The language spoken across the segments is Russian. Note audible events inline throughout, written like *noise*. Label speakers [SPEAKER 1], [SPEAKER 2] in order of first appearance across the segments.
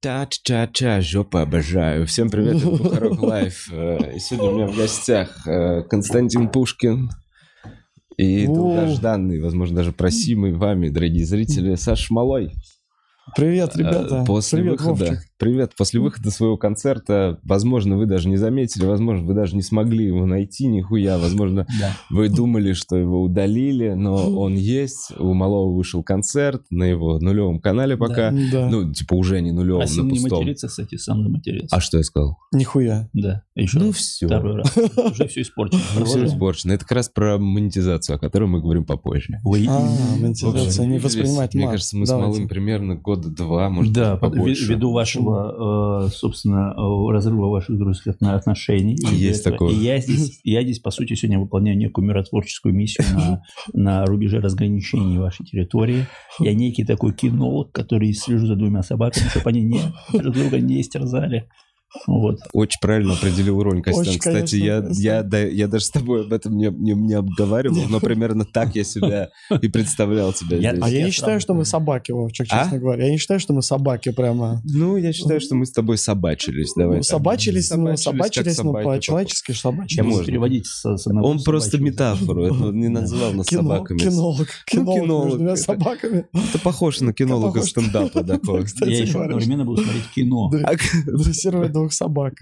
[SPEAKER 1] Та-ча-ча, жопа, обожаю. Всем привет, это Бухарок Лайф. Э, И сегодня у меня в гостях э, Константин Пушкин и
[SPEAKER 2] О.
[SPEAKER 1] долгожданный, возможно, даже просимый вами, дорогие зрители, Саш Малой.
[SPEAKER 2] Привет, ребята.
[SPEAKER 1] Э, После
[SPEAKER 2] Привет,
[SPEAKER 1] выхода,
[SPEAKER 2] Вовчик.
[SPEAKER 1] привет, после выхода своего концерта, возможно, вы даже не заметили, возможно, вы даже не смогли его найти, нихуя, возможно, вы думали, что его удалили, но он есть. У Малого вышел концерт на его нулевом канале пока.
[SPEAKER 2] Да.
[SPEAKER 1] Ну, типа уже не нулевом,
[SPEAKER 3] Просил
[SPEAKER 1] на
[SPEAKER 3] не
[SPEAKER 1] пустом.
[SPEAKER 3] А материться, кстати, сам заматерился.
[SPEAKER 1] А что я сказал?
[SPEAKER 2] Нихуя.
[SPEAKER 3] Да, еще
[SPEAKER 1] ну
[SPEAKER 3] раз.
[SPEAKER 1] все.
[SPEAKER 3] второй
[SPEAKER 1] *laughs*
[SPEAKER 3] раз. Уже все испорчено.
[SPEAKER 1] Ну все
[SPEAKER 3] Продолжим.
[SPEAKER 1] испорчено. Это как раз про монетизацию, о которой мы говорим попозже.
[SPEAKER 3] Ой.
[SPEAKER 2] А,
[SPEAKER 1] В общем,
[SPEAKER 2] монетизация не
[SPEAKER 1] виделись,
[SPEAKER 2] воспринимать
[SPEAKER 1] Мне
[SPEAKER 2] мат.
[SPEAKER 1] кажется, мы
[SPEAKER 2] Давайте.
[SPEAKER 1] с Малым примерно года два, может,
[SPEAKER 3] Да,
[SPEAKER 1] даже
[SPEAKER 3] по- ви-
[SPEAKER 1] побольше.
[SPEAKER 3] ввиду вашего, э, собственно, э, разрыва ваших дружеских отно- отношений. ввиду
[SPEAKER 1] А, Есть
[SPEAKER 3] этого.
[SPEAKER 1] такое.
[SPEAKER 3] И
[SPEAKER 1] *laughs*
[SPEAKER 3] я здесь, я здесь, по сути, сегодня выполняю некую миротворческую миссию на, на рубеже разграничения вашей территории. Я некий такой кинолог, который слежу за двумя собаками, чтобы они не, друг друга не истерзали. Вот.
[SPEAKER 1] Очень правильно определил роль, Костян.
[SPEAKER 2] Очень,
[SPEAKER 1] Кстати, я,
[SPEAKER 2] конечно,
[SPEAKER 1] я, да- я даже с тобой об этом не, не, не обговаривал, но примерно так я себя и представлял тебя
[SPEAKER 3] Я-
[SPEAKER 1] здесь.
[SPEAKER 2] А я не
[SPEAKER 3] Я
[SPEAKER 2] считаю,
[SPEAKER 3] сразу
[SPEAKER 2] что мы
[SPEAKER 3] говорю.
[SPEAKER 2] собаки, Вовчик,
[SPEAKER 1] А?
[SPEAKER 2] честно говоря. Я не считаю, что мы собаки прямо.
[SPEAKER 1] Ну, я считаю, что мы с тобой собачились. Давай
[SPEAKER 2] Ну,
[SPEAKER 1] так.
[SPEAKER 2] собачились, ну,
[SPEAKER 1] Собачились,
[SPEAKER 2] собачились,
[SPEAKER 1] как
[SPEAKER 2] ну,
[SPEAKER 1] собаки,
[SPEAKER 2] по-человечески
[SPEAKER 3] Я
[SPEAKER 2] собачились.
[SPEAKER 3] буду
[SPEAKER 1] Можно.
[SPEAKER 3] переводить с, с одного
[SPEAKER 1] Он просто
[SPEAKER 3] собачьего.
[SPEAKER 1] метафору, это не называл нас
[SPEAKER 2] Кино-
[SPEAKER 1] собаками. Ну,
[SPEAKER 2] кинолог. Кинолог,
[SPEAKER 1] кинолог
[SPEAKER 2] между двумя
[SPEAKER 1] это. *laughs*
[SPEAKER 2] собаками.
[SPEAKER 1] Это похож на кинолога
[SPEAKER 2] Похож.
[SPEAKER 1] стендапа такого.
[SPEAKER 2] Кстати,
[SPEAKER 3] Я еще
[SPEAKER 2] говоря,
[SPEAKER 3] одновременно буду смотреть кино.
[SPEAKER 2] Да.
[SPEAKER 1] А к-
[SPEAKER 2] Дрессировать двух собак.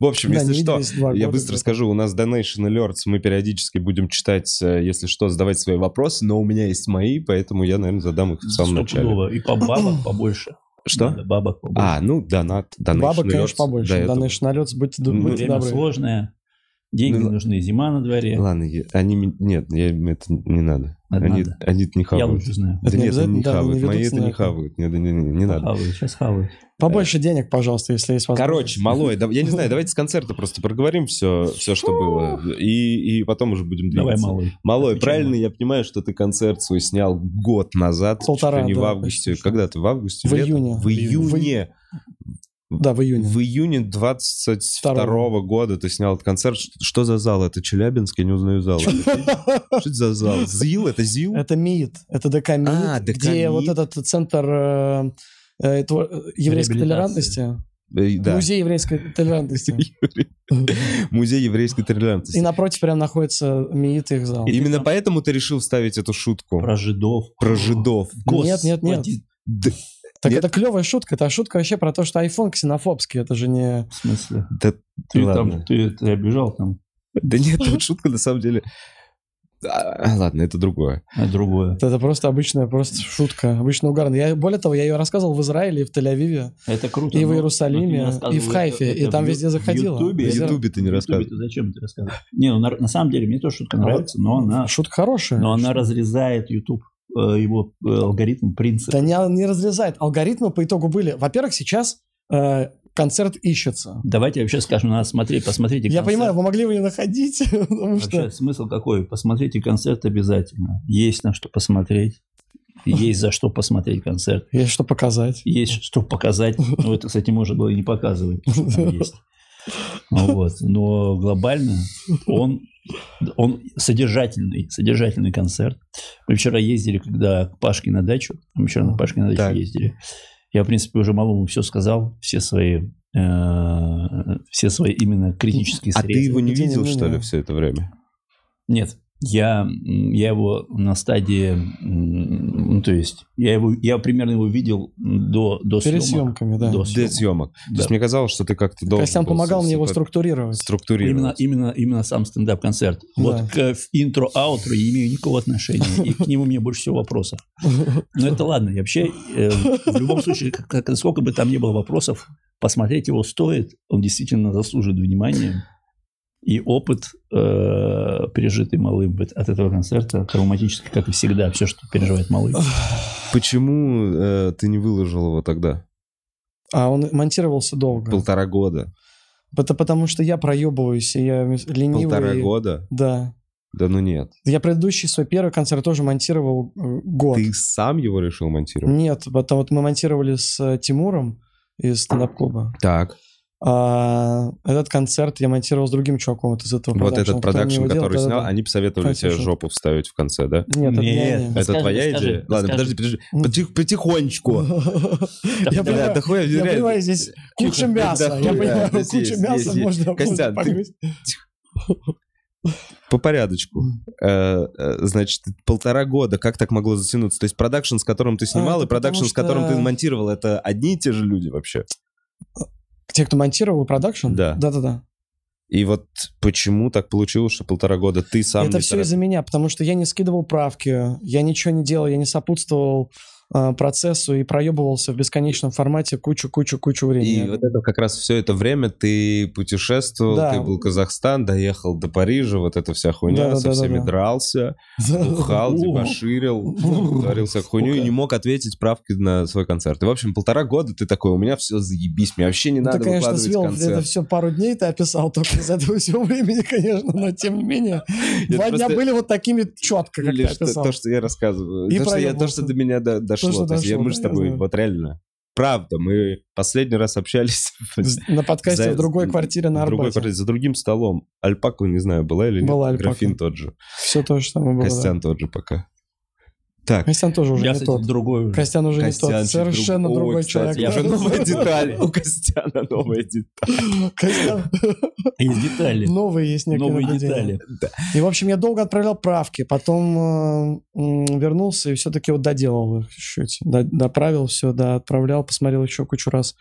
[SPEAKER 1] В общем,
[SPEAKER 2] Да,
[SPEAKER 1] если
[SPEAKER 2] не
[SPEAKER 1] что,
[SPEAKER 2] виделись два
[SPEAKER 1] я
[SPEAKER 2] года
[SPEAKER 1] быстро
[SPEAKER 2] где-то.
[SPEAKER 1] скажу, у нас Donation Alerts, мы периодически будем читать, э, если что, задавать свои вопросы, но у меня есть мои, поэтому я, наверное, задам их в самом начале.
[SPEAKER 3] Стопудово. И по бабок побольше.
[SPEAKER 1] Что?
[SPEAKER 3] Надо Бабок побольше.
[SPEAKER 1] А, ну, донат, Donation
[SPEAKER 2] Бабок,
[SPEAKER 1] Alerts,
[SPEAKER 2] конечно,
[SPEAKER 1] да,
[SPEAKER 2] побольше.
[SPEAKER 1] это-
[SPEAKER 2] Данный налет, будьте
[SPEAKER 1] Ну,
[SPEAKER 2] будьте
[SPEAKER 3] Время
[SPEAKER 2] добры.
[SPEAKER 3] сложное. Деньги
[SPEAKER 1] Ну, ладно.
[SPEAKER 3] нужны. Зима на дворе.
[SPEAKER 1] Ладно, я- они... ми- Нет, я- это не надо.
[SPEAKER 3] Надо,
[SPEAKER 1] Они,
[SPEAKER 3] надо.
[SPEAKER 1] они не
[SPEAKER 3] Я
[SPEAKER 1] хавают.
[SPEAKER 3] лучше знаю.
[SPEAKER 1] Да
[SPEAKER 2] Это
[SPEAKER 1] нет,
[SPEAKER 2] не
[SPEAKER 1] они
[SPEAKER 2] обязательно,
[SPEAKER 1] не
[SPEAKER 2] да, они
[SPEAKER 1] хавают.
[SPEAKER 2] не
[SPEAKER 1] Мои
[SPEAKER 2] ведутся
[SPEAKER 1] это
[SPEAKER 2] на
[SPEAKER 1] не
[SPEAKER 2] это.
[SPEAKER 1] хавают. Нет, не, не, не, не надо.
[SPEAKER 3] Хавают, сейчас хавают.
[SPEAKER 2] Побольше денег, пожалуйста, если есть возможность.
[SPEAKER 1] Короче, малой, да- я не знаю, давайте с концерта просто проговорим все, все что было, и, и потом уже будем двигаться.
[SPEAKER 3] Давай, малый.
[SPEAKER 1] Малой,
[SPEAKER 3] Отвечай,
[SPEAKER 1] правильно я понимаю, что ты концерт свой снял год назад,
[SPEAKER 2] Полтора,
[SPEAKER 1] чуть ли не в
[SPEAKER 2] да,
[SPEAKER 1] августе.
[SPEAKER 2] почти что.
[SPEAKER 1] Когда ты в августе?
[SPEAKER 2] В
[SPEAKER 1] летом?
[SPEAKER 2] июне.
[SPEAKER 1] В июне.
[SPEAKER 2] Да, в
[SPEAKER 1] *laughs*
[SPEAKER 2] июне.
[SPEAKER 1] В июне 22
[SPEAKER 2] Второго.
[SPEAKER 1] года ты снял этот концерт. Ш- Что за зал? Это Челябинск? Я не узнаю зал. Что это за зал? ЗИЛ? Это ЗИЛ?
[SPEAKER 2] Это МИД, это ДК МИД,
[SPEAKER 1] А, ДК
[SPEAKER 2] где
[SPEAKER 1] МИД.
[SPEAKER 2] вот этот центр э, э, твор- э, еврейской
[SPEAKER 3] Реабилитации.
[SPEAKER 2] толерантности,
[SPEAKER 1] Э, Да. *laughs*
[SPEAKER 2] музей еврейской толерантности.
[SPEAKER 1] Музей еврейской
[SPEAKER 2] И
[SPEAKER 1] толерантности.
[SPEAKER 2] напротив прям находится МИД и их зал.
[SPEAKER 3] И- ты
[SPEAKER 1] Именно
[SPEAKER 3] там-
[SPEAKER 1] поэтому ты решил вставить эту шутку
[SPEAKER 3] Про жидов.
[SPEAKER 1] про жидов.
[SPEAKER 2] Нет, нет, нет.
[SPEAKER 3] Господи,
[SPEAKER 1] Д-
[SPEAKER 2] Так
[SPEAKER 1] нет.
[SPEAKER 2] это клевая шутка, это шутка вообще про то, что iPhone ксенофобский, это же не...
[SPEAKER 3] В смысле?
[SPEAKER 1] Да
[SPEAKER 3] Ты
[SPEAKER 1] ладно.
[SPEAKER 3] там, ты, ты обижал там
[SPEAKER 1] Да
[SPEAKER 2] *laughs*
[SPEAKER 1] нет, там шутка на самом деле... А, Ладно, это другое.
[SPEAKER 3] а, другое.
[SPEAKER 2] Это просто обычная просто шутка, обычно угарная. Я, более того, я ее рассказывал в Израиле и в Тель-Авиве.
[SPEAKER 3] Это круто.
[SPEAKER 2] И в
[SPEAKER 3] но- но ты не
[SPEAKER 2] Иерусалиме,
[SPEAKER 3] рассказывал
[SPEAKER 2] и в Хайфе,
[SPEAKER 3] это-
[SPEAKER 2] и
[SPEAKER 3] это
[SPEAKER 2] там
[SPEAKER 3] в Ю-
[SPEAKER 2] везде
[SPEAKER 3] в
[SPEAKER 2] заходила.
[SPEAKER 3] Ютубе.
[SPEAKER 1] В
[SPEAKER 2] Я-
[SPEAKER 1] Ютубе ты не
[SPEAKER 3] В Ютубе
[SPEAKER 1] рассказывал.
[SPEAKER 3] ты зачем ты рассказывал? Не, ну, на, на самом деле мне тоже шутка
[SPEAKER 2] А
[SPEAKER 3] нравится, но она,
[SPEAKER 2] Шутка хорошая.
[SPEAKER 3] но она разрезает YouTube, э, его э, алгоритм, принцип.
[SPEAKER 2] Да не, не разрезает. Алгоритмы по итогу были. Во-первых, сейчас э, концерт ищется.
[SPEAKER 3] Давайте вообще скажем, надо смотреть, посмотрите
[SPEAKER 2] Я
[SPEAKER 3] концерт.
[SPEAKER 2] понимаю, вы могли его не находить, *laughs*
[SPEAKER 1] А
[SPEAKER 2] потому что...
[SPEAKER 3] Вообще смысл какой? Посмотрите концерт обязательно. Есть на что посмотреть. Есть за что посмотреть концерт.
[SPEAKER 2] Есть что показать.
[SPEAKER 3] Есть что показать. Ну, это, кстати, можно было и не показывать, потому что там есть. Ну Вот. Но глобально он, он содержательный, содержательный концерт. Мы вчера ездили, когда к Пашке на дачу. Мы вчера на Пашке на дачу
[SPEAKER 1] Так.
[SPEAKER 3] ездили. Я, в принципе, уже малому все сказал, все свои, э, все свои именно критические
[SPEAKER 1] А ты
[SPEAKER 3] срезы.
[SPEAKER 1] его не
[SPEAKER 2] Где
[SPEAKER 1] видел,
[SPEAKER 2] не
[SPEAKER 1] что ли,
[SPEAKER 2] меня?
[SPEAKER 1] все это время?
[SPEAKER 3] Нет, я, м, я его на стадии, м, ну, то есть я его, я примерно его видел до до
[SPEAKER 2] Перед
[SPEAKER 3] съемок.
[SPEAKER 2] съемками, да.
[SPEAKER 3] До
[SPEAKER 1] Для
[SPEAKER 3] съемок.
[SPEAKER 1] съемок. То есть
[SPEAKER 3] Да.
[SPEAKER 1] мне казалось, что ты как-то должен
[SPEAKER 2] Костян
[SPEAKER 1] был
[SPEAKER 2] помогал мне его
[SPEAKER 1] с-
[SPEAKER 2] структурировать.
[SPEAKER 3] Именно,
[SPEAKER 1] структурировать.
[SPEAKER 3] именно, именно сам стендап-концерт. Вот к интро-аутро я не имею никакого отношения, и к нему мне больше всего вопросов. Но это ладно, я вообще, э, в любом случае, как- как- сколько бы там ни было вопросов, посмотреть его стоит, он действительно заслуживает внимания. И опыт, э, пережитый малым быт от этого концерта, травматический, как и всегда, все, что переживает малый.
[SPEAKER 1] Почему э, ты не выложил его тогда?
[SPEAKER 2] А он монтировался долго.
[SPEAKER 1] Полтора года.
[SPEAKER 2] Это потому что я проебываюсь, и я ленивый.
[SPEAKER 1] Полтора
[SPEAKER 2] и-
[SPEAKER 1] года?
[SPEAKER 2] Да.
[SPEAKER 1] Да ну нет.
[SPEAKER 2] Я предыдущий свой первый концерт тоже монтировал э, год.
[SPEAKER 1] Ты сам его решил монтировать?
[SPEAKER 2] Нет, потому вот мы монтировали с э, Тимуром из стендап-клуба.
[SPEAKER 1] Так.
[SPEAKER 2] А, этот концерт я монтировал с другим чуваком вот из этого
[SPEAKER 1] Вот
[SPEAKER 2] продакшена,
[SPEAKER 1] этот
[SPEAKER 2] который мне
[SPEAKER 1] продакшн,
[SPEAKER 2] его делал,
[SPEAKER 1] который
[SPEAKER 2] да-да-да.
[SPEAKER 1] снял, а они посоветовали тебе
[SPEAKER 2] Конечно.
[SPEAKER 1] жопу вставить в конце, да?
[SPEAKER 2] Нет, это
[SPEAKER 3] Нет.
[SPEAKER 2] не-
[SPEAKER 1] Это
[SPEAKER 4] Расскажи,
[SPEAKER 1] твоя
[SPEAKER 4] расскажи,
[SPEAKER 1] идея? Ладно,
[SPEAKER 4] расскажи.
[SPEAKER 1] подожди, подожди. Потих- Потихонечку.
[SPEAKER 2] Я понимаю,
[SPEAKER 1] да хуя,
[SPEAKER 2] я
[SPEAKER 1] реально.
[SPEAKER 2] понимаю, здесь куча
[SPEAKER 1] Тихо, да
[SPEAKER 2] мяса.
[SPEAKER 1] хуя,
[SPEAKER 2] Я понимаю,
[SPEAKER 1] здесь
[SPEAKER 2] куча
[SPEAKER 1] есть,
[SPEAKER 2] мяса
[SPEAKER 1] здесь есть.
[SPEAKER 2] можно можно
[SPEAKER 1] Костян, ты-
[SPEAKER 2] погрызть.
[SPEAKER 1] По порядочку. Э, э, Значит, полтора года, как так могло затянуться? То есть продакшн, с которым ты снимал,
[SPEAKER 2] это
[SPEAKER 1] и продакшн,
[SPEAKER 2] А, потому
[SPEAKER 1] с которым
[SPEAKER 2] что-
[SPEAKER 1] ты монтировал, это одни и те же люди вообще?
[SPEAKER 2] Те, кто монтировал продакшн?
[SPEAKER 1] Да.
[SPEAKER 2] Да-да-да.
[SPEAKER 1] И вот почему так получилось, что полтора года ты сам...
[SPEAKER 2] Это
[SPEAKER 1] не
[SPEAKER 2] все
[SPEAKER 1] тара-
[SPEAKER 2] из-за меня, потому что я не скидывал правки, я ничего не делал, я не сопутствовал э, процессу и проебывался в бесконечном формате кучу-кучу-кучу
[SPEAKER 1] И
[SPEAKER 2] времени.
[SPEAKER 1] вот это как раз все это время ты путешествовал,
[SPEAKER 2] Да.
[SPEAKER 1] ты был в Казахстан, доехал до Парижа, вот эта вся хуйня,
[SPEAKER 2] Да, да,
[SPEAKER 1] со
[SPEAKER 2] да, да,
[SPEAKER 1] всеми
[SPEAKER 2] да.
[SPEAKER 1] дрался,
[SPEAKER 2] Да.
[SPEAKER 1] бухал, типа,
[SPEAKER 3] О.
[SPEAKER 1] дебоширил, говорил всякую хуйню и не мог ответить правки на свой концерт. И, в общем, полтора года ты такой, у меня все заебись, мне вообще не
[SPEAKER 2] Ну,
[SPEAKER 1] надо
[SPEAKER 2] ты, конечно,
[SPEAKER 1] выкладывать
[SPEAKER 2] свел это
[SPEAKER 1] концерт.
[SPEAKER 2] все пару дней, ты описал только из этого всего времени, конечно, но тем
[SPEAKER 1] *laughs*
[SPEAKER 2] не менее.
[SPEAKER 1] Я
[SPEAKER 2] Два дня
[SPEAKER 1] просто-
[SPEAKER 2] были вот такими четко, как ты
[SPEAKER 1] Лишь то,
[SPEAKER 2] описал.
[SPEAKER 1] то, что я рассказываю.
[SPEAKER 2] И
[SPEAKER 1] то, что я- то,
[SPEAKER 2] проебался.
[SPEAKER 1] что до меня до- дошло.
[SPEAKER 2] что
[SPEAKER 1] То есть я-
[SPEAKER 2] дошло,
[SPEAKER 1] мы же с
[SPEAKER 2] да, я
[SPEAKER 1] тобой,
[SPEAKER 2] знаю.
[SPEAKER 1] вот реально, правда, мы последний раз общались *laughs*
[SPEAKER 2] На подкасте
[SPEAKER 1] За-
[SPEAKER 2] в другой квартире на
[SPEAKER 1] в другой
[SPEAKER 2] Арбате.
[SPEAKER 1] квартире, за другим столом. Альпаку, не знаю, была или нет.
[SPEAKER 2] Была Альпака.
[SPEAKER 1] Графин тот же.
[SPEAKER 2] Все то же самое было. да.
[SPEAKER 1] Костян тот же пока. Так,
[SPEAKER 2] Костян тоже уже
[SPEAKER 3] Я,
[SPEAKER 2] не
[SPEAKER 3] кстати,
[SPEAKER 2] тот.
[SPEAKER 3] другой уже.
[SPEAKER 2] Костян уже не
[SPEAKER 1] Костян
[SPEAKER 2] тот. Совершенно другой человек.
[SPEAKER 1] Я
[SPEAKER 2] да.
[SPEAKER 1] же
[SPEAKER 2] *laughs*
[SPEAKER 1] новая деталь. У Костяна новая деталь.
[SPEAKER 2] Костян.
[SPEAKER 3] Есть детали.
[SPEAKER 2] Новые есть некие
[SPEAKER 3] Новые
[SPEAKER 2] наблюдения.
[SPEAKER 3] детали.
[SPEAKER 2] И, в общем, я долго отправлял правки, потом э, м, вернулся и все-таки вот доделал их чуть-чуть. До- доправил все, да, отправлял, посмотрел еще кучу раз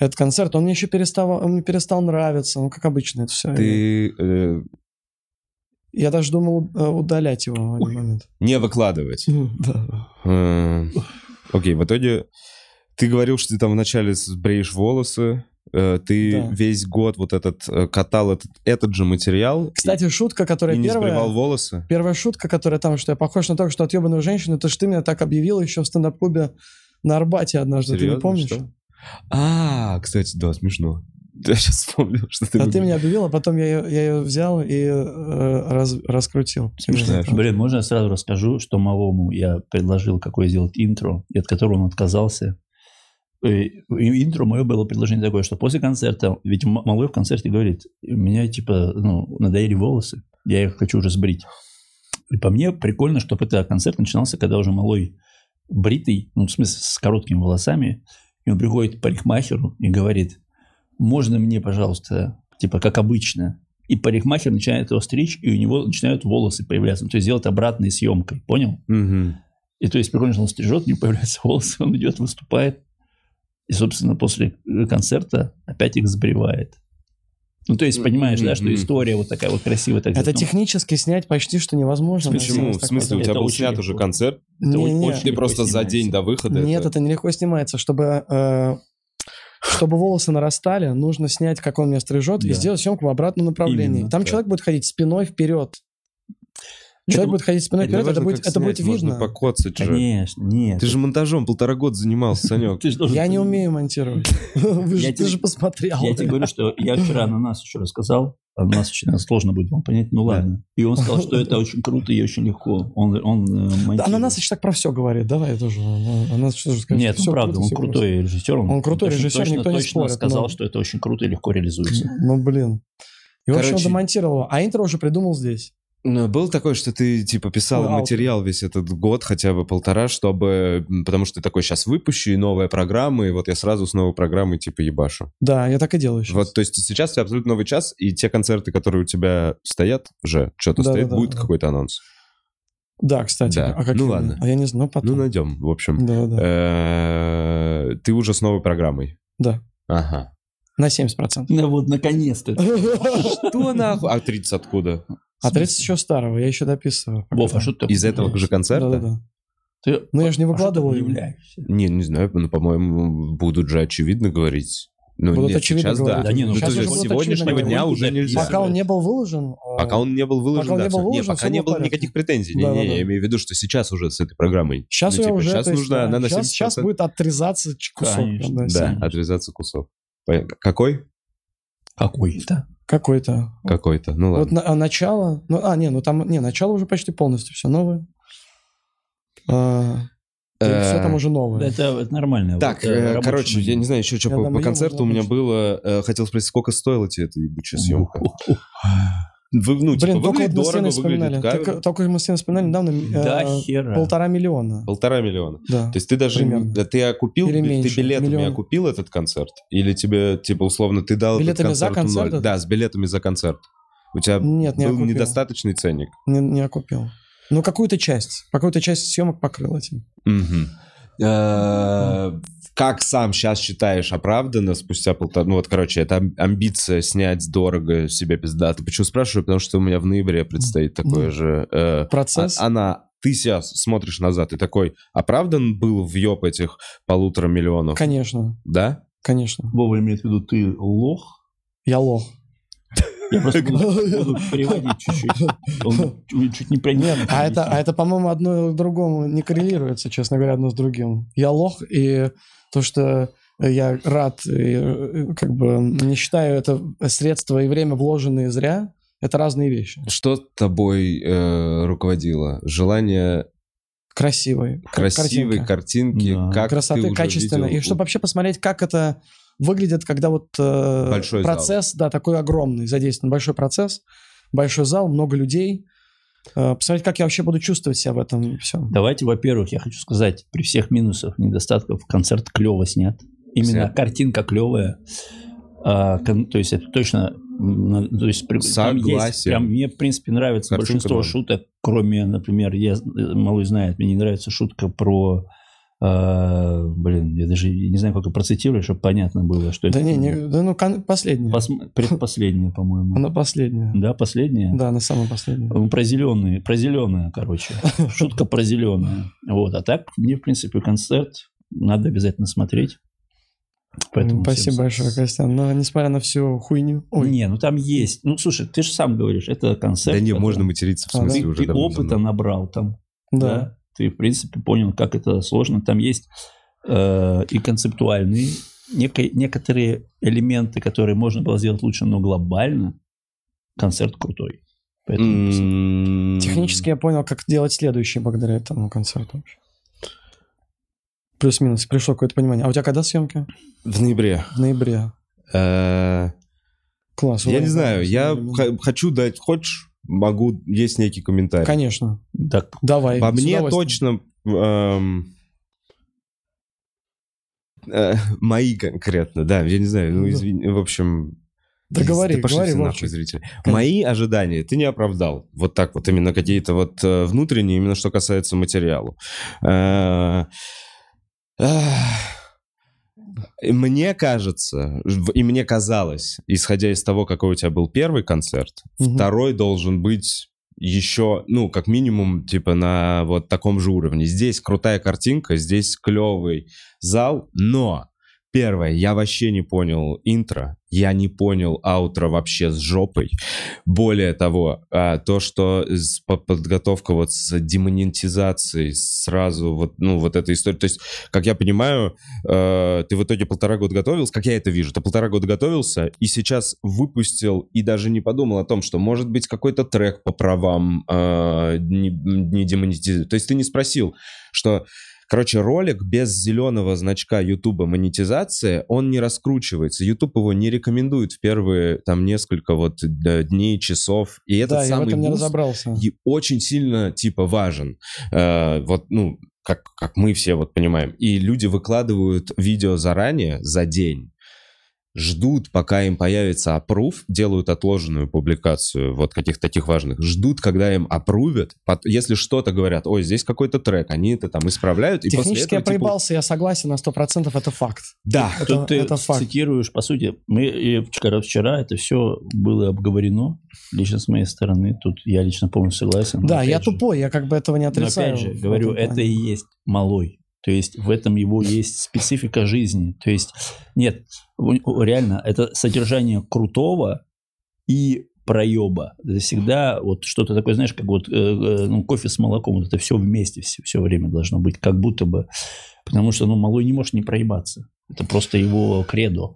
[SPEAKER 2] этот концерт. Он мне еще перестал, он мне перестал нравиться, ну, как обычно это все.
[SPEAKER 1] Ты э,
[SPEAKER 2] Я даже думал э, удалять его в один
[SPEAKER 1] *laughs*
[SPEAKER 2] момент.
[SPEAKER 1] не выкладывать.
[SPEAKER 2] Да.
[SPEAKER 1] Э, Окей, в итоге ты говорил, что ты там вначале бреешь волосы, э, ты
[SPEAKER 2] Да.
[SPEAKER 1] весь год вот этот э, катал этот, этот же материал
[SPEAKER 2] Кстати, шутка,
[SPEAKER 1] и
[SPEAKER 2] которая
[SPEAKER 1] не сбривал
[SPEAKER 2] первая...
[SPEAKER 1] волосы.
[SPEAKER 2] Первая шутка, которая там, что я похож на только что отъебанную женщину, это ж ты меня так объявил еще в стендап-клубе на Арбате однажды, ты
[SPEAKER 1] Серьезно,
[SPEAKER 2] не помнишь?
[SPEAKER 1] что? А, кстати, да, смешно. *laughs* Я сейчас вспомнил, что ты...
[SPEAKER 2] а ты
[SPEAKER 1] выглядишь.
[SPEAKER 2] меня объявил, а потом я ее, я её взял и э, раз- раскрутил.
[SPEAKER 1] Смешная
[SPEAKER 2] Да.
[SPEAKER 3] Блин, можно я сразу расскажу, что Малому я предложил, какое сделать интро, и от которого он отказался. И- и интро мое было предложение такое, что после концерта, ведь М- Малой в концерте говорит, меня типа, ну, надоели волосы, я их хочу уже сбрить. И по мне прикольно, чтобы этот концерт начинался, когда уже Малой бритый, ну, в смысле, с короткими волосами, и он приходит к парикмахеру и говорит, можно мне, пожалуйста, типа, как обычно. И парикмахер начинает его стричь, и у него начинают волосы появляться. Ну, То есть, делать обратной съемкой, понял?
[SPEAKER 1] Мгм.
[SPEAKER 3] И то есть, прикольно, что он стрижет, у него появляются *laughs* волосы, он идет, выступает. И, собственно, после э, концерта опять их сбривает. Ну, то есть, понимаешь, да, что
[SPEAKER 1] Мгм.
[SPEAKER 3] история вот такая вот красивая. Так
[SPEAKER 2] Это
[SPEAKER 3] ну,
[SPEAKER 2] технически снять почти что невозможно. на
[SPEAKER 1] Почему?
[SPEAKER 2] самом
[SPEAKER 1] В
[SPEAKER 2] деле.
[SPEAKER 1] смысле, у
[SPEAKER 3] Это
[SPEAKER 1] тебя был
[SPEAKER 3] очень
[SPEAKER 1] снят
[SPEAKER 3] легко.
[SPEAKER 1] уже концерт,
[SPEAKER 3] это
[SPEAKER 2] Не, не.
[SPEAKER 3] очень
[SPEAKER 1] ты
[SPEAKER 3] легко
[SPEAKER 1] просто за
[SPEAKER 3] снимается.
[SPEAKER 1] день до выхода...
[SPEAKER 2] Нет, это нелегко снимается. Чтобы, э, чтобы волосы нарастали, нужно снять, как он меня стрижет, и
[SPEAKER 3] Да.
[SPEAKER 2] сделать съемку в обратном направлении.
[SPEAKER 3] Именно,
[SPEAKER 2] Там
[SPEAKER 1] да.
[SPEAKER 2] человек будет ходить спиной вперед. Человек
[SPEAKER 3] ну,
[SPEAKER 2] будет ходить спиной
[SPEAKER 1] Это
[SPEAKER 2] вперед, это
[SPEAKER 1] важно,
[SPEAKER 2] будет,
[SPEAKER 1] как
[SPEAKER 2] это будет
[SPEAKER 1] снять, можно
[SPEAKER 2] видно.
[SPEAKER 1] покоцать же.
[SPEAKER 3] Конечно, нет.
[SPEAKER 1] Ты же монтажом полтора года занимался, Санек.
[SPEAKER 3] Ты же должен
[SPEAKER 2] Я не
[SPEAKER 3] понимать.
[SPEAKER 2] умею монтировать. Вы же-
[SPEAKER 3] Я
[SPEAKER 2] Ты
[SPEAKER 3] тебе-
[SPEAKER 2] же посмотрел.
[SPEAKER 3] Я тебе говорю, что я вчера
[SPEAKER 2] *laughs*
[SPEAKER 3] ананас еще рассказал. Ананас очень наверное, сложно будет вам понять, ну ладно. И он сказал, что это очень круто и очень легко. Он, он э, монтирует.
[SPEAKER 2] Да, Ананас еще так про все говорит. Давай я тоже. ну, Ананас что же скажет?
[SPEAKER 3] Нет,
[SPEAKER 2] Всё
[SPEAKER 3] ну правда,
[SPEAKER 2] круто,
[SPEAKER 3] он
[SPEAKER 2] всё круто.
[SPEAKER 3] крутой режиссер.
[SPEAKER 2] Он крутой
[SPEAKER 3] точно-
[SPEAKER 2] режиссер,
[SPEAKER 3] точно,
[SPEAKER 2] никто не
[SPEAKER 3] точно
[SPEAKER 2] спорит,
[SPEAKER 3] сказал,
[SPEAKER 2] но-
[SPEAKER 3] что это очень круто и легко реализуется.
[SPEAKER 2] *laughs* Ну, блин. И, в общем, он
[SPEAKER 1] Короче-
[SPEAKER 2] домонтировал, его, а интро уже придумал здесь.
[SPEAKER 1] Ну, Был такой, что ты, типа, писал
[SPEAKER 2] Ну, аутро.
[SPEAKER 1] материал весь этот год, хотя бы полтора, чтобы... м, Потому что ты такой, сейчас выпущу, и новая программа, и вот я сразу с новой программой, типа, ебашу.
[SPEAKER 2] Да, я так и делаю сейчас.
[SPEAKER 1] Вот, то есть сейчас у тебя абсолютно новый час, и те концерты, которые у тебя стоят уже, что-то
[SPEAKER 2] Да,
[SPEAKER 1] стоит,
[SPEAKER 2] да, да,
[SPEAKER 1] будет
[SPEAKER 2] да.
[SPEAKER 1] какой-то анонс.
[SPEAKER 2] Да, кстати.
[SPEAKER 1] Да.
[SPEAKER 2] А как
[SPEAKER 1] Ну,
[SPEAKER 2] именно?
[SPEAKER 1] ладно.
[SPEAKER 2] А я не знаю, но
[SPEAKER 1] Ну,
[SPEAKER 2] потом.
[SPEAKER 1] найдем, в общем.
[SPEAKER 2] Да, да.
[SPEAKER 1] Э, Ты уже с новой программой.
[SPEAKER 2] Да.
[SPEAKER 1] Ага. *laughs*
[SPEAKER 2] На 70%.
[SPEAKER 3] Ну вот, наконец-то.
[SPEAKER 2] *laughs*
[SPEAKER 1] Что нахуй? А 30 откуда?
[SPEAKER 2] А 30 еще старого, я еще дописываю.
[SPEAKER 3] Вов, а что ты?
[SPEAKER 1] Из этого же
[SPEAKER 2] Да, да,
[SPEAKER 1] концерта?
[SPEAKER 2] да.
[SPEAKER 3] Ты-
[SPEAKER 2] Ну, я же не
[SPEAKER 3] а что
[SPEAKER 2] выкладывал
[SPEAKER 3] ты
[SPEAKER 2] его.
[SPEAKER 3] удивляешься?
[SPEAKER 1] Не, не знаю, ну, по-моему, будут же очевидно говорить. Ну,
[SPEAKER 2] Будут
[SPEAKER 1] нет,
[SPEAKER 2] очевидно
[SPEAKER 1] сейчас да.
[SPEAKER 2] говорить.
[SPEAKER 3] Да не, ну,
[SPEAKER 1] то
[SPEAKER 3] сейчас
[SPEAKER 1] есть
[SPEAKER 3] уже
[SPEAKER 1] с
[SPEAKER 3] будут
[SPEAKER 1] сегодняшнего
[SPEAKER 3] очевидно
[SPEAKER 1] дня
[SPEAKER 3] говорить.
[SPEAKER 1] уже нельзя.
[SPEAKER 2] Пока он не был выложен. э,
[SPEAKER 1] Пока он не был выложен,
[SPEAKER 2] Пока он не
[SPEAKER 1] да,
[SPEAKER 2] был
[SPEAKER 1] всё.
[SPEAKER 2] выложен,
[SPEAKER 1] пока
[SPEAKER 2] всё
[SPEAKER 1] не
[SPEAKER 2] было
[SPEAKER 1] было
[SPEAKER 2] порядке.
[SPEAKER 1] никаких претензий. Не,
[SPEAKER 2] Да, да,
[SPEAKER 1] не,
[SPEAKER 2] да.
[SPEAKER 1] я имею в виду, что сейчас уже с этой программой.
[SPEAKER 2] Сейчас
[SPEAKER 1] Ну,
[SPEAKER 2] я
[SPEAKER 1] типа,
[SPEAKER 2] уже...
[SPEAKER 1] щас
[SPEAKER 2] то есть,
[SPEAKER 1] нужно,
[SPEAKER 2] да,
[SPEAKER 1] она на
[SPEAKER 2] Сейчас
[SPEAKER 1] 70%.
[SPEAKER 2] сейчас будет отрезаться ч- кусок.
[SPEAKER 3] Конечно,
[SPEAKER 2] да,
[SPEAKER 3] да.
[SPEAKER 2] сильно.
[SPEAKER 1] отрезаться кусок. Понятно. Какой?
[SPEAKER 3] Какой-то.
[SPEAKER 2] Какой-то.
[SPEAKER 1] Какой-то. Ну
[SPEAKER 2] Вот
[SPEAKER 1] ладно.
[SPEAKER 2] на- а начало... Ну, а, не, ну там... Не, начало уже почти полностью все новое. А, Или все там
[SPEAKER 1] Э,
[SPEAKER 2] уже новое?
[SPEAKER 3] Это, это нормально.
[SPEAKER 1] Так,
[SPEAKER 3] Вот, э,
[SPEAKER 1] э,
[SPEAKER 3] рабочий
[SPEAKER 1] короче, я
[SPEAKER 3] момент.
[SPEAKER 1] не знаю, еще что
[SPEAKER 2] Я
[SPEAKER 1] по, по
[SPEAKER 2] там ел,
[SPEAKER 1] концерту у меня
[SPEAKER 2] обычно.
[SPEAKER 1] было. э, хотел спросить, сколько стоила тебе эта ебучая съемка? Вы, ну,
[SPEAKER 2] Блин,
[SPEAKER 1] типа,
[SPEAKER 2] только
[SPEAKER 1] выглядит
[SPEAKER 2] вот мы с Леной
[SPEAKER 1] дорого,
[SPEAKER 2] вспоминали. э,
[SPEAKER 1] выглядит
[SPEAKER 2] Только,
[SPEAKER 1] каверзно.
[SPEAKER 2] только мы с Леной вспоминали недавно э,
[SPEAKER 3] Да хера.
[SPEAKER 2] полтора миллиона.
[SPEAKER 1] Полтора миллиона.
[SPEAKER 2] Да.
[SPEAKER 1] То есть ты даже...
[SPEAKER 2] Примерно.
[SPEAKER 1] да, Ты окупил,
[SPEAKER 2] Или
[SPEAKER 1] ты
[SPEAKER 2] меньше,
[SPEAKER 1] билетами
[SPEAKER 2] миллион.
[SPEAKER 1] окупил этот концерт? Или тебе, типа, условно, ты дал этот
[SPEAKER 2] Билетами за
[SPEAKER 1] концерт в ноль?
[SPEAKER 2] концерт?
[SPEAKER 1] Да, с билетами за концерт. У тебя
[SPEAKER 2] Нет, не
[SPEAKER 1] был
[SPEAKER 2] окупил.
[SPEAKER 1] недостаточный ценник.
[SPEAKER 2] Не, не окупил. Ну, какую-то часть. Какую-то часть съемок покрыл этим.
[SPEAKER 1] Мгм. Э, Как сам сейчас считаешь оправданно спустя полтора... Ну вот, короче, это ам- амбиция снять дорого себе пиздато. Почему спрашиваю? Потому что у меня в ноябре предстоит такое
[SPEAKER 2] Ну,
[SPEAKER 1] же... э,
[SPEAKER 2] Процесс.
[SPEAKER 1] а- Она... Ты сейчас смотришь назад и такой, оправдан был въеб этих полутора миллионов,
[SPEAKER 2] Конечно,
[SPEAKER 1] да?
[SPEAKER 2] конечно.
[SPEAKER 3] Вова имеет в виду, ты лох.
[SPEAKER 1] *laughs*
[SPEAKER 2] Я лох. *laughs*
[SPEAKER 3] Я просто буду, буду переводить чуть-чуть. Он чуть- чуть не
[SPEAKER 2] Нет,
[SPEAKER 3] поймет.
[SPEAKER 2] а это, а это, по-моему, одно к другому не коррелируется, честно говоря, одно с другим. Я лох, и то, что я рад, и, э, как бы не считаю это средства и время вложенные зря, это разные вещи.
[SPEAKER 1] Что тобой э, руководило? Желание
[SPEAKER 2] Красивые. кар-
[SPEAKER 1] красивой
[SPEAKER 2] картинка.
[SPEAKER 1] картинки,
[SPEAKER 3] Да.
[SPEAKER 1] как ты
[SPEAKER 2] красоты,
[SPEAKER 1] уже
[SPEAKER 2] качественно.
[SPEAKER 1] видел
[SPEAKER 2] И чтобы вообще посмотреть, как это выглядит, когда вот э,
[SPEAKER 1] Большой зал.
[SPEAKER 2] процесс, да, такой огромный, задействован большой процесс, большой зал, много людей. Э, Посмотреть, как я вообще буду чувствовать себя в этом всем.
[SPEAKER 3] Давайте, во-первых, я хочу сказать, при всех минусах, недостатков, концерт клево снят. Именно
[SPEAKER 1] Снят.
[SPEAKER 3] картинка клевая. А, кон- то есть это точно... м, на- То есть, при- там есть
[SPEAKER 1] Согласен.
[SPEAKER 3] прям, мне, в принципе, нравится
[SPEAKER 1] Картинка
[SPEAKER 3] большинство
[SPEAKER 1] норм.
[SPEAKER 3] шуток, кроме, например, я з- э, малой знает, мне не нравится шутка про... э, блин, я даже не знаю, как ее процитирую, чтобы понятно было, что
[SPEAKER 2] Да
[SPEAKER 3] это.
[SPEAKER 2] не, не да ну кон- последняя.
[SPEAKER 3] Посм- Предпоследняя, по-моему.
[SPEAKER 2] Она последняя.
[SPEAKER 3] Да, последняя?
[SPEAKER 2] Да, она самая последняя.
[SPEAKER 3] Ну, Про зеленые, про зеленое, короче.
[SPEAKER 2] *laughs*
[SPEAKER 3] Шутка про зеленое. Вот, а так, мне, в принципе, концерт надо обязательно смотреть. Поэтому всем
[SPEAKER 2] Спасибо
[SPEAKER 3] с-
[SPEAKER 2] большое, Костян. Но несмотря на всю хуйню... Ой,
[SPEAKER 3] Не, ну там есть. Ну, слушай, ты же сам говоришь, это концерт.
[SPEAKER 1] Да не,
[SPEAKER 3] который-
[SPEAKER 1] можно материться в
[SPEAKER 2] А, да.
[SPEAKER 1] смысле
[SPEAKER 3] Ты,
[SPEAKER 1] уже
[SPEAKER 3] ты
[SPEAKER 1] давно
[SPEAKER 3] опыта
[SPEAKER 1] давно.
[SPEAKER 3] набрал там, да.
[SPEAKER 2] да.
[SPEAKER 3] Ты, в принципе, понял, как это сложно. Там есть э, и концептуальные, неко- некоторые элементы, которые можно было сделать лучше, но глобально концерт крутой. Поэтому
[SPEAKER 1] М,
[SPEAKER 2] Технически я понял, как делать следующий благодаря этому концерту. вообще. Плюс-минус, пришло какое-то понимание. А у тебя когда съемки?
[SPEAKER 1] В ноябре.
[SPEAKER 2] В ноябре.
[SPEAKER 1] Э,
[SPEAKER 2] Класс.
[SPEAKER 1] Я
[SPEAKER 2] ура,
[SPEAKER 1] не знаю, я
[SPEAKER 2] Ленин.
[SPEAKER 1] х- хочу дать, хочешь, могу, есть некий комментарий.
[SPEAKER 2] Конечно.
[SPEAKER 3] так
[SPEAKER 2] Давай.
[SPEAKER 1] По
[SPEAKER 2] с
[SPEAKER 1] мне
[SPEAKER 2] удовольствием.
[SPEAKER 1] точно эм, э, *laughs* мои конкретно, да, я не знаю, ну
[SPEAKER 2] Да.
[SPEAKER 1] извини, в общем...
[SPEAKER 2] Да
[SPEAKER 1] из-
[SPEAKER 2] говори,
[SPEAKER 1] пошли
[SPEAKER 2] говори,
[SPEAKER 1] все нахуй,
[SPEAKER 2] Вовчик.
[SPEAKER 1] зрители.
[SPEAKER 2] Конечно.
[SPEAKER 1] Мои ожидания ты не оправдал. Вот так вот, именно какие-то вот э, внутренние, именно что касается материала. Э, Ах. И Мне кажется, в- и мне казалось, исходя из того, какой у тебя был первый концерт,
[SPEAKER 2] Мгм.
[SPEAKER 1] второй должен быть еще, ну, как минимум, типа на вот таком же уровне. Здесь крутая картинка, здесь клевый зал, но первое, я вообще не понял интро, я не понял аутро вообще с жопой. Более того, а, то, что с- по- подготовка вот с демонетизацией сразу вот, ну, вот эта история, то есть, как я понимаю, э, ты в итоге полтора года готовился, как я это вижу, ты полтора года готовился и сейчас выпустил и даже не подумал о том, что может быть какой-то трек по правам э, не, не демонетизирован. То есть ты не спросил, что, короче, ролик без зеленого значка Ютуба монетизация, он не раскручивается. Ютуб его не рекомендует в первые там несколько вот э, дней, часов. И этот
[SPEAKER 2] Да, я в
[SPEAKER 1] самый
[SPEAKER 2] этом не
[SPEAKER 1] буст,
[SPEAKER 2] разобрался.
[SPEAKER 1] и очень сильно, типа, важен. Э, вот, ну, как, как мы все вот понимаем. И люди выкладывают видео заранее, за день, ждут, пока им появится опрув, делают отложенную публикацию вот каких-то таких важных, ждут, когда им опрувят, пот- если что-то говорят, ой, здесь какой-то трек, они это там исправляют, и после
[SPEAKER 2] Технически
[SPEAKER 1] этого,
[SPEAKER 2] я
[SPEAKER 1] типа,
[SPEAKER 2] проебался, я согласен на 100%, это факт.
[SPEAKER 1] да,
[SPEAKER 2] Это,
[SPEAKER 3] Тут ты
[SPEAKER 2] это факт.
[SPEAKER 3] цитируешь, по сути, мы и вчера, вчера это все было обговорено, лично с моей стороны, тут я лично полностью согласен.
[SPEAKER 1] Ну,
[SPEAKER 3] Но
[SPEAKER 2] Да,
[SPEAKER 3] опять
[SPEAKER 2] я
[SPEAKER 3] же-
[SPEAKER 2] тупой, я как бы этого не
[SPEAKER 3] Но
[SPEAKER 2] отрицаю.
[SPEAKER 3] опять же,
[SPEAKER 2] в
[SPEAKER 3] говорю,
[SPEAKER 2] этом плане.
[SPEAKER 3] это и есть малой. То есть в этом его есть специфика жизни. То есть нет, у- у- реально, это содержание крутого и проеба. Это всегда вот что-то такое, знаешь, как вот э, э, ну, кофе с молоком. Вот это все вместе все, все время должно быть, как будто бы. Потому что, ну, малой не может не проебаться. Это просто его
[SPEAKER 2] *laughs*
[SPEAKER 3] кредо.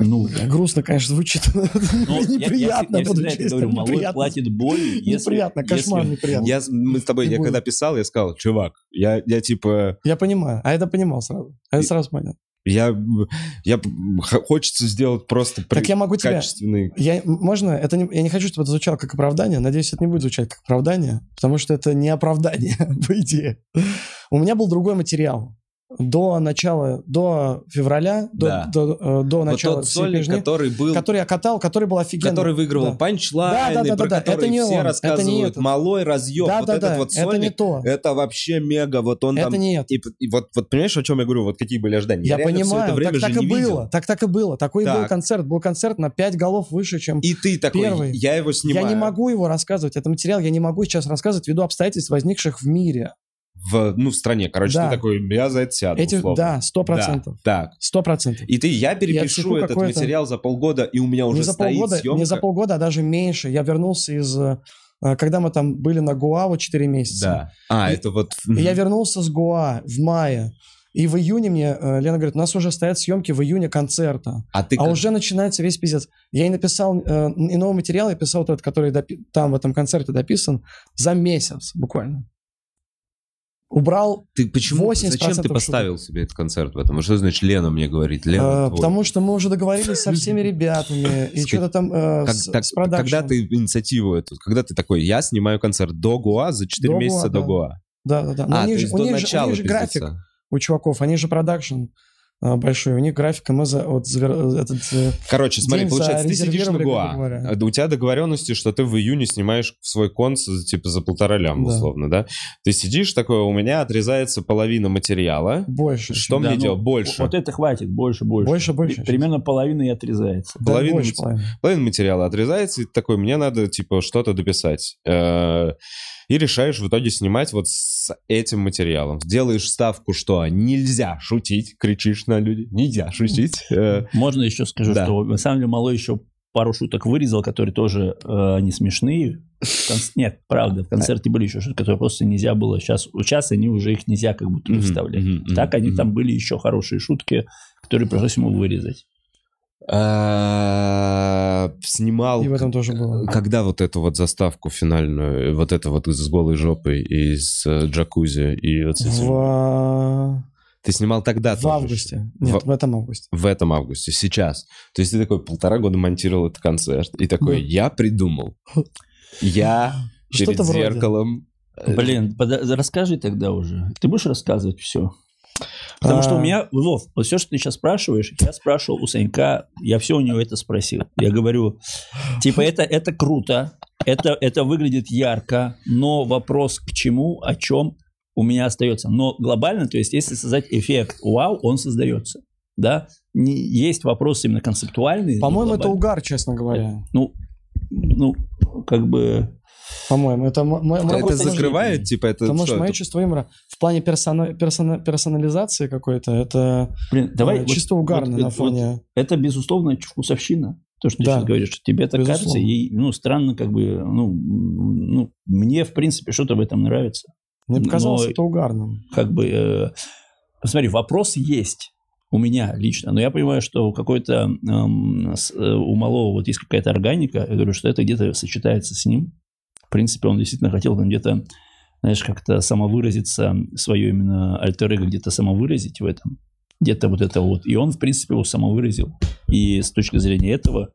[SPEAKER 3] Ну,
[SPEAKER 2] Грустно, конечно, звучит.
[SPEAKER 3] но я- я-
[SPEAKER 2] Ну, Неприятно,
[SPEAKER 3] Я,
[SPEAKER 2] буду
[SPEAKER 3] всегда это
[SPEAKER 2] честен,
[SPEAKER 3] говорю, малой
[SPEAKER 2] неприятно.
[SPEAKER 3] платит болью. если-
[SPEAKER 2] Неприятно,
[SPEAKER 3] если-
[SPEAKER 2] кошмар неприятно.
[SPEAKER 1] Я, с- мы с тобой,
[SPEAKER 2] Не
[SPEAKER 1] я
[SPEAKER 2] буду.
[SPEAKER 1] когда писал, я сказал, чувак, я, я типа,
[SPEAKER 2] Я понимаю. А это понимал сразу. А я
[SPEAKER 1] И-
[SPEAKER 2] сразу понял.
[SPEAKER 1] я, я х- хочется сделать просто при-
[SPEAKER 2] Так я могу тебя...
[SPEAKER 1] качественный.
[SPEAKER 2] Я, можно? Это не- я не хочу, чтобы это звучало как оправдание. Надеюсь, это не будет звучать как оправдание, потому что это не оправдание, *laughs* по идее. У меня был другой материал. До начала, до февраля, до,
[SPEAKER 1] Да.
[SPEAKER 2] до, э, до
[SPEAKER 1] Вот
[SPEAKER 2] начала
[SPEAKER 1] тот
[SPEAKER 2] всей
[SPEAKER 1] сольник,
[SPEAKER 2] пижни,
[SPEAKER 1] который был, который,
[SPEAKER 2] который я катал, который был офигенный.
[SPEAKER 1] выигрывал
[SPEAKER 2] Да.
[SPEAKER 1] панчлайны,
[SPEAKER 2] Да, да,
[SPEAKER 1] про
[SPEAKER 2] да, да, да, это
[SPEAKER 1] который
[SPEAKER 2] не
[SPEAKER 1] все
[SPEAKER 2] он, это не
[SPEAKER 1] рассказывают,
[SPEAKER 2] этот.
[SPEAKER 1] малой разъем,
[SPEAKER 2] Да,
[SPEAKER 1] вот
[SPEAKER 2] да,
[SPEAKER 1] этот
[SPEAKER 2] да.
[SPEAKER 1] вот
[SPEAKER 2] это не
[SPEAKER 1] сольник,
[SPEAKER 2] то.
[SPEAKER 1] это, вообще мега, вот он
[SPEAKER 2] Это
[SPEAKER 1] там...
[SPEAKER 2] не это.
[SPEAKER 1] И, и вот, вот понимаешь, о чем я говорю? Вот какие были ожидания?
[SPEAKER 2] Я,
[SPEAKER 1] реально всё это
[SPEAKER 2] понимаю,
[SPEAKER 1] время
[SPEAKER 2] так,
[SPEAKER 1] же
[SPEAKER 2] так и
[SPEAKER 1] не видел.
[SPEAKER 2] было. Так так и было. Такой и был
[SPEAKER 1] Так.
[SPEAKER 2] концерт. Был концерт на 5 голов выше, чем...
[SPEAKER 1] И ты такой,
[SPEAKER 2] Первый.
[SPEAKER 1] я его снимаю.
[SPEAKER 2] Я не могу его рассказывать. Это материал я не могу сейчас рассказывать ввиду обстоятельств, возникших в мире.
[SPEAKER 1] В, ну, в стране, короче,
[SPEAKER 2] Да.
[SPEAKER 1] ты такой, я за это сяду,
[SPEAKER 2] Эти,
[SPEAKER 1] условно.
[SPEAKER 2] да, сто
[SPEAKER 1] Да,
[SPEAKER 2] процентов.
[SPEAKER 1] Так.
[SPEAKER 2] Сто процентов.
[SPEAKER 1] И ты, я перепишу
[SPEAKER 2] отсеку
[SPEAKER 1] этот
[SPEAKER 2] какое-то-
[SPEAKER 1] материал за полгода, и у меня уже
[SPEAKER 2] не за
[SPEAKER 1] стоит
[SPEAKER 2] полгода,
[SPEAKER 1] съемка.
[SPEAKER 2] не за полгода, а даже меньше. Я вернулся из, э, когда мы там были на Гуаву 4 месяца.
[SPEAKER 1] Да. А,
[SPEAKER 2] И-
[SPEAKER 1] это вот...
[SPEAKER 2] И я вернулся с Гуа в мае. И в июне мне э, Лена говорит, у нас уже стоят съемки в июне концерта.
[SPEAKER 1] А ты
[SPEAKER 2] а
[SPEAKER 1] как-
[SPEAKER 2] уже начинается весь пиздец. Я и написал, э, и новый материал я писал, вот этот, который допи- там в этом концерте дописан, за месяц буквально. Убрал,
[SPEAKER 1] ты почему...
[SPEAKER 2] 80%
[SPEAKER 1] Зачем ты
[SPEAKER 2] шуток.
[SPEAKER 1] поставил себе этот концерт в этом? А Что значит Лена мне говорит?
[SPEAKER 2] э,
[SPEAKER 1] Лена, твой.
[SPEAKER 2] потому что мы уже договорились
[SPEAKER 1] *laughs*
[SPEAKER 2] со всеми ребятами, и
[SPEAKER 1] Сказать,
[SPEAKER 2] что-то там э,
[SPEAKER 1] Как-
[SPEAKER 2] с,
[SPEAKER 1] так-
[SPEAKER 2] с продакшеном.
[SPEAKER 1] когда ты инициативу эту, когда ты такой, я снимаю концерт до Гоа за 4
[SPEAKER 2] До
[SPEAKER 1] месяца
[SPEAKER 2] Гоа,
[SPEAKER 1] до
[SPEAKER 2] да.
[SPEAKER 1] Гоа.
[SPEAKER 2] Да, да, да. Но
[SPEAKER 1] а,
[SPEAKER 2] у них
[SPEAKER 1] то
[SPEAKER 2] же-
[SPEAKER 1] есть
[SPEAKER 2] у
[SPEAKER 1] до
[SPEAKER 2] них же- у
[SPEAKER 1] начала
[SPEAKER 2] них же график.
[SPEAKER 1] пиздеца.
[SPEAKER 2] у чуваков, они же продакшн а, большой, у них график мы за, вот, завер- этот, э,
[SPEAKER 1] Короче, смотри,
[SPEAKER 2] День
[SPEAKER 1] получается, ты сидишь на
[SPEAKER 2] зарезервировали,
[SPEAKER 1] Гоа.
[SPEAKER 2] грубо говоря.
[SPEAKER 1] А У тебя договоренности, что ты в июне снимаешь свой концерт типа за полтора ляма,
[SPEAKER 2] Да.
[SPEAKER 1] условно, да? Ты сидишь такой, у меня отрезается половина материала.
[SPEAKER 2] больше.
[SPEAKER 1] Что
[SPEAKER 3] Да,
[SPEAKER 1] мне
[SPEAKER 3] ну,
[SPEAKER 1] делать? Больше.
[SPEAKER 3] Вот это хватит, больше, больше.
[SPEAKER 2] Больше, больше.
[SPEAKER 3] Примерно половина и отрезается.
[SPEAKER 2] Да,
[SPEAKER 1] половину
[SPEAKER 2] больше
[SPEAKER 1] мати-
[SPEAKER 2] половины.
[SPEAKER 1] половина материала отрезается, и ты такой, мне надо, типа, что-то дописать. Э, И решаешь в итоге снимать вот с этим материалом. Делаешь ставку, что нельзя шутить, кричишь на людей, нельзя шутить. Э,
[SPEAKER 3] Можно еще скажу,
[SPEAKER 1] Да.
[SPEAKER 3] что на самом деле Малой еще пару шуток вырезал, которые тоже э, не смешные. В *laughs* конц- Нет, правда, в концерте были еще шутки, которые просто нельзя было сейчас. Сейчас они уже их нельзя как будто бы
[SPEAKER 1] мгм,
[SPEAKER 3] вставлять.
[SPEAKER 1] мгм, мгм,
[SPEAKER 3] Так они
[SPEAKER 1] мгм.
[SPEAKER 3] там были еще хорошие шутки, которые пришлось ему вырезать.
[SPEAKER 1] Э, Снимал...
[SPEAKER 2] И в этом тоже было.
[SPEAKER 1] Когда вот эту вот заставку финальную, вот это вот с голой жопой и с э, джакузи, и вот с этим...
[SPEAKER 2] В,
[SPEAKER 1] Ты снимал тогда
[SPEAKER 2] в
[SPEAKER 1] тоже?
[SPEAKER 2] августе. Нет,
[SPEAKER 1] В-
[SPEAKER 2] в этом августе.
[SPEAKER 1] в этом августе, сейчас. То есть ты такой полтора года монтировал этот концерт и такой,
[SPEAKER 2] Да.
[SPEAKER 1] я придумал. Я перед
[SPEAKER 2] *laughs* Что-то вроде.
[SPEAKER 1] зеркалом. э,
[SPEAKER 3] Блин, пода- расскажи тогда уже. Ты будешь рассказывать все? Потому что у
[SPEAKER 2] А.
[SPEAKER 3] меня, Вов, вот все, что ты сейчас спрашиваешь, я спрашивал у Санька, я все у него это спросил. Я говорю, типа, это, это круто, это, это выглядит ярко, но вопрос к чему, о чем у меня остается. Но глобально, то есть, если создать эффект вау, он создается. Да? Не- есть вопросы именно концептуальные. но
[SPEAKER 2] По-моему, это
[SPEAKER 3] глобально.
[SPEAKER 2] угар, честно говоря.
[SPEAKER 3] Ну, ну, как бы...
[SPEAKER 2] По-моему, это... мо- мо-
[SPEAKER 1] Это,
[SPEAKER 2] мо-
[SPEAKER 3] работа
[SPEAKER 1] закрывает,
[SPEAKER 3] не-
[SPEAKER 1] типа, это
[SPEAKER 2] Потому
[SPEAKER 1] что
[SPEAKER 2] что мое
[SPEAKER 1] это?
[SPEAKER 2] чувство юмора в плане персона- персона- персонализации какой-то, это
[SPEAKER 3] Блин, давай...
[SPEAKER 2] э,
[SPEAKER 3] вот-
[SPEAKER 2] чисто угарно
[SPEAKER 3] вот-
[SPEAKER 2] на
[SPEAKER 3] вот-
[SPEAKER 2] фоне.
[SPEAKER 3] это, безусловно, вкусовщина. То, что ты
[SPEAKER 2] Да.
[SPEAKER 3] сейчас говоришь, тебе так
[SPEAKER 2] Безусловно.
[SPEAKER 3] кажется, и, ну, странно, как бы, ну, м, ну, мне, в принципе, что-то в этом нравится.
[SPEAKER 2] Мне
[SPEAKER 3] но-
[SPEAKER 2] показалось это угарным.
[SPEAKER 3] Как бы, э, посмотри, вопрос есть у меня лично, но я понимаю, что у какой-то, эм, с- э, у Малого вот есть какая-то органика, я говорю, что это где-то сочетается с ним. В принципе, он действительно хотел там где-то, знаешь, как-то самовыразиться, свое именно альтер где-то самовыразить в этом. Где-то вот это вот. И он, в принципе, его самовыразил. И с точки зрения этого,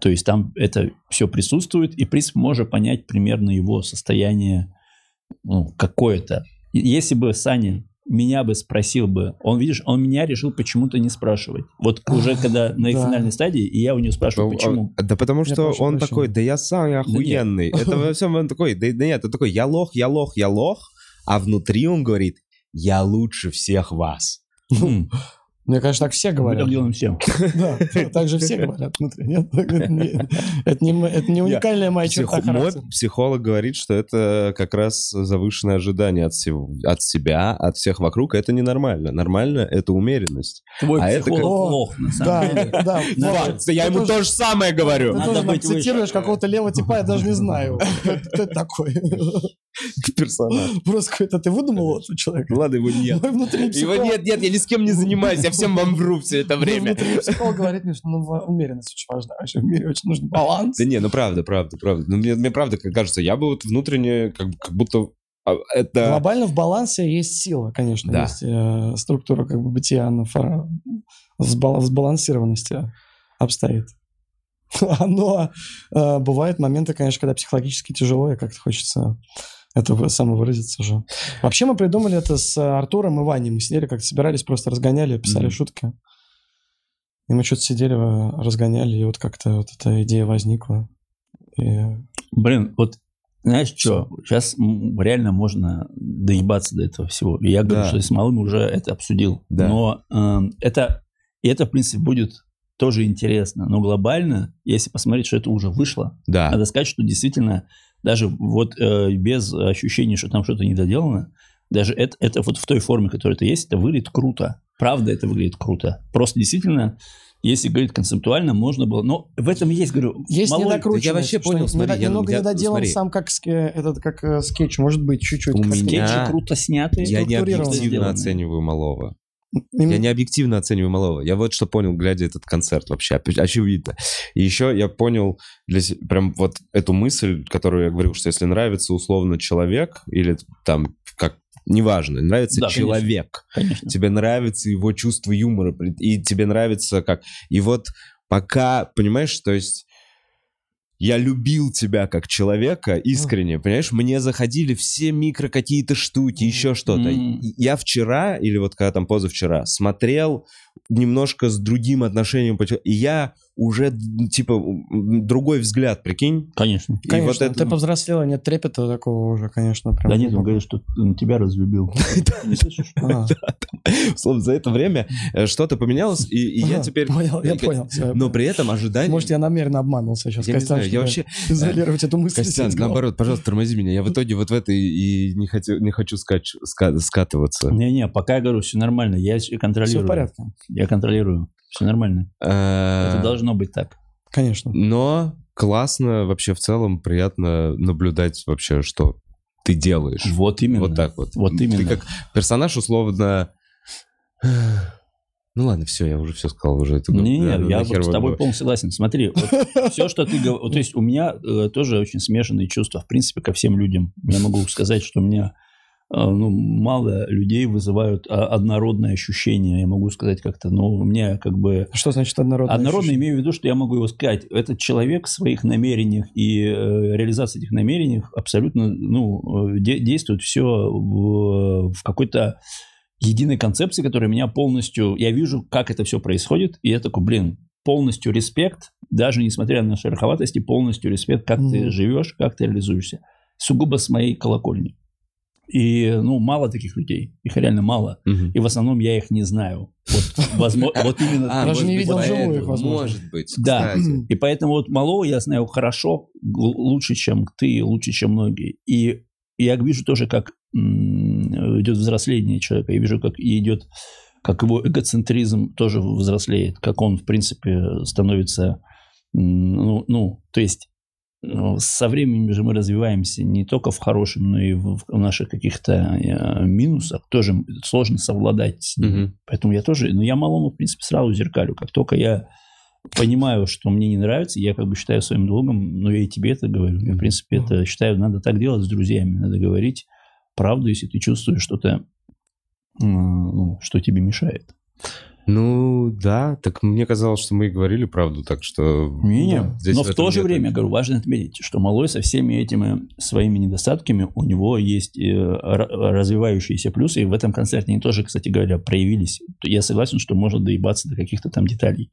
[SPEAKER 3] то есть там это все присутствует, и, в принципе, можно понять примерно его состояние ну, какое-то. И Если бы Саня меня бы спросил бы, он, видишь, он меня решил почему-то не спрашивать. Вот уже когда на их
[SPEAKER 2] Да.
[SPEAKER 3] финальной стадии, и я у него спрашиваю,
[SPEAKER 1] Ну, а-
[SPEAKER 3] почему.
[SPEAKER 1] Да потому
[SPEAKER 2] Я
[SPEAKER 1] что
[SPEAKER 2] прошу
[SPEAKER 1] он
[SPEAKER 2] прощения.
[SPEAKER 1] такой, да я сам я
[SPEAKER 3] Да нет.
[SPEAKER 1] охуенный. Это во всем он такой, да, да нет, он такой, я лох, я лох, я лох. А внутри он говорит, я лучше всех вас.
[SPEAKER 3] Хм.
[SPEAKER 2] Мне, конечно, так все
[SPEAKER 3] Мы так
[SPEAKER 2] говорят.
[SPEAKER 3] делаем всем.
[SPEAKER 2] *laughs* Да, так же все говорят внутри. Нет, это не- это не м- это не уникальная моя черта
[SPEAKER 1] Психо- Мой
[SPEAKER 2] характера.
[SPEAKER 1] психолог говорит, что это как раз завышенное ожидание от, всего, от себя, от всех вокруг. Это ненормально. Нормально — это умеренность.
[SPEAKER 3] Твой
[SPEAKER 1] А это
[SPEAKER 3] психолог
[SPEAKER 2] как-
[SPEAKER 3] лох, на самом
[SPEAKER 2] Да,
[SPEAKER 3] деле.
[SPEAKER 2] да.
[SPEAKER 3] Надо-
[SPEAKER 2] вот.
[SPEAKER 1] я
[SPEAKER 2] Ты
[SPEAKER 1] ему
[SPEAKER 2] тоже-
[SPEAKER 1] то же самое говорю.
[SPEAKER 2] Ты
[SPEAKER 3] Надо
[SPEAKER 2] тоже нам
[SPEAKER 3] быть выше.
[SPEAKER 2] цитируешь какого-то левого типа, я даже не знаю. Кто это такой? *laughs*
[SPEAKER 1] Персонаж.
[SPEAKER 2] Просто какой-то ты выдумал этого человека?
[SPEAKER 1] Ну *laughs* Ладно, его нет.
[SPEAKER 2] Мой внутренний
[SPEAKER 1] Его
[SPEAKER 2] психолог-
[SPEAKER 1] нет, нет, я ни с кем не занимаюсь, я всем вам вру все это
[SPEAKER 2] мой
[SPEAKER 1] время.
[SPEAKER 2] внутренний психолог говорит мне, что ну, ва- умеренность очень важна. Вообще в мире очень нужен баланс.
[SPEAKER 1] Да не, ну правда, правда, правда. Ну мне, мне правда как кажется, я бы вот внутренне как, бы- как будто а, это...
[SPEAKER 2] Глобально в балансе есть сила, конечно,
[SPEAKER 1] Да.
[SPEAKER 2] есть э, структура как бы бытия, она фара- в сбал- в сбалансированности обстоит. *laughs* Но э, бывают моменты, конечно, когда психологически тяжело, и как-то хочется это вы- самовыразиться уже. Вообще мы придумали это с Артуром и Ваней. Мы сидели, как-то собирались, просто разгоняли, писали
[SPEAKER 3] Мгм.
[SPEAKER 2] шутки. И мы что-то сидели, э, разгоняли, и вот как-то вот эта идея возникла. И
[SPEAKER 3] Блин, вот знаешь что, сейчас м, реально можно доебаться до этого всего. И Я говорю,
[SPEAKER 1] Да.
[SPEAKER 3] что с малым уже это обсудил.
[SPEAKER 1] Да.
[SPEAKER 3] Но эм, это, и это, в принципе, будет тоже интересно. Но глобально, если посмотреть, что это уже вышло,
[SPEAKER 1] Да,
[SPEAKER 3] надо сказать, А что действительно, даже вот э, без ощущения, что там что-то недоделано, даже это, это вот в той форме, которая это есть, это выглядит круто. Правда, это выглядит круто. Просто действительно, если говорить концептуально, можно было... Но в этом и есть, говорю,
[SPEAKER 2] Есть
[SPEAKER 3] малой-
[SPEAKER 2] недокрученность.
[SPEAKER 1] да я вообще
[SPEAKER 2] что
[SPEAKER 1] понял,
[SPEAKER 2] недо-
[SPEAKER 1] смотри, я-
[SPEAKER 2] немного
[SPEAKER 1] я-
[SPEAKER 2] недоделан
[SPEAKER 1] смотри.
[SPEAKER 2] сам как, ске- этот, как э, скетч, может быть, чуть-чуть.
[SPEAKER 1] У
[SPEAKER 2] как-
[SPEAKER 1] меня-
[SPEAKER 3] Скетчи
[SPEAKER 1] Да.
[SPEAKER 3] круто сняты.
[SPEAKER 1] я не
[SPEAKER 2] структурированно
[SPEAKER 1] объективно
[SPEAKER 3] сделано.
[SPEAKER 1] оцениваю Малого.
[SPEAKER 2] Им-
[SPEAKER 1] Я не объективно оцениваю Малого. Я вот что понял, глядя этот концерт вообще, оч- очевидно. И еще я понял для се- прям вот эту мысль, которую я говорил, что если нравится условно человек или там как неважно, нравится
[SPEAKER 3] Да, конечно.
[SPEAKER 1] человек,
[SPEAKER 3] Конечно.
[SPEAKER 1] тебе нравится его чувство юмора, при- и тебе нравится как... И вот пока, понимаешь, то есть я любил тебя как человека искренне, понимаешь, мне заходили все микро какие-то штуки, еще что-то.
[SPEAKER 3] М.
[SPEAKER 1] И Я вчера, или вот когда там позавчера, смотрел немножко с другим отношением, по чел- и я уже, д- типа, м, другой взгляд, прикинь?
[SPEAKER 3] Конечно.
[SPEAKER 1] И
[SPEAKER 2] Конечно,
[SPEAKER 1] вот это- ну,
[SPEAKER 2] ты повзрослела, нет трепета такого уже, конечно. Прям.
[SPEAKER 3] Да нет, он говорит, что он
[SPEAKER 2] *laughs*
[SPEAKER 3] тебя разлюбил. Не слышишь?
[SPEAKER 2] А,
[SPEAKER 1] *laughs* Словно за это время э, что-то поменялось, *laughs* и, и я
[SPEAKER 2] ага,
[SPEAKER 1] теперь...
[SPEAKER 2] *laughs* Понял, я
[SPEAKER 1] Э,
[SPEAKER 2] понял. всё, я
[SPEAKER 1] Но
[SPEAKER 2] понял.
[SPEAKER 1] при этом ожидание...
[SPEAKER 2] Может, я намеренно обманывался сейчас.
[SPEAKER 1] Я не знаю, я вообще...
[SPEAKER 2] Изолировать эту мысль.
[SPEAKER 1] Костян,
[SPEAKER 2] из головы.
[SPEAKER 1] наоборот, пожалуйста, тормози меня. Я в итоге вот в это и и не, хотел, не хочу скач- ска- скатываться.
[SPEAKER 3] Не-не, пока я говорю, все нормально, я всё контролирую.
[SPEAKER 2] Все в порядке,
[SPEAKER 3] Я контролирую. Все нормально. Это
[SPEAKER 1] Это
[SPEAKER 3] должно быть так.
[SPEAKER 2] конечно.
[SPEAKER 1] Э, Но классно вообще в целом, приятно наблюдать вообще, что ты делаешь.
[SPEAKER 3] Вот именно.
[SPEAKER 1] Вот так вот.
[SPEAKER 3] Вот именно.
[SPEAKER 1] Ты как персонаж условно... э, Ну ладно, все, я уже все сказал, уже это...
[SPEAKER 3] Не,
[SPEAKER 1] да,
[SPEAKER 3] не, я
[SPEAKER 1] нахер
[SPEAKER 3] вот с
[SPEAKER 1] вам
[SPEAKER 3] тобой
[SPEAKER 1] было.
[SPEAKER 3] полностью согласен. Смотри, все, что ты говоришь, то есть у меня э, тоже очень смешанные чувства, в принципе, ко всем людям. Я могу сказать, что у меня э, ну, мало людей вызывают а, однородное ощущение, я могу сказать как-то, но у меня как бы...
[SPEAKER 2] Что значит однородное?
[SPEAKER 3] Однородно
[SPEAKER 2] ощущение?
[SPEAKER 3] имею в виду, что я могу его сказать. Этот человек в своих намерениях и э, реализации этих намерений абсолютно ну, э, де- действует все в, в какой-то единой концепции, которая меня полностью... Я вижу, как это все происходит, и я такой, блин, полностью респект, даже несмотря на шероховатости, полностью респект, как
[SPEAKER 2] Мгм.
[SPEAKER 3] ты живешь, как ты реализуешься. Сугубо с моей колокольни. И, ну, мало таких людей. Их реально мало.
[SPEAKER 1] Мгм.
[SPEAKER 3] И в основном я их не знаю. Вот, возможно, вот именно...
[SPEAKER 1] *laughs* А,
[SPEAKER 2] Даже
[SPEAKER 1] может
[SPEAKER 2] не
[SPEAKER 1] быть,
[SPEAKER 2] видел
[SPEAKER 1] поэтому,
[SPEAKER 2] вживую их, возможно.
[SPEAKER 1] Может быть,
[SPEAKER 3] Да.
[SPEAKER 1] кстати.
[SPEAKER 3] И поэтому вот Малого я знаю хорошо, гл- лучше, чем ты, лучше, чем многие. И я вижу тоже, как м, идет взросление человека. Я вижу, как и идет, как его эгоцентризм тоже взрослеет, как он, в принципе, становится, м, ну, ну, то есть ну, со временем же мы развиваемся не только в хорошем, но и в, в наших каких-то э, минусах. Тоже сложно совладать с ним.
[SPEAKER 1] Мгм.
[SPEAKER 3] Поэтому я тоже, ну, я малому, в принципе, сразу зеркалю. Как только я понимаю, что мне не нравится, я как бы считаю своим долгом, но я и тебе это говорю. Я, в принципе, это считаю, надо так делать с друзьями, надо говорить правду, если ты чувствуешь что-то, м, ну, что тебе мешает.
[SPEAKER 1] Ну да, так мне казалось, что мы и говорили правду, так что...
[SPEAKER 3] Не-не.
[SPEAKER 1] Да, здесь
[SPEAKER 3] но в
[SPEAKER 1] этом
[SPEAKER 3] то же
[SPEAKER 1] нет
[SPEAKER 3] время,
[SPEAKER 1] ничего.
[SPEAKER 3] говорю, важно отметить, что Малой со всеми этими своими недостатками, у него есть э, ра- развивающиеся плюсы, и в этом концерте они тоже, кстати говоря, проявились. Я согласен, что можно доебаться до каких-то там деталей.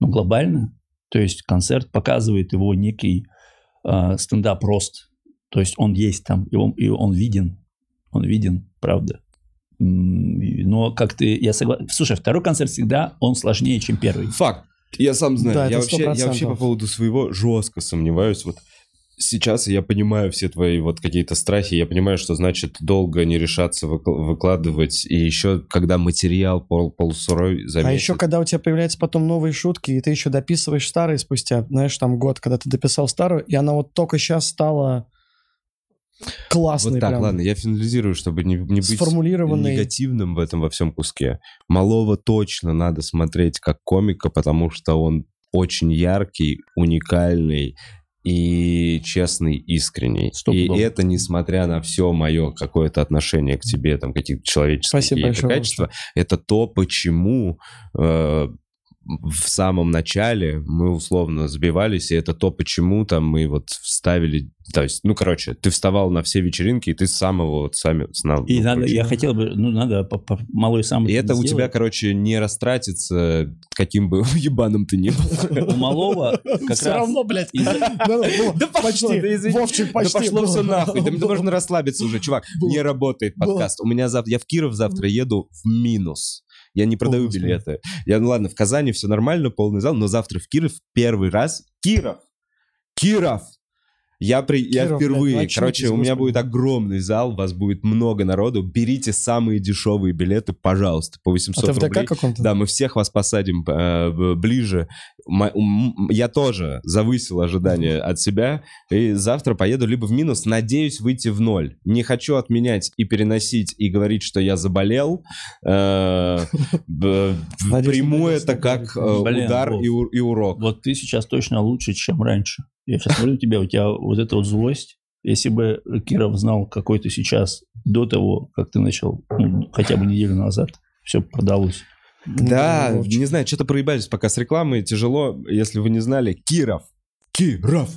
[SPEAKER 3] Но глобально, то есть концерт показывает его некий э, стендап-рост. То есть он есть там, и он, и он виден. Он виден, правда. Но как ты... Я согласен. Слушай, второй концерт всегда, он сложнее, чем первый.
[SPEAKER 1] Факт. Я сам знаю.
[SPEAKER 2] Да, это
[SPEAKER 1] я, вообще, я
[SPEAKER 2] 100%.
[SPEAKER 1] вообще по поводу своего жестко сомневаюсь. Вот сейчас я понимаю все твои вот какие-то страхи. Я понимаю, что значит долго не решаться выкл- выкладывать. И еще, когда материал пол полусырой заметит.
[SPEAKER 2] А еще, когда у тебя появляются потом новые шутки, и ты еще дописываешь старые спустя, знаешь, там год, когда ты дописал старую, и она вот только сейчас стала классной
[SPEAKER 1] Вот так,
[SPEAKER 2] прям,
[SPEAKER 1] ладно, я финализирую, чтобы не, не быть
[SPEAKER 2] сформулированной.
[SPEAKER 1] негативным в этом во всем куске. Малого точно надо смотреть как комика, потому что он очень яркий, уникальный и честный, искренний. И
[SPEAKER 3] Стопудово.
[SPEAKER 1] это несмотря на все мое какое-то отношение к тебе, там, какие-то человеческие
[SPEAKER 2] Спасибо
[SPEAKER 1] какие-то
[SPEAKER 2] большое,
[SPEAKER 1] качества, это то, почему э, в самом начале мы условно сбивались, и это то, почему там мы вот вставили, то есть, ну, короче, ты вставал на все вечеринки, и ты с самого вот сами знал.
[SPEAKER 3] И
[SPEAKER 1] ну,
[SPEAKER 3] надо,
[SPEAKER 1] короче.
[SPEAKER 3] я хотел бы, ну, надо по- по- малой сам...
[SPEAKER 1] И это у
[SPEAKER 3] сделать.
[SPEAKER 1] тебя, короче, не растратится, каким бы *laughs* ебаным ты ни был. *laughs*
[SPEAKER 3] У малого как
[SPEAKER 2] Все
[SPEAKER 3] раз...
[SPEAKER 2] равно, блядь.
[SPEAKER 3] из-
[SPEAKER 2] Да почти,
[SPEAKER 1] да извини.
[SPEAKER 2] Вовчик,
[SPEAKER 1] Да
[SPEAKER 2] почти.
[SPEAKER 1] пошло
[SPEAKER 2] было.
[SPEAKER 1] все нахуй. Да мне
[SPEAKER 2] Было. *laughs*
[SPEAKER 1] можно расслабиться уже, чувак.
[SPEAKER 2] Было.
[SPEAKER 1] Не работает
[SPEAKER 2] Было.
[SPEAKER 1] подкаст. У меня завтра... Я в Киров завтра еду в минус. Я не продаю
[SPEAKER 2] Господи.
[SPEAKER 1] билеты. Я, ну ладно, в Казани все нормально, полный зал, но завтра в Киров первый раз. Киров! Киров! Я, при, я
[SPEAKER 2] Киров,
[SPEAKER 1] впервые,
[SPEAKER 2] блядь, ну очнитесь,
[SPEAKER 1] короче, у меня
[SPEAKER 2] господи.
[SPEAKER 1] будет огромный зал, вас будет много народу. Берите самые дешевые билеты, пожалуйста, по 800
[SPEAKER 2] Это А в
[SPEAKER 1] рублей.
[SPEAKER 2] ДК каком-то?
[SPEAKER 1] Да, мы всех вас посадим э, б- ближе. М- м- Я тоже завысил ожидания от себя. И завтра поеду либо в минус. Надеюсь выйти в ноль. Не хочу отменять и переносить, и говорить, что я заболел. Э, б-
[SPEAKER 2] Надеюсь,
[SPEAKER 1] Приму
[SPEAKER 2] надеюсь,
[SPEAKER 1] это
[SPEAKER 2] так
[SPEAKER 1] как э,
[SPEAKER 2] будет.
[SPEAKER 3] Блин,
[SPEAKER 1] удар
[SPEAKER 3] Вов.
[SPEAKER 1] и у- и урок.
[SPEAKER 3] Вот ты сейчас точно лучше, чем раньше. Я сейчас смотрю на тебя, у тебя вот эта вот злость. Если бы Киров знал, какой ты сейчас до того, как ты начал, ну, хотя бы неделю назад, все продалось.
[SPEAKER 1] Да,
[SPEAKER 2] Ну, Вовчик.
[SPEAKER 1] не знаю, что-то проебались пока с рекламой. Тяжело, если вы не знали. Киров. Киров.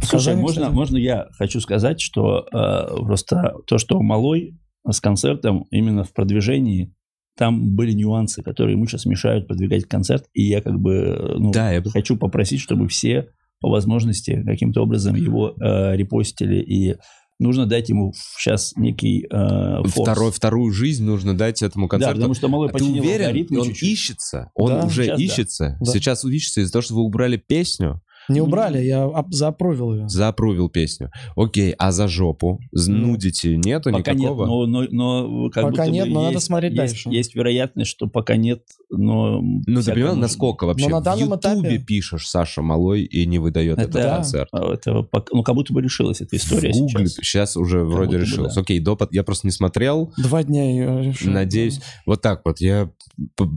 [SPEAKER 3] Слушай,
[SPEAKER 2] Казани,
[SPEAKER 3] можно,
[SPEAKER 2] кстати.
[SPEAKER 3] можно я хочу сказать, что э, просто то, что Малой с концертом именно в продвижении, там были нюансы, которые ему сейчас мешают продвигать концерт, и я как бы э, ну,
[SPEAKER 1] Да, я бы-
[SPEAKER 3] хочу попросить, чтобы все по возможности каким-то образом его э, репостили, и нужно дать ему сейчас некий э, форс.
[SPEAKER 1] Второй, вторую жизнь нужно дать этому
[SPEAKER 3] Да, ну,
[SPEAKER 1] концерту.
[SPEAKER 3] потому что Малой
[SPEAKER 1] А ты
[SPEAKER 3] починил
[SPEAKER 1] уверен,
[SPEAKER 3] алгоритмы
[SPEAKER 1] он
[SPEAKER 3] чуть-чуть.
[SPEAKER 1] ищется? Он
[SPEAKER 2] Да,
[SPEAKER 1] уже
[SPEAKER 3] сейчас да.
[SPEAKER 1] ищется?
[SPEAKER 2] Да.
[SPEAKER 1] Сейчас ищется из-за того, что вы убрали песню,
[SPEAKER 2] Не убрали, я оп- заапрувил ее.
[SPEAKER 1] заапрувил песню. Окей, а за жопу? З-
[SPEAKER 2] Ну,
[SPEAKER 1] Нудите нету
[SPEAKER 3] Пока
[SPEAKER 1] никакого?
[SPEAKER 3] нет, но, но, но как
[SPEAKER 2] Пока
[SPEAKER 3] будто бы
[SPEAKER 2] нет, но надо
[SPEAKER 3] есть-
[SPEAKER 2] смотреть
[SPEAKER 3] есть-
[SPEAKER 2] дальше.
[SPEAKER 3] Есть вероятность, что пока нет, но...
[SPEAKER 1] Ну, ты
[SPEAKER 3] всякое
[SPEAKER 1] понимаешь,
[SPEAKER 3] может
[SPEAKER 1] насколько вообще?
[SPEAKER 2] на данном
[SPEAKER 1] в Ютубе
[SPEAKER 2] этапе-
[SPEAKER 1] пишешь Саша Малой и не выдает
[SPEAKER 3] Это
[SPEAKER 1] этот
[SPEAKER 3] да.
[SPEAKER 1] концерт.
[SPEAKER 3] А Это, пок- ну, как будто бы решилась эта история
[SPEAKER 1] в Гугле
[SPEAKER 3] сейчас.
[SPEAKER 1] сейчас. уже вроде
[SPEAKER 3] будто бы
[SPEAKER 1] решилось.
[SPEAKER 3] да.
[SPEAKER 1] Окей, до под- я просто не смотрел.
[SPEAKER 2] Два дня ее решил.
[SPEAKER 1] Надеюсь. Вот так вот. Я... п-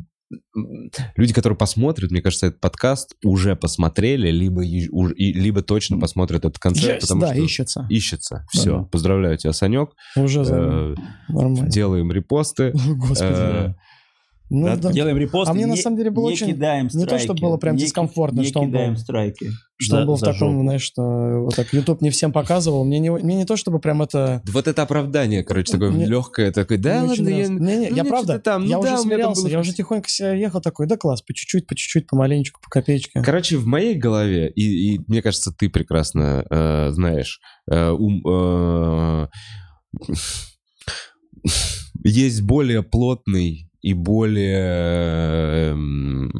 [SPEAKER 1] Люди, которые посмотрят, мне кажется, этот подкаст уже посмотрели, либо, е- уж- и- либо точно посмотрят этот концерт,
[SPEAKER 2] Есть,
[SPEAKER 1] потому
[SPEAKER 2] да,
[SPEAKER 1] что
[SPEAKER 2] ищется.
[SPEAKER 1] ищется. Все,
[SPEAKER 3] Ага.
[SPEAKER 1] поздравляю тебя, Санек.
[SPEAKER 2] Уже за-
[SPEAKER 1] Э,
[SPEAKER 2] нормально.
[SPEAKER 1] Делаем репосты.
[SPEAKER 2] *laughs* Господи.
[SPEAKER 1] Э,
[SPEAKER 2] Ну
[SPEAKER 1] да,
[SPEAKER 2] да.
[SPEAKER 3] Делаем репост.
[SPEAKER 2] А мне
[SPEAKER 3] не-
[SPEAKER 2] на самом деле было
[SPEAKER 3] не
[SPEAKER 2] очень-
[SPEAKER 3] кидаем
[SPEAKER 2] не то,
[SPEAKER 3] страйки,
[SPEAKER 2] чтобы было прям
[SPEAKER 3] не ки-
[SPEAKER 2] дискомфортно,
[SPEAKER 3] не
[SPEAKER 2] что он был-
[SPEAKER 3] кидаем страйки.
[SPEAKER 2] Что
[SPEAKER 3] за-
[SPEAKER 2] он был в
[SPEAKER 3] за
[SPEAKER 2] таком,
[SPEAKER 3] жопу.
[SPEAKER 2] знаешь, что вот так YouTube не всем показывал. Мне не, мне не то, чтобы прям это...
[SPEAKER 1] Вот это оправдание, короче, такое
[SPEAKER 2] Мне-
[SPEAKER 1] легкое, такое, да,
[SPEAKER 2] мне очень
[SPEAKER 1] ладно, я...
[SPEAKER 2] нравится. Не-не,
[SPEAKER 1] ну,
[SPEAKER 2] я
[SPEAKER 1] мне
[SPEAKER 2] правда,
[SPEAKER 1] что-то там, ну
[SPEAKER 2] я
[SPEAKER 1] да,
[SPEAKER 2] уже
[SPEAKER 1] у меня там
[SPEAKER 2] смирялся,
[SPEAKER 1] было
[SPEAKER 2] я уже
[SPEAKER 1] вкусно.
[SPEAKER 2] тихонько себе ехал такой, да класс, по чуть-чуть, по чуть-чуть, помаленечку, по копеечке.
[SPEAKER 1] Короче, в моей голове, и, и мне кажется, ты прекрасно э, знаешь, э, ум, э, есть более плотный и более эм,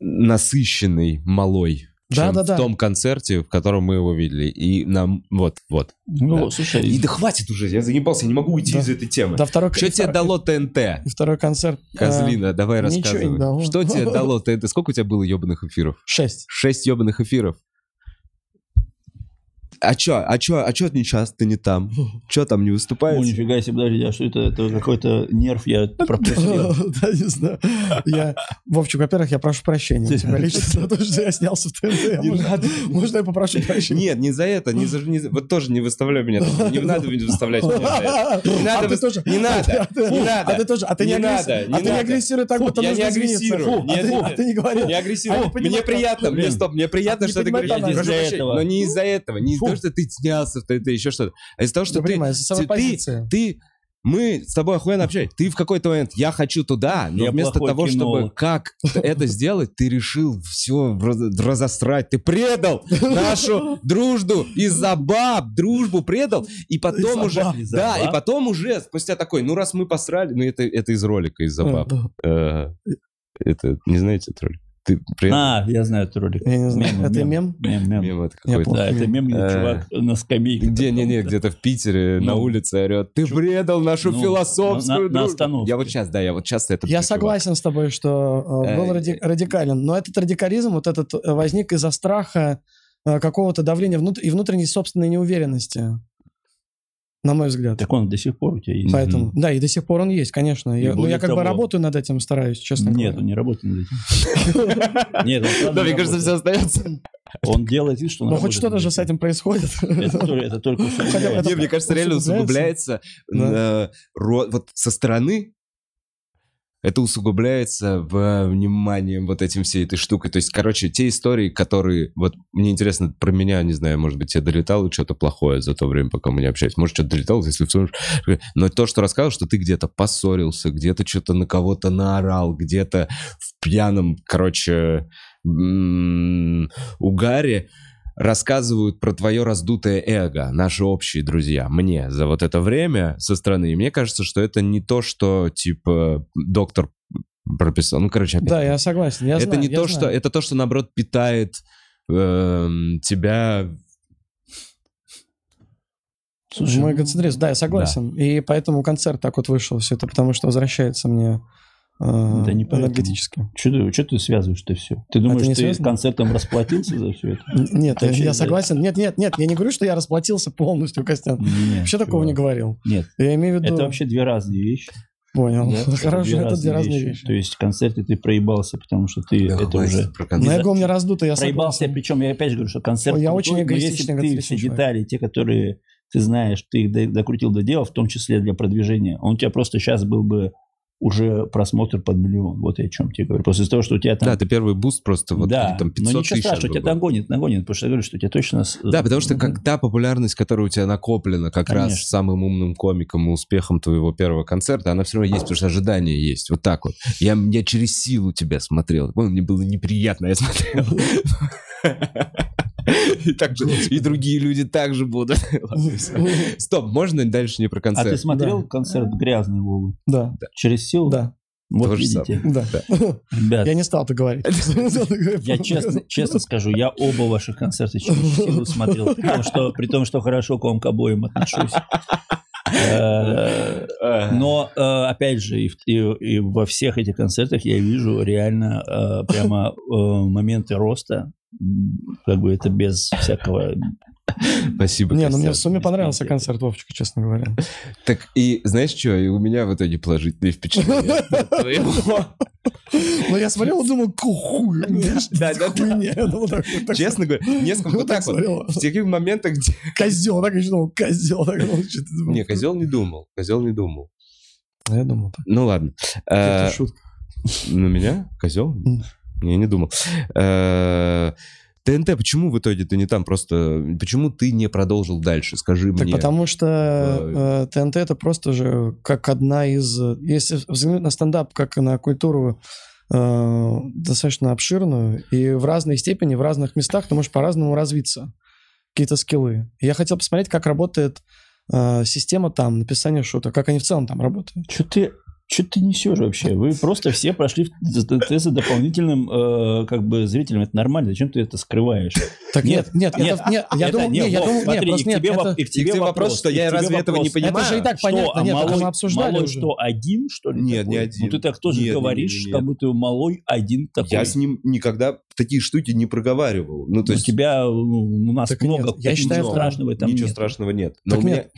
[SPEAKER 1] насыщенный малой, чем
[SPEAKER 2] Да-да-да.
[SPEAKER 1] в том концерте, в котором мы его видели. И нам вот, вот.
[SPEAKER 3] Ну,
[SPEAKER 1] Да.
[SPEAKER 3] слушай,
[SPEAKER 1] И да хватит уже, я заебался, не могу уйти
[SPEAKER 2] Да.
[SPEAKER 1] из этой темы.
[SPEAKER 2] Да, второй,
[SPEAKER 1] Что тебе
[SPEAKER 2] второй-
[SPEAKER 1] дало ТНТ?
[SPEAKER 2] и второй концерт. э,
[SPEAKER 1] Козлина, давай
[SPEAKER 2] ничего не
[SPEAKER 1] рассказывай.
[SPEAKER 2] дало.
[SPEAKER 1] Что
[SPEAKER 2] *laughs*
[SPEAKER 1] тебе дало ТНТ? Сколько у тебя было ебаных эфиров?
[SPEAKER 2] Шесть.
[SPEAKER 1] Шесть ебаных эфиров. А чё, а чё, а чё ты не часто ты не
[SPEAKER 2] *laughs*
[SPEAKER 1] там? Чё там не
[SPEAKER 3] о,
[SPEAKER 1] выступаешь?
[SPEAKER 3] ну, нифига себе, подожди, а что это, это какой-то нерв я пропустил.
[SPEAKER 2] Ну, *laughs* Да, не знаю. Я, Вовчик, во-первых, я прошу прощения у тебя лично за то, что я снялся в ТНТ.
[SPEAKER 1] Не
[SPEAKER 2] Можно-
[SPEAKER 1] надо.
[SPEAKER 2] Можно я попрошу прощения?
[SPEAKER 1] Нет, не за это, не за, не за- вот тоже не выставляй меня, там. не надо меня
[SPEAKER 2] *laughs*
[SPEAKER 1] выставлять. меня за это. Не
[SPEAKER 2] А
[SPEAKER 1] надо,
[SPEAKER 2] ты
[SPEAKER 1] выс-
[SPEAKER 2] тоже-
[SPEAKER 1] не надо,
[SPEAKER 2] А ты-
[SPEAKER 1] не
[SPEAKER 2] А ты
[SPEAKER 1] надо.
[SPEAKER 2] тоже, а ты не
[SPEAKER 1] Не
[SPEAKER 2] агресс-
[SPEAKER 1] надо, не
[SPEAKER 2] а ты не
[SPEAKER 1] надо.
[SPEAKER 2] агрессируй так, будто
[SPEAKER 1] я
[SPEAKER 2] нужно
[SPEAKER 1] не
[SPEAKER 2] извиниться.
[SPEAKER 1] агрессирую,
[SPEAKER 2] Фу,
[SPEAKER 1] не
[SPEAKER 2] а ты- а
[SPEAKER 1] агрессирую.
[SPEAKER 2] ты не говорил.
[SPEAKER 1] Не агрессируй.
[SPEAKER 2] Они понимают,
[SPEAKER 1] Мне
[SPEAKER 2] как-
[SPEAKER 1] приятно, мне
[SPEAKER 3] Блин.
[SPEAKER 1] стоп, мне приятно,
[SPEAKER 2] А ты
[SPEAKER 1] что ты
[SPEAKER 2] понимаешь,
[SPEAKER 1] говоришь.
[SPEAKER 2] как
[SPEAKER 1] Прошу
[SPEAKER 2] она-
[SPEAKER 3] Из-за
[SPEAKER 1] прощения,
[SPEAKER 3] этого.
[SPEAKER 1] Но не из-за этого, не из-за
[SPEAKER 2] Фу.
[SPEAKER 1] того, что ты снялся, ты, ты еще что-то, а из-за того, что
[SPEAKER 2] Я
[SPEAKER 1] ты
[SPEAKER 2] понимаю, со своей
[SPEAKER 1] ты- ты-
[SPEAKER 2] позиции.
[SPEAKER 1] ты мы с тобой охуенно общаемся. Ты в какой-то момент, я хочу туда, но
[SPEAKER 3] Я
[SPEAKER 1] вместо
[SPEAKER 3] плохой
[SPEAKER 1] того, чтобы
[SPEAKER 3] кинолог.
[SPEAKER 1] как это сделать, ты решил все разосрать. Ты предал нашу дружбу из-за баб, дружбу предал, и потом
[SPEAKER 3] Из-за
[SPEAKER 1] уже...
[SPEAKER 3] баб, из-за
[SPEAKER 1] Да, и
[SPEAKER 3] баб.
[SPEAKER 1] потом уже спустя такой, ну раз мы посрали, ну это, это из ролика из-за
[SPEAKER 2] Да,
[SPEAKER 1] баб.
[SPEAKER 2] да.
[SPEAKER 1] Э, Это, не знаете этот ролик? Ты предал
[SPEAKER 3] А, я знаю этот ролик.
[SPEAKER 2] Я не знаю,
[SPEAKER 3] Мем,
[SPEAKER 2] это мем?
[SPEAKER 3] Мем, мем.
[SPEAKER 1] мем это
[SPEAKER 2] Я
[SPEAKER 1] какой-то.
[SPEAKER 2] помню.
[SPEAKER 3] Да, это мем, где
[SPEAKER 1] Э,
[SPEAKER 3] чувак на скамейке.
[SPEAKER 1] Где, не, не,
[SPEAKER 3] потом-
[SPEAKER 1] где-то в Питере на
[SPEAKER 3] Ну.
[SPEAKER 1] улице орет. Ты
[SPEAKER 3] Чё?
[SPEAKER 1] предал нашу
[SPEAKER 3] Ну,
[SPEAKER 1] философскую
[SPEAKER 3] на- на
[SPEAKER 1] дружбу».
[SPEAKER 3] остановке.
[SPEAKER 1] Я вот сейчас, да, я вот часто это
[SPEAKER 2] Я
[SPEAKER 1] чувак.
[SPEAKER 2] согласен с тобой, что э, был
[SPEAKER 1] Э,
[SPEAKER 2] ради- радикален, но этот радикализм, вот этот э, возник из-за страха э, какого-то давления внут- и внутренней собственной неуверенности, на мой взгляд.
[SPEAKER 3] Так он до сих пор у тебя есть.
[SPEAKER 2] Поэтому, да, и до сих пор он есть, конечно.
[SPEAKER 3] И
[SPEAKER 2] Я, ну,
[SPEAKER 3] более
[SPEAKER 2] я как бы
[SPEAKER 3] того-
[SPEAKER 2] работаю над этим, стараюсь, честно
[SPEAKER 3] Нет,
[SPEAKER 2] говоря.
[SPEAKER 3] он не работает над этим. Нет, он правда
[SPEAKER 1] *laughs* Да,
[SPEAKER 3] не
[SPEAKER 1] мне кажется, все
[SPEAKER 3] работает.
[SPEAKER 1] остается.
[SPEAKER 3] Он делает вид, что
[SPEAKER 2] *laughs*
[SPEAKER 3] он
[SPEAKER 2] Но Ну, хоть
[SPEAKER 3] работает
[SPEAKER 2] что-то
[SPEAKER 3] над
[SPEAKER 2] же с этим происходит. *laughs*
[SPEAKER 3] Это то- это только усугубляет.
[SPEAKER 2] Это
[SPEAKER 1] Не, мне кажется, реально усугубляется
[SPEAKER 2] усугубляется? Да.
[SPEAKER 1] э, ро- вот со стороны. Это усугубляется в- э, вниманием вот этим всей этой штукой. То есть, короче, те истории, которые... Вот мне интересно про меня, не знаю, может быть, я долетал что-то плохое за то время, пока мы не общались. Может, что-то долетало, если все... Но то, что рассказал, что ты где-то поссорился, где-то что-то на кого-то наорал, где-то в пьяном, короче, м, угаре, рассказывают про твое раздутое эго, наши общие друзья, мне за вот это время со стороны. И мне кажется, что это не то, что типа доктор прописал. Ну, короче, опять.
[SPEAKER 2] Да, я согласен. я
[SPEAKER 1] это
[SPEAKER 2] знаю,
[SPEAKER 1] не
[SPEAKER 2] я
[SPEAKER 1] то,
[SPEAKER 2] знаю.
[SPEAKER 1] что это то, что наоборот питает эм, тебя.
[SPEAKER 3] Слушай, ну,
[SPEAKER 2] Мы концентрируемся. Да, я согласен. И поэтому концерт так вот вышел все это, потому что возвращается мне э,
[SPEAKER 3] Да не поэтому.
[SPEAKER 2] энергетически.
[SPEAKER 3] Что ты, чё ты связываешь ты все? Ты думаешь,
[SPEAKER 2] А не
[SPEAKER 3] ты
[SPEAKER 2] связано?
[SPEAKER 3] концертом расплатился за
[SPEAKER 2] *laughs*
[SPEAKER 3] все это?
[SPEAKER 2] Н- Нет,
[SPEAKER 3] Это
[SPEAKER 2] я,
[SPEAKER 3] вообще
[SPEAKER 2] я
[SPEAKER 3] не-
[SPEAKER 2] согласен. Нет, нет, нет, я не говорю, что я расплатился полностью, Костян.
[SPEAKER 3] Нет,
[SPEAKER 2] Вообще такого не
[SPEAKER 3] чувак.
[SPEAKER 2] говорил.
[SPEAKER 3] Нет,
[SPEAKER 2] Я имею в виду...
[SPEAKER 3] это вообще две разные вещи.
[SPEAKER 2] Понял.
[SPEAKER 3] да?
[SPEAKER 2] Ну, *laughs* Хорошо, это две разные вещи.
[SPEAKER 3] То есть концерты ты проебался, потому что ты это уже...
[SPEAKER 1] про
[SPEAKER 2] Но
[SPEAKER 1] концерт.
[SPEAKER 2] эго у меня раздуто, я
[SPEAKER 3] Проебался,
[SPEAKER 2] согласен.
[SPEAKER 3] причем я опять же говорю, что концерт...
[SPEAKER 2] Ой, я
[SPEAKER 3] крутой,
[SPEAKER 2] очень
[SPEAKER 3] но
[SPEAKER 2] эгоистичный,
[SPEAKER 3] Если бы ты
[SPEAKER 2] эгоцентричный
[SPEAKER 3] все
[SPEAKER 2] человек.
[SPEAKER 3] детали, те, которые ты знаешь, ты их до- докрутил до дела, в том числе для продвижения, он у тебя просто сейчас был бы уже просмотр под миллион. Вот я о чем тебе говорю. После того, что у тебя там...
[SPEAKER 1] Да, ты первый буст просто вот
[SPEAKER 3] да,
[SPEAKER 1] там 500
[SPEAKER 3] но ничего
[SPEAKER 1] тысяч.
[SPEAKER 3] страшного, тебя
[SPEAKER 1] было.
[SPEAKER 3] нагонит, нагонит, потому что я говорю, что у тебя точно... с-
[SPEAKER 1] Да, потому что
[SPEAKER 3] Ну,
[SPEAKER 1] как та популярность, которая у тебя накоплена как раз
[SPEAKER 3] Конечно.
[SPEAKER 1] самым умным комиком и успехом твоего первого концерта, она все равно есть, потому что ожидания есть. Вот так вот. Я, я через силу тебя смотрел. Помню, мне было неприятно, а я смотрел. И, так же- и другие люди также будут. Ладно, всё. Стоп, можно дальше не про
[SPEAKER 3] А ты
[SPEAKER 1] концерт?
[SPEAKER 3] смотрел
[SPEAKER 2] Да.
[SPEAKER 3] концерт «Грязный Вовы»?
[SPEAKER 2] *laughs* Да,
[SPEAKER 3] Через силу?
[SPEAKER 2] да,
[SPEAKER 3] Вот
[SPEAKER 1] То же
[SPEAKER 3] видите.
[SPEAKER 2] да.
[SPEAKER 3] Ребят,
[SPEAKER 2] Я не стал это говорить.
[SPEAKER 3] я честно, честно скажу, я оба ваших концерта через силу смотрел, при том, что, при том, что хорошо к вам к обоим отношусь. Э, Но, э, опять же, и, в- и- и во всех этих концертах я вижу реально э, прямо э, моменты роста, М, как бы это без всякого...
[SPEAKER 1] Спасибо,
[SPEAKER 2] *laughs* Не, ну мне
[SPEAKER 1] Костя.
[SPEAKER 2] в сумме понравился
[SPEAKER 3] Костян.
[SPEAKER 2] концерт, Вовчика, честно говоря.
[SPEAKER 1] Так, и знаешь что, и у меня в итоге положительные впечатления.
[SPEAKER 3] *laughs*
[SPEAKER 1] от твоего.
[SPEAKER 2] Но я смотрел и думал, кухуй.
[SPEAKER 1] Да, да, да. Честно говоря, несколько вот
[SPEAKER 2] Вот
[SPEAKER 1] так
[SPEAKER 2] так
[SPEAKER 1] вот.
[SPEAKER 2] смотрела.
[SPEAKER 1] В таких моментах, где
[SPEAKER 2] Козел, так еще думал, козел. так, ну, что ты думал?
[SPEAKER 1] Не, козел не думал. Козел не думал.
[SPEAKER 2] А Я думал, так.
[SPEAKER 1] Ну ладно. Э,
[SPEAKER 2] Это шутка.
[SPEAKER 1] На меня? Козел?
[SPEAKER 2] М.
[SPEAKER 1] Я не думал. Э, ТНТ, почему в итоге ты не там? Просто почему ты не продолжил дальше? Скажи
[SPEAKER 2] Так
[SPEAKER 1] мне.
[SPEAKER 2] потому что
[SPEAKER 1] в-
[SPEAKER 2] э, ТНТ это просто же как одна из... э, Если взглянуть на стендап как на культуру э, достаточно обширную, и в разной степени, в разных местах ты можешь по-разному развиться. Какие-то скиллы. Я хотел посмотреть, как работает э, система там, написание шуток, как они в целом там работают.
[SPEAKER 3] Что ты... Что ты несешь вообще? Вы просто все прошли в ТТС дополнительным э, как бы зрителям. Это нормально. Зачем ты это скрываешь?
[SPEAKER 2] Так нет, нет,
[SPEAKER 3] нет,
[SPEAKER 2] это- нет, я
[SPEAKER 3] Это-
[SPEAKER 2] думал,
[SPEAKER 3] не,
[SPEAKER 2] нет, я
[SPEAKER 3] Вов,
[SPEAKER 2] думал, нет,
[SPEAKER 3] смотри,
[SPEAKER 2] просто
[SPEAKER 3] и к
[SPEAKER 2] нет,
[SPEAKER 3] тебе воп-
[SPEAKER 2] это-
[SPEAKER 3] и к тебе
[SPEAKER 1] вопрос,
[SPEAKER 3] вопрос,
[SPEAKER 1] что я
[SPEAKER 3] и к тебе
[SPEAKER 1] разве этого не
[SPEAKER 3] вопрос.
[SPEAKER 1] понимаю?
[SPEAKER 2] Это же и так
[SPEAKER 3] Что,
[SPEAKER 2] понятно,
[SPEAKER 3] а
[SPEAKER 2] нет, это
[SPEAKER 3] малой,
[SPEAKER 2] мы обсуждали
[SPEAKER 3] малой
[SPEAKER 2] уже.
[SPEAKER 3] что, один, что ли?
[SPEAKER 1] Нет, не
[SPEAKER 3] такой?
[SPEAKER 1] один.
[SPEAKER 3] Ну, ты так тоже
[SPEAKER 1] Нет, нет,
[SPEAKER 3] говоришь,
[SPEAKER 1] нет, нет.
[SPEAKER 3] как будто малой один такой.
[SPEAKER 1] Я с ним никогда такие штуки не проговаривал. Ну, то
[SPEAKER 3] У
[SPEAKER 1] есть
[SPEAKER 3] тебя, ну, у нас
[SPEAKER 2] Так
[SPEAKER 3] много.
[SPEAKER 2] нет, я
[SPEAKER 3] ничего
[SPEAKER 2] считаю, что-
[SPEAKER 3] страшного там
[SPEAKER 1] ничего
[SPEAKER 3] нет.
[SPEAKER 1] страшного нет. Но
[SPEAKER 2] Так
[SPEAKER 1] у меня-
[SPEAKER 2] нет.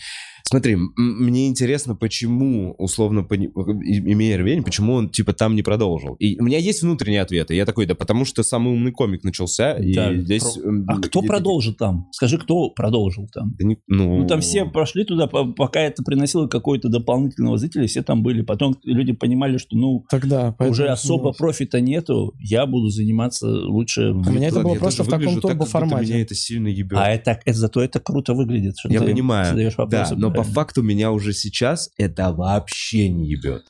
[SPEAKER 1] Смотри, м- мне интересно, почему, условно, пони- э, и- имея рвень, почему он, типа, там не продолжил. И у меня есть внутренние ответы. Я такой, да потому что самый умный комик начался, и
[SPEAKER 3] Да,
[SPEAKER 1] здесь...
[SPEAKER 3] про-
[SPEAKER 1] м,
[SPEAKER 3] А кто
[SPEAKER 1] и-
[SPEAKER 3] продолжил там? Скажи, кто продолжил там?
[SPEAKER 1] Да не- ну...
[SPEAKER 3] Ну, там все прошли туда, по- пока это приносило какого-то дополнительного зрителя, все там были. Потом люди понимали, что, ну,
[SPEAKER 2] Тогда, поэтому
[SPEAKER 3] уже особо
[SPEAKER 2] сомневаюсь.
[SPEAKER 3] профита нету, я буду заниматься лучше...
[SPEAKER 2] У А меня это
[SPEAKER 1] Ладно,
[SPEAKER 2] было
[SPEAKER 1] я
[SPEAKER 2] просто
[SPEAKER 1] тоже
[SPEAKER 2] в таком
[SPEAKER 1] выгляжу так, как будто Меня
[SPEAKER 2] турбо-формате.
[SPEAKER 1] это сильно ебет.
[SPEAKER 3] А это, это- зато это круто выглядит. что
[SPEAKER 1] Я
[SPEAKER 3] ты
[SPEAKER 1] понимаю,
[SPEAKER 3] задаешь
[SPEAKER 1] да,
[SPEAKER 3] вопросы
[SPEAKER 1] но по
[SPEAKER 3] правильно.
[SPEAKER 1] факту меня уже сейчас это вообще не ебет.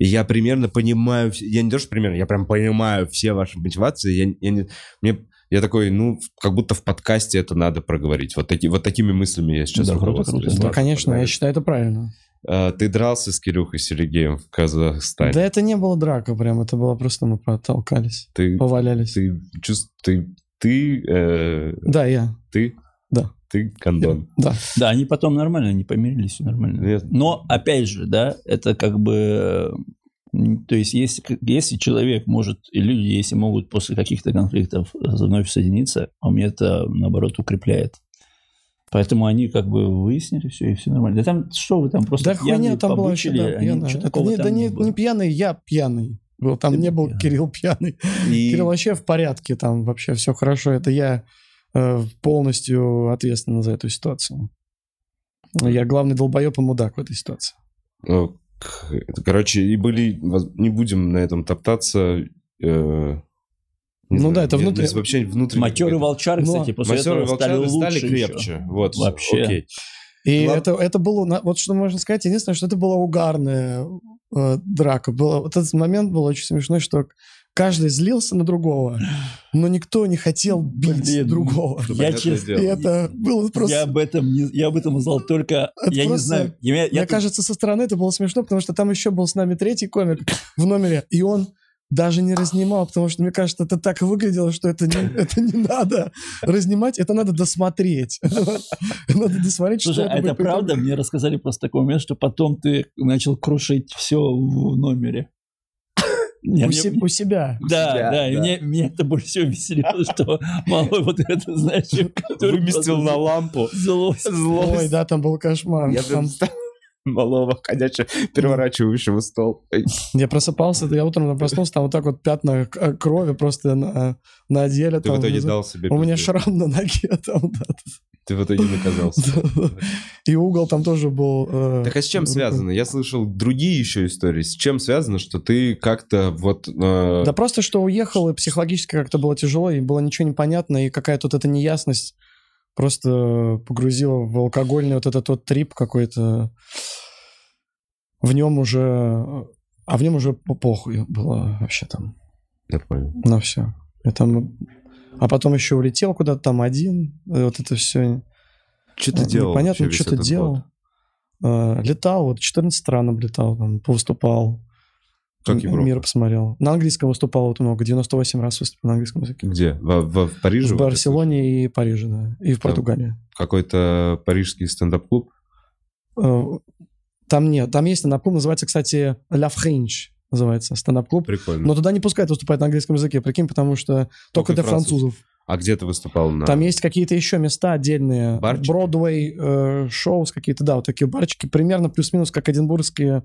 [SPEAKER 1] И я примерно понимаю, вс- я не то что примерно, я прям понимаю все ваши мотивации. Я, я не- мне, я такой, ну, в- как будто в подкасте это надо проговорить. Вот, таки, вот такими мыслями я сейчас
[SPEAKER 3] Да, круто,
[SPEAKER 1] руководствуюсь.
[SPEAKER 3] круто.
[SPEAKER 2] Да,
[SPEAKER 1] Ладно,
[SPEAKER 2] конечно, я
[SPEAKER 1] понравилось.
[SPEAKER 2] считаю, это правильно.
[SPEAKER 1] А, Ты дрался с Кирюхой Серегеем в Казахстане?
[SPEAKER 2] Да это не было драка прям, это было просто мы потолкались,
[SPEAKER 1] Ты,
[SPEAKER 2] повалялись.
[SPEAKER 1] ты, чувств- ты, ты, э,
[SPEAKER 2] Да, я.
[SPEAKER 1] ты,
[SPEAKER 2] Да.
[SPEAKER 1] ты
[SPEAKER 3] *laughs*
[SPEAKER 1] кондон.
[SPEAKER 2] Да.
[SPEAKER 3] Да, они потом нормально, они помирились, все нормально.
[SPEAKER 1] Нет.
[SPEAKER 3] Но, опять же, да, это как бы... м, То есть, если, к- если человек может, и люди, если могут после каких-то конфликтов э, вновь соединиться, а мне это, наоборот, укрепляет. Поэтому они как бы выяснили все, и все нормально. Да там, что вы там, просто
[SPEAKER 2] Да хуйня там была вообще,
[SPEAKER 3] побычили,
[SPEAKER 2] да,
[SPEAKER 3] они-
[SPEAKER 2] пьяная.
[SPEAKER 3] чё
[SPEAKER 2] Это
[SPEAKER 3] такого
[SPEAKER 2] не- Да
[SPEAKER 3] там
[SPEAKER 2] не
[SPEAKER 3] было.
[SPEAKER 2] не пьяный, я пьяный. Был. Там
[SPEAKER 3] Ты
[SPEAKER 2] не
[SPEAKER 3] был
[SPEAKER 2] был
[SPEAKER 3] пьяный.
[SPEAKER 2] Кирилл пьяный.
[SPEAKER 1] И-
[SPEAKER 2] Кирилл вообще в порядке, там вообще все хорошо. Это я э, полностью ответственна за эту ситуацию. Я главный долбоеб и мудак в этой ситуации.
[SPEAKER 1] Ну, к- это, Короче, и были... воз- Не будем на этом топтаться. э, не
[SPEAKER 2] Ну да, это
[SPEAKER 1] мне-
[SPEAKER 2] внутри-
[SPEAKER 1] мне Вообще внутренне...
[SPEAKER 3] Матеры
[SPEAKER 1] какая-то-
[SPEAKER 3] волчары,
[SPEAKER 2] Но-
[SPEAKER 3] кстати, после
[SPEAKER 1] Матеры
[SPEAKER 3] этого стали
[SPEAKER 1] волчары
[SPEAKER 3] лучше
[SPEAKER 1] стали
[SPEAKER 3] еще.
[SPEAKER 1] крепче. Вот.
[SPEAKER 3] Вообще.
[SPEAKER 1] Окей.
[SPEAKER 2] И
[SPEAKER 1] Глав-
[SPEAKER 2] это, это было, на- вот что можно сказать, единственное, что это была угарная э, драка. Было, вот этот момент был очень смешной, что каждый злился на другого, но никто не хотел бить
[SPEAKER 3] Блин,
[SPEAKER 2] другого.
[SPEAKER 1] Ну,
[SPEAKER 3] Я
[SPEAKER 1] понятное
[SPEAKER 3] честно...
[SPEAKER 1] дело.
[SPEAKER 2] И это было просто...
[SPEAKER 3] Я об этом не, я об этом узнал только,
[SPEAKER 2] Это
[SPEAKER 3] я не
[SPEAKER 2] просто-
[SPEAKER 3] знаю, я, я
[SPEAKER 2] Мне
[SPEAKER 3] тут-
[SPEAKER 2] кажется, со стороны это было смешно, потому что там еще был с нами третий комик в номере, и он даже не разнимал, потому что, мне кажется, это так выглядело, что это
[SPEAKER 3] *laughs*
[SPEAKER 2] не, это не надо разнимать, это надо досмотреть. *laughs* Надо досмотреть, что
[SPEAKER 3] Слушай, а это
[SPEAKER 2] будет.
[SPEAKER 3] правда? Мне рассказали просто такой момент, что потом ты начал крушить все в номере. Не,
[SPEAKER 2] У
[SPEAKER 3] мне-
[SPEAKER 2] се- у себя.
[SPEAKER 3] Да,
[SPEAKER 1] себя,
[SPEAKER 3] да, и
[SPEAKER 1] да.
[SPEAKER 3] Мне, меня это больше всего веселило, что малой вот это, знаешь,
[SPEAKER 2] *laughs*
[SPEAKER 3] который
[SPEAKER 1] Выместил
[SPEAKER 3] просто
[SPEAKER 1] на лампу. *laughs*
[SPEAKER 3] злость.
[SPEAKER 1] Злость.
[SPEAKER 2] Ой, да, там был кошмар.
[SPEAKER 1] Я
[SPEAKER 2] Там-
[SPEAKER 1] представил малого ходячего, переворачивающего стол. Эй,
[SPEAKER 2] Я просыпался, я утром проснулся, там вот так вот пятна к- э, крови просто на на одеяле.
[SPEAKER 1] Ты в
[SPEAKER 2] там
[SPEAKER 1] итоге
[SPEAKER 2] внизу.
[SPEAKER 1] дал себе...
[SPEAKER 2] У меня
[SPEAKER 1] пизды.
[SPEAKER 2] шрам на ноге *laughs* там, да.
[SPEAKER 1] Ты в итоге
[SPEAKER 2] *laughs*
[SPEAKER 1] наказался.
[SPEAKER 2] И угол там тоже был. э,
[SPEAKER 1] Так а с чем
[SPEAKER 2] рукой.
[SPEAKER 1] связано? Я слышал другие еще истории. С чем связано, что ты как-то вот... э,
[SPEAKER 2] Да просто, что уехал, и психологически как-то было тяжело, и было ничего непонятно, и какая-то вот эта неясность просто погрузила в алкогольный вот этот вот трип какой-то. В нем уже... А в нем уже по- похуй было вообще там
[SPEAKER 1] Я понял.
[SPEAKER 2] на все. И там... А потом еще улетел куда-то там один, и вот это все
[SPEAKER 1] Что Ну, ты делал? вообще
[SPEAKER 2] непонятно,
[SPEAKER 1] весь
[SPEAKER 2] что ты
[SPEAKER 1] этот год?
[SPEAKER 2] делал. Э, Летал, вот 14 стран облетал, там, повыступал.
[SPEAKER 1] Как
[SPEAKER 2] М-
[SPEAKER 1] Европа?
[SPEAKER 2] Мир посмотрел. На английском выступал вот много, 98 раз выступал на английском языке.
[SPEAKER 1] Где? Во- во- в Париже?
[SPEAKER 2] В
[SPEAKER 1] вот это?
[SPEAKER 2] Барселоне и Париже, да. И в
[SPEAKER 1] Там.
[SPEAKER 2] Португалии.
[SPEAKER 1] Какой-то парижский стендап-клуб?
[SPEAKER 2] Э, Там нет. Там есть стендап-клуб, называется, кстати, La Fringe, называется стендап-клуб.
[SPEAKER 1] Прикольно.
[SPEAKER 2] Но туда не пускают выступать на английском языке, прикинь, потому что только,
[SPEAKER 1] Только
[SPEAKER 2] для
[SPEAKER 1] французов.
[SPEAKER 2] французов.
[SPEAKER 1] А где ты выступал? На...
[SPEAKER 2] Там есть какие-то еще места отдельные.
[SPEAKER 1] Барчики?
[SPEAKER 2] Бродвей, э, шоу с какие-то, да, вот такие барчики. Примерно плюс-минус как эдинбургские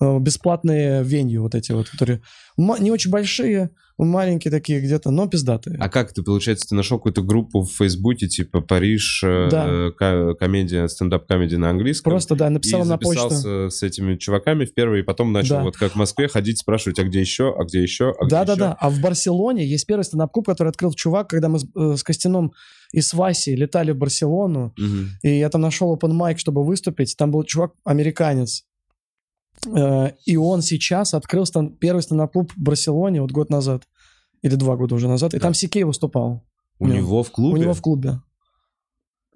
[SPEAKER 2] э, бесплатные венью вот эти вот, которые ма- не очень большие, маленькие такие где-то, но пиздатые.
[SPEAKER 1] А как ты, получается, ты нашел какую-то группу в Фейсбуке, типа Париж, э,
[SPEAKER 2] Да.
[SPEAKER 1] ка- комедия, стендап-комедия на английском?
[SPEAKER 2] Просто, да, написала
[SPEAKER 1] и
[SPEAKER 2] на почту.
[SPEAKER 1] записался с этими чуваками в первый, и потом начал
[SPEAKER 2] Да.
[SPEAKER 1] вот как в Москве ходить, спрашивать, а где еще, а где еще, а где
[SPEAKER 2] Да, да,
[SPEAKER 1] еще?
[SPEAKER 2] да. А в Барселоне есть первый стендап-клуб, который открыл чувак, когда мы с, э, с Костяном и с Васей летали в Барселону.
[SPEAKER 1] Мгм.
[SPEAKER 2] И я там нашел open mic, чтобы выступить. Там был чувак американец. Э, И он сейчас открыл стан- первый стендап-клуб в Барселоне вот год назад. Или два года уже назад. И
[SPEAKER 1] Да.
[SPEAKER 2] там Сикей выступал.
[SPEAKER 1] У
[SPEAKER 2] Нет.
[SPEAKER 1] него в клубе?
[SPEAKER 2] Ну, У него в клубе.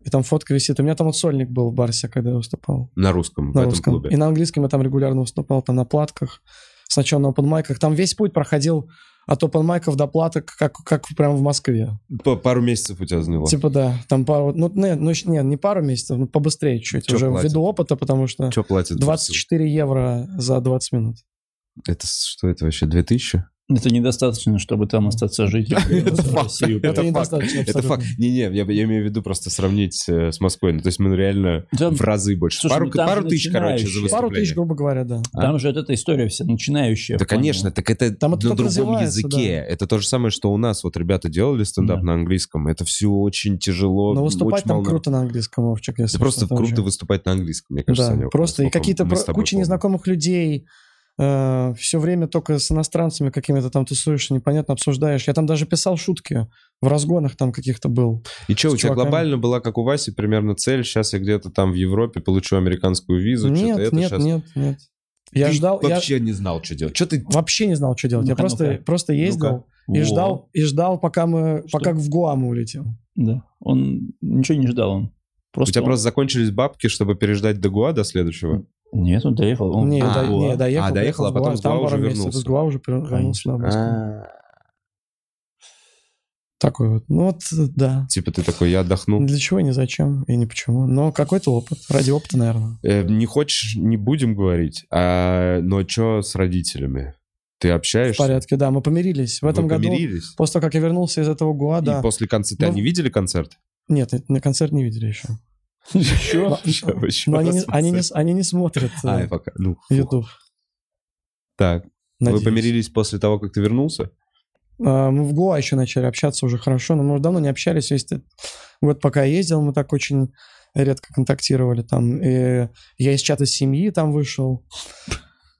[SPEAKER 2] И там фотка висит. У меня там вот сольник был в Барсе, когда я выступал
[SPEAKER 1] На русском, в
[SPEAKER 2] на
[SPEAKER 1] этом
[SPEAKER 2] русском.
[SPEAKER 1] клубе.
[SPEAKER 2] И на английском я там регулярно выступал, там на платках, сначала на опенмайках. Там весь путь проходил от опенмайков до платок, как, как прямо в Москве.
[SPEAKER 1] П- Пару месяцев у тебя заняло.
[SPEAKER 2] Типа да, там пару... Ну, не, ну, щ- не, не пару месяцев, ну, побыстрее чуть.
[SPEAKER 1] Чё
[SPEAKER 2] уже
[SPEAKER 1] платят?
[SPEAKER 2] ввиду опыта, потому что
[SPEAKER 1] Что платят?
[SPEAKER 2] 24 евро за 20 минут.
[SPEAKER 1] Это с- что это вообще, 2000?
[SPEAKER 3] Это недостаточно, чтобы там остаться жить.
[SPEAKER 2] Это
[SPEAKER 3] В
[SPEAKER 2] факт.
[SPEAKER 3] Россию
[SPEAKER 2] Это
[SPEAKER 1] факт.
[SPEAKER 3] поехать.
[SPEAKER 2] недостаточно
[SPEAKER 1] Это
[SPEAKER 2] абсолютно.
[SPEAKER 1] факт. Не-не, я, я имею в виду просто сравнить э, с Москвой. Ну, то есть мы реально
[SPEAKER 3] Там-
[SPEAKER 1] в разы больше.
[SPEAKER 3] Слушай,
[SPEAKER 1] пару
[SPEAKER 3] ну там
[SPEAKER 1] пару
[SPEAKER 3] же
[SPEAKER 1] тысяч, короче, за
[SPEAKER 3] начинающие.
[SPEAKER 2] Пару
[SPEAKER 1] выступление.
[SPEAKER 2] тысяч, грубо говоря, да.
[SPEAKER 3] А? Там же вот эта история вся начинающая.
[SPEAKER 1] Да,
[SPEAKER 3] в плане.
[SPEAKER 1] конечно, так это
[SPEAKER 2] Там это
[SPEAKER 1] на
[SPEAKER 2] только
[SPEAKER 1] другом
[SPEAKER 2] развивается,
[SPEAKER 1] языке. Это то же самое, что у нас. Вот ребята делали стендап
[SPEAKER 3] Да.
[SPEAKER 1] на английском. Это все очень тяжело.
[SPEAKER 2] Но выступать
[SPEAKER 1] очень
[SPEAKER 2] там
[SPEAKER 1] мало-
[SPEAKER 2] круто на английском, Вовчик, если
[SPEAKER 1] Да просто
[SPEAKER 2] честно, это
[SPEAKER 1] круто
[SPEAKER 2] вообще.
[SPEAKER 1] выступать на английском, мне кажется,
[SPEAKER 2] Да,
[SPEAKER 1] Санек,
[SPEAKER 2] просто и
[SPEAKER 1] насколько
[SPEAKER 2] какие-то
[SPEAKER 1] мы с
[SPEAKER 2] про-
[SPEAKER 1] тобой
[SPEAKER 2] куча
[SPEAKER 1] помним.
[SPEAKER 2] незнакомых людей, э, все время только с иностранцами какими-то там тусуешься, непонятно обсуждаешь. Я там даже писал шутки в разгонах там каких-то был.
[SPEAKER 1] И что,
[SPEAKER 2] С
[SPEAKER 1] у тебя
[SPEAKER 2] чуваками.
[SPEAKER 1] глобально была, как у Васи, примерно цель, сейчас я где-то там в Европе получу американскую визу,
[SPEAKER 2] нет,
[SPEAKER 1] что-то а это
[SPEAKER 2] нет,
[SPEAKER 1] сейчас...
[SPEAKER 2] нет, нет. Я
[SPEAKER 1] Ты
[SPEAKER 2] ждал, я
[SPEAKER 1] вообще не знал, что делать. Что ты...
[SPEAKER 2] вообще не знал, что делать. я
[SPEAKER 3] Ну-ка,
[SPEAKER 2] просто,
[SPEAKER 3] ну-ка.
[SPEAKER 2] просто ездил и
[SPEAKER 3] Во.
[SPEAKER 2] ждал, и ждал, пока мы,
[SPEAKER 3] Что?
[SPEAKER 2] пока в Гуаму улетим.
[SPEAKER 3] Да. Он ничего не ждал. Он
[SPEAKER 1] У
[SPEAKER 3] просто...
[SPEAKER 1] тебя
[SPEAKER 3] он-
[SPEAKER 1] просто закончились бабки, чтобы переждать до Гуа до следующего?
[SPEAKER 3] Нет, он доехал. Он...
[SPEAKER 2] Не,
[SPEAKER 1] А,
[SPEAKER 2] до-
[SPEAKER 3] Во. *laughs*
[SPEAKER 2] не, доехал,
[SPEAKER 1] А, доехал, а
[SPEAKER 2] приехал в
[SPEAKER 1] потом
[SPEAKER 2] Гуам,
[SPEAKER 1] с Гуа
[SPEAKER 2] там пару
[SPEAKER 1] уже
[SPEAKER 2] месяцев,
[SPEAKER 1] вернулся.
[SPEAKER 2] С Гуа уже вернулся. да, обратно.
[SPEAKER 1] А,
[SPEAKER 2] Такой вот. Ну вот, да.
[SPEAKER 1] Типа ты такой, я отдохну.
[SPEAKER 2] Для чего, и ни зачем, и ни почему. Но какой-то опыт. Ради опыта, наверное.
[SPEAKER 1] Э, не хочешь, не будем говорить, а, но что с родителями? Ты
[SPEAKER 2] В
[SPEAKER 1] общаешься?
[SPEAKER 2] порядке, да. Мы помирились. В этом
[SPEAKER 1] Вы
[SPEAKER 2] году,
[SPEAKER 1] помирились?
[SPEAKER 2] после того, как я вернулся из этого Гуа, да.
[SPEAKER 1] И после концерта...
[SPEAKER 2] Ну,
[SPEAKER 1] Они видели
[SPEAKER 2] *laughs*
[SPEAKER 1] концерт?
[SPEAKER 2] Нет, нет, на концерт не видели еще.
[SPEAKER 1] Еще?
[SPEAKER 2] Но Ну, они, не- они, не, с- они
[SPEAKER 1] *laughs*
[SPEAKER 2] не смотрят
[SPEAKER 1] А,
[SPEAKER 2] э,
[SPEAKER 1] и пока. Ну, фух.
[SPEAKER 2] YouTube.
[SPEAKER 1] Так,
[SPEAKER 2] надеюсь.
[SPEAKER 1] вы помирились после того, как ты вернулся?
[SPEAKER 2] А, Мы в Гоа еще начали общаться уже хорошо, но мы уже давно не общались. Весь этот год, пока я ездил, мы так очень редко контактировали там. И я из чата семьи там вышел.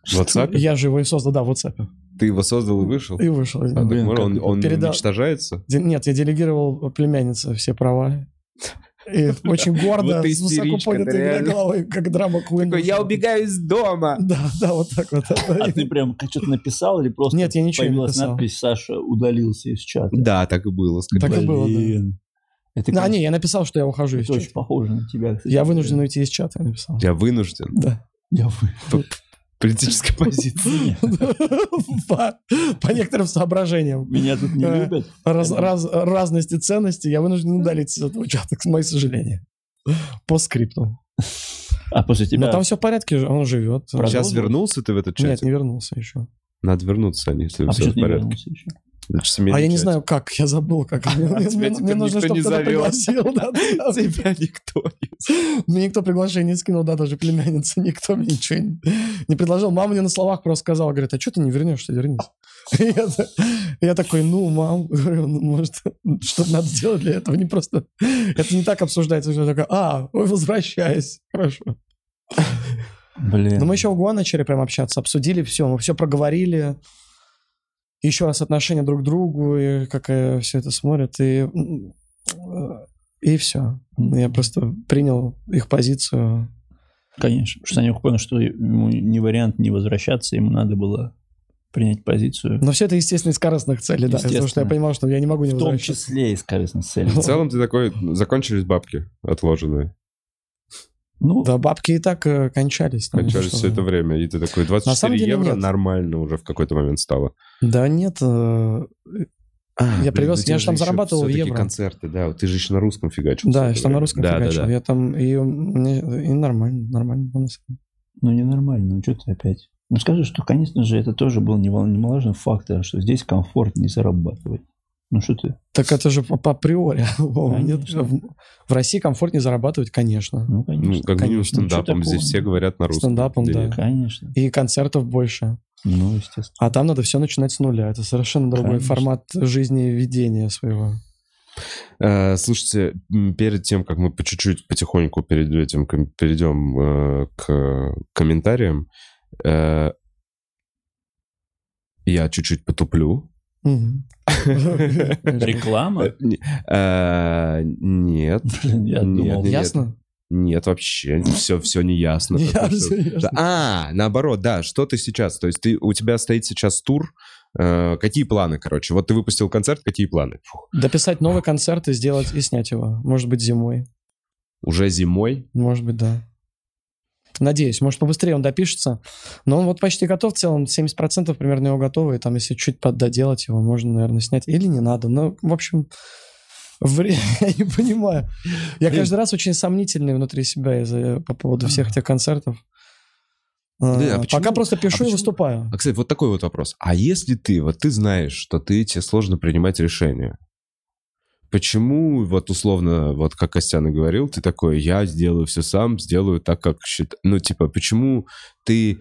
[SPEAKER 1] В WhatsApp?
[SPEAKER 2] Я же его и создал, да, в WhatsApp.
[SPEAKER 1] Ты его создал и вышел?
[SPEAKER 2] И вышел.
[SPEAKER 1] А, так
[SPEAKER 3] Блин,
[SPEAKER 1] можно,
[SPEAKER 3] как
[SPEAKER 1] он,
[SPEAKER 3] это
[SPEAKER 1] он
[SPEAKER 2] передал-
[SPEAKER 1] уничтожается?
[SPEAKER 2] Де- Нет, я делегировал племяннице все права. И
[SPEAKER 1] *laughs*
[SPEAKER 2] очень гордо,
[SPEAKER 1] Вот ты
[SPEAKER 2] с высоко
[SPEAKER 1] истеричка, ты
[SPEAKER 2] поднятой
[SPEAKER 1] реально.
[SPEAKER 2] головой, как драма Куин.
[SPEAKER 1] убегаю из дома!
[SPEAKER 2] *laughs* Да, да, вот так вот. *laughs*
[SPEAKER 3] А ты прям что-то написал или просто
[SPEAKER 2] Нет, я ничего не
[SPEAKER 3] появилась
[SPEAKER 2] написал.
[SPEAKER 3] надпись «Саша удалился из чата».
[SPEAKER 1] Да, так и было. скорее.
[SPEAKER 2] Так и было, да.
[SPEAKER 3] Блин. Это,
[SPEAKER 2] Да,
[SPEAKER 3] конечно,
[SPEAKER 2] А, не, я написал, что я ухожу из
[SPEAKER 3] это очень
[SPEAKER 2] чата.
[SPEAKER 3] похоже на тебя. кстати.
[SPEAKER 2] Я вынужден уйти из чата, я написал.
[SPEAKER 1] Я вынужден. *laughs*
[SPEAKER 2] Да. *laughs*
[SPEAKER 3] Я вы- *laughs*
[SPEAKER 1] Политическая позиция.
[SPEAKER 2] По по некоторым соображениям.
[SPEAKER 3] Меня тут не
[SPEAKER 2] Э,
[SPEAKER 3] любят.
[SPEAKER 2] Раз- раз- Разности ценностей я вынужден удалиться из этого чата, к моему сожалению. По скрипту.
[SPEAKER 3] А после тебя...
[SPEAKER 2] Но там все в порядке, же, он живет.
[SPEAKER 3] Продолжил?
[SPEAKER 1] Сейчас вернулся ты в этот
[SPEAKER 2] Нет,
[SPEAKER 1] чатик?
[SPEAKER 2] не вернулся еще.
[SPEAKER 1] Надо вернуться, они, если
[SPEAKER 3] А
[SPEAKER 1] все
[SPEAKER 3] почему
[SPEAKER 1] в
[SPEAKER 3] ты не
[SPEAKER 1] порядке.
[SPEAKER 3] вернулся еще?
[SPEAKER 1] Это же семейный
[SPEAKER 2] а я не
[SPEAKER 1] чатик.
[SPEAKER 2] знаю, как, я
[SPEAKER 1] *laughs*
[SPEAKER 2] забыл, как. Мне-
[SPEAKER 1] А тебя
[SPEAKER 2] Мне
[SPEAKER 1] теперь
[SPEAKER 2] мне нужно,
[SPEAKER 1] никто не
[SPEAKER 2] чтобы кто-то
[SPEAKER 1] зовет.
[SPEAKER 2] пригласил. да, да.
[SPEAKER 1] Тебя никто не...
[SPEAKER 2] Мне никто приглашение не скинул, да, даже племянница, никто мне ничего не, не предложил. Мама мне на словах просто сказала, говорит, а что ты не вернешься, вернись. Я, та- я такой, ну, мам, *laughs* говорю, «Ну, может, что-то надо сделать для этого, не просто... Это не так обсуждается, что я такой, а, ой, возвращаюсь, хорошо.
[SPEAKER 3] Блин.
[SPEAKER 2] Но мы еще в Гуа начали прям общаться, обсудили все, мы все проговорили. Еще раз отношения друг к другу, и как все это смотрят, и, м, э, и все. Я просто принял их позицию.
[SPEAKER 3] Конечно. Потому что Санек понял, что ему не вариант не возвращаться, ему надо было принять позицию.
[SPEAKER 2] Но все это, естественно, из корыстных целей, да. Потому что я
[SPEAKER 3] Естественно.
[SPEAKER 2] понимал, что я не могу не
[SPEAKER 3] В том
[SPEAKER 2] возвращаться.
[SPEAKER 3] числе и
[SPEAKER 2] *laughs*
[SPEAKER 3] с корыстных целей.
[SPEAKER 1] В целом ты такой, ну, закончились бабки отложенные.
[SPEAKER 3] Ну,
[SPEAKER 2] Да, бабки и так э, кончались. там,
[SPEAKER 1] Кончались
[SPEAKER 2] что
[SPEAKER 1] все
[SPEAKER 2] вы.
[SPEAKER 1] это время. И ты такой,
[SPEAKER 2] На самом
[SPEAKER 1] 24
[SPEAKER 2] деле
[SPEAKER 1] евро
[SPEAKER 2] нет.
[SPEAKER 1] нормально уже в какой-то момент стало.
[SPEAKER 2] Да нет, э, Я
[SPEAKER 1] блин,
[SPEAKER 2] привез,
[SPEAKER 1] ну тебе
[SPEAKER 2] я ж
[SPEAKER 1] же
[SPEAKER 2] там
[SPEAKER 1] еще
[SPEAKER 2] зарабатывал
[SPEAKER 1] всё-таки
[SPEAKER 2] евро.
[SPEAKER 1] концерты, да. вот Ты же еще на русском фигачил.
[SPEAKER 2] да,
[SPEAKER 1] всё
[SPEAKER 2] я
[SPEAKER 1] это
[SPEAKER 2] что на
[SPEAKER 1] время.
[SPEAKER 2] русском
[SPEAKER 1] Да, да,
[SPEAKER 2] фигачил.
[SPEAKER 1] да.
[SPEAKER 2] Я там, и, мне- и нормально, нормально. было на самом
[SPEAKER 3] ну ненормально, ну что ты опять? Ну скажи, что, конечно же, это тоже был немал- немаловажный фактор, что здесь комфорт не зарабатывать. Ну что ты?
[SPEAKER 2] Так это же по, по *laughs* априори. Нет,
[SPEAKER 3] Конечно.
[SPEAKER 2] в, в России комфортнее зарабатывать, конечно.
[SPEAKER 3] Ну,
[SPEAKER 1] Ну,
[SPEAKER 3] конечно.
[SPEAKER 1] как минимум
[SPEAKER 2] Конечно,
[SPEAKER 1] стендапом.
[SPEAKER 3] ничего
[SPEAKER 1] Здесь
[SPEAKER 3] такого.
[SPEAKER 1] все говорят на русском.
[SPEAKER 2] Стендапом,
[SPEAKER 1] Или-
[SPEAKER 2] да.
[SPEAKER 3] Конечно.
[SPEAKER 2] И концертов больше.
[SPEAKER 3] Ну, естественно.
[SPEAKER 2] А там надо все начинать с нуля. Это совершенно другой
[SPEAKER 3] Конечно.
[SPEAKER 2] формат жизни и ведения своего.
[SPEAKER 1] Э, Слушайте, м, перед тем, как мы по чуть-чуть потихоньку перед этим ком- перейдем э, к комментариям, э, я чуть-чуть
[SPEAKER 2] *laughs*
[SPEAKER 1] потуплю.
[SPEAKER 2] Мгм.
[SPEAKER 3] Реклама?
[SPEAKER 1] Э, не- э, Нет,
[SPEAKER 3] Блин, я
[SPEAKER 1] Нет,
[SPEAKER 3] думал,
[SPEAKER 1] нет.
[SPEAKER 2] Ясно?
[SPEAKER 1] нет, вообще, все, все не ясно.
[SPEAKER 2] Не
[SPEAKER 1] Потому что-
[SPEAKER 2] *laughs* ясно, ясно.
[SPEAKER 1] Да, А, наоборот, да, что ты сейчас? То есть ты, у тебя стоит сейчас тур, э, какие планы, короче? Вот ты выпустил концерт, какие планы? Фух.
[SPEAKER 2] Дописать новый концерт и сделать, и снять его. Может быть, зимой.
[SPEAKER 1] Уже зимой?
[SPEAKER 2] Может быть, да. Надеюсь, может, побыстрее он допишется. Но он вот почти готов в целом, 70% примерно его готово, и там, если чуть пододелать его, можно, наверное, снять. Или не надо. Ну, в общем, вре- *laughs* я не понимаю. Я
[SPEAKER 3] Блин.
[SPEAKER 2] каждый раз очень сомнительный внутри себя из-за, по поводу всех этих концертов.
[SPEAKER 1] а
[SPEAKER 2] А,
[SPEAKER 1] почему-
[SPEAKER 2] Пока просто пишу и
[SPEAKER 1] почему-
[SPEAKER 2] выступаю.
[SPEAKER 1] А, кстати, вот такой вот вопрос. А если ты, вот ты знаешь, что ты, тебе сложно принимать решения, почему, вот условно, вот как Костян и говорил, ты такой, я сделаю все сам, сделаю так, как считаю. Ну, типа, почему ты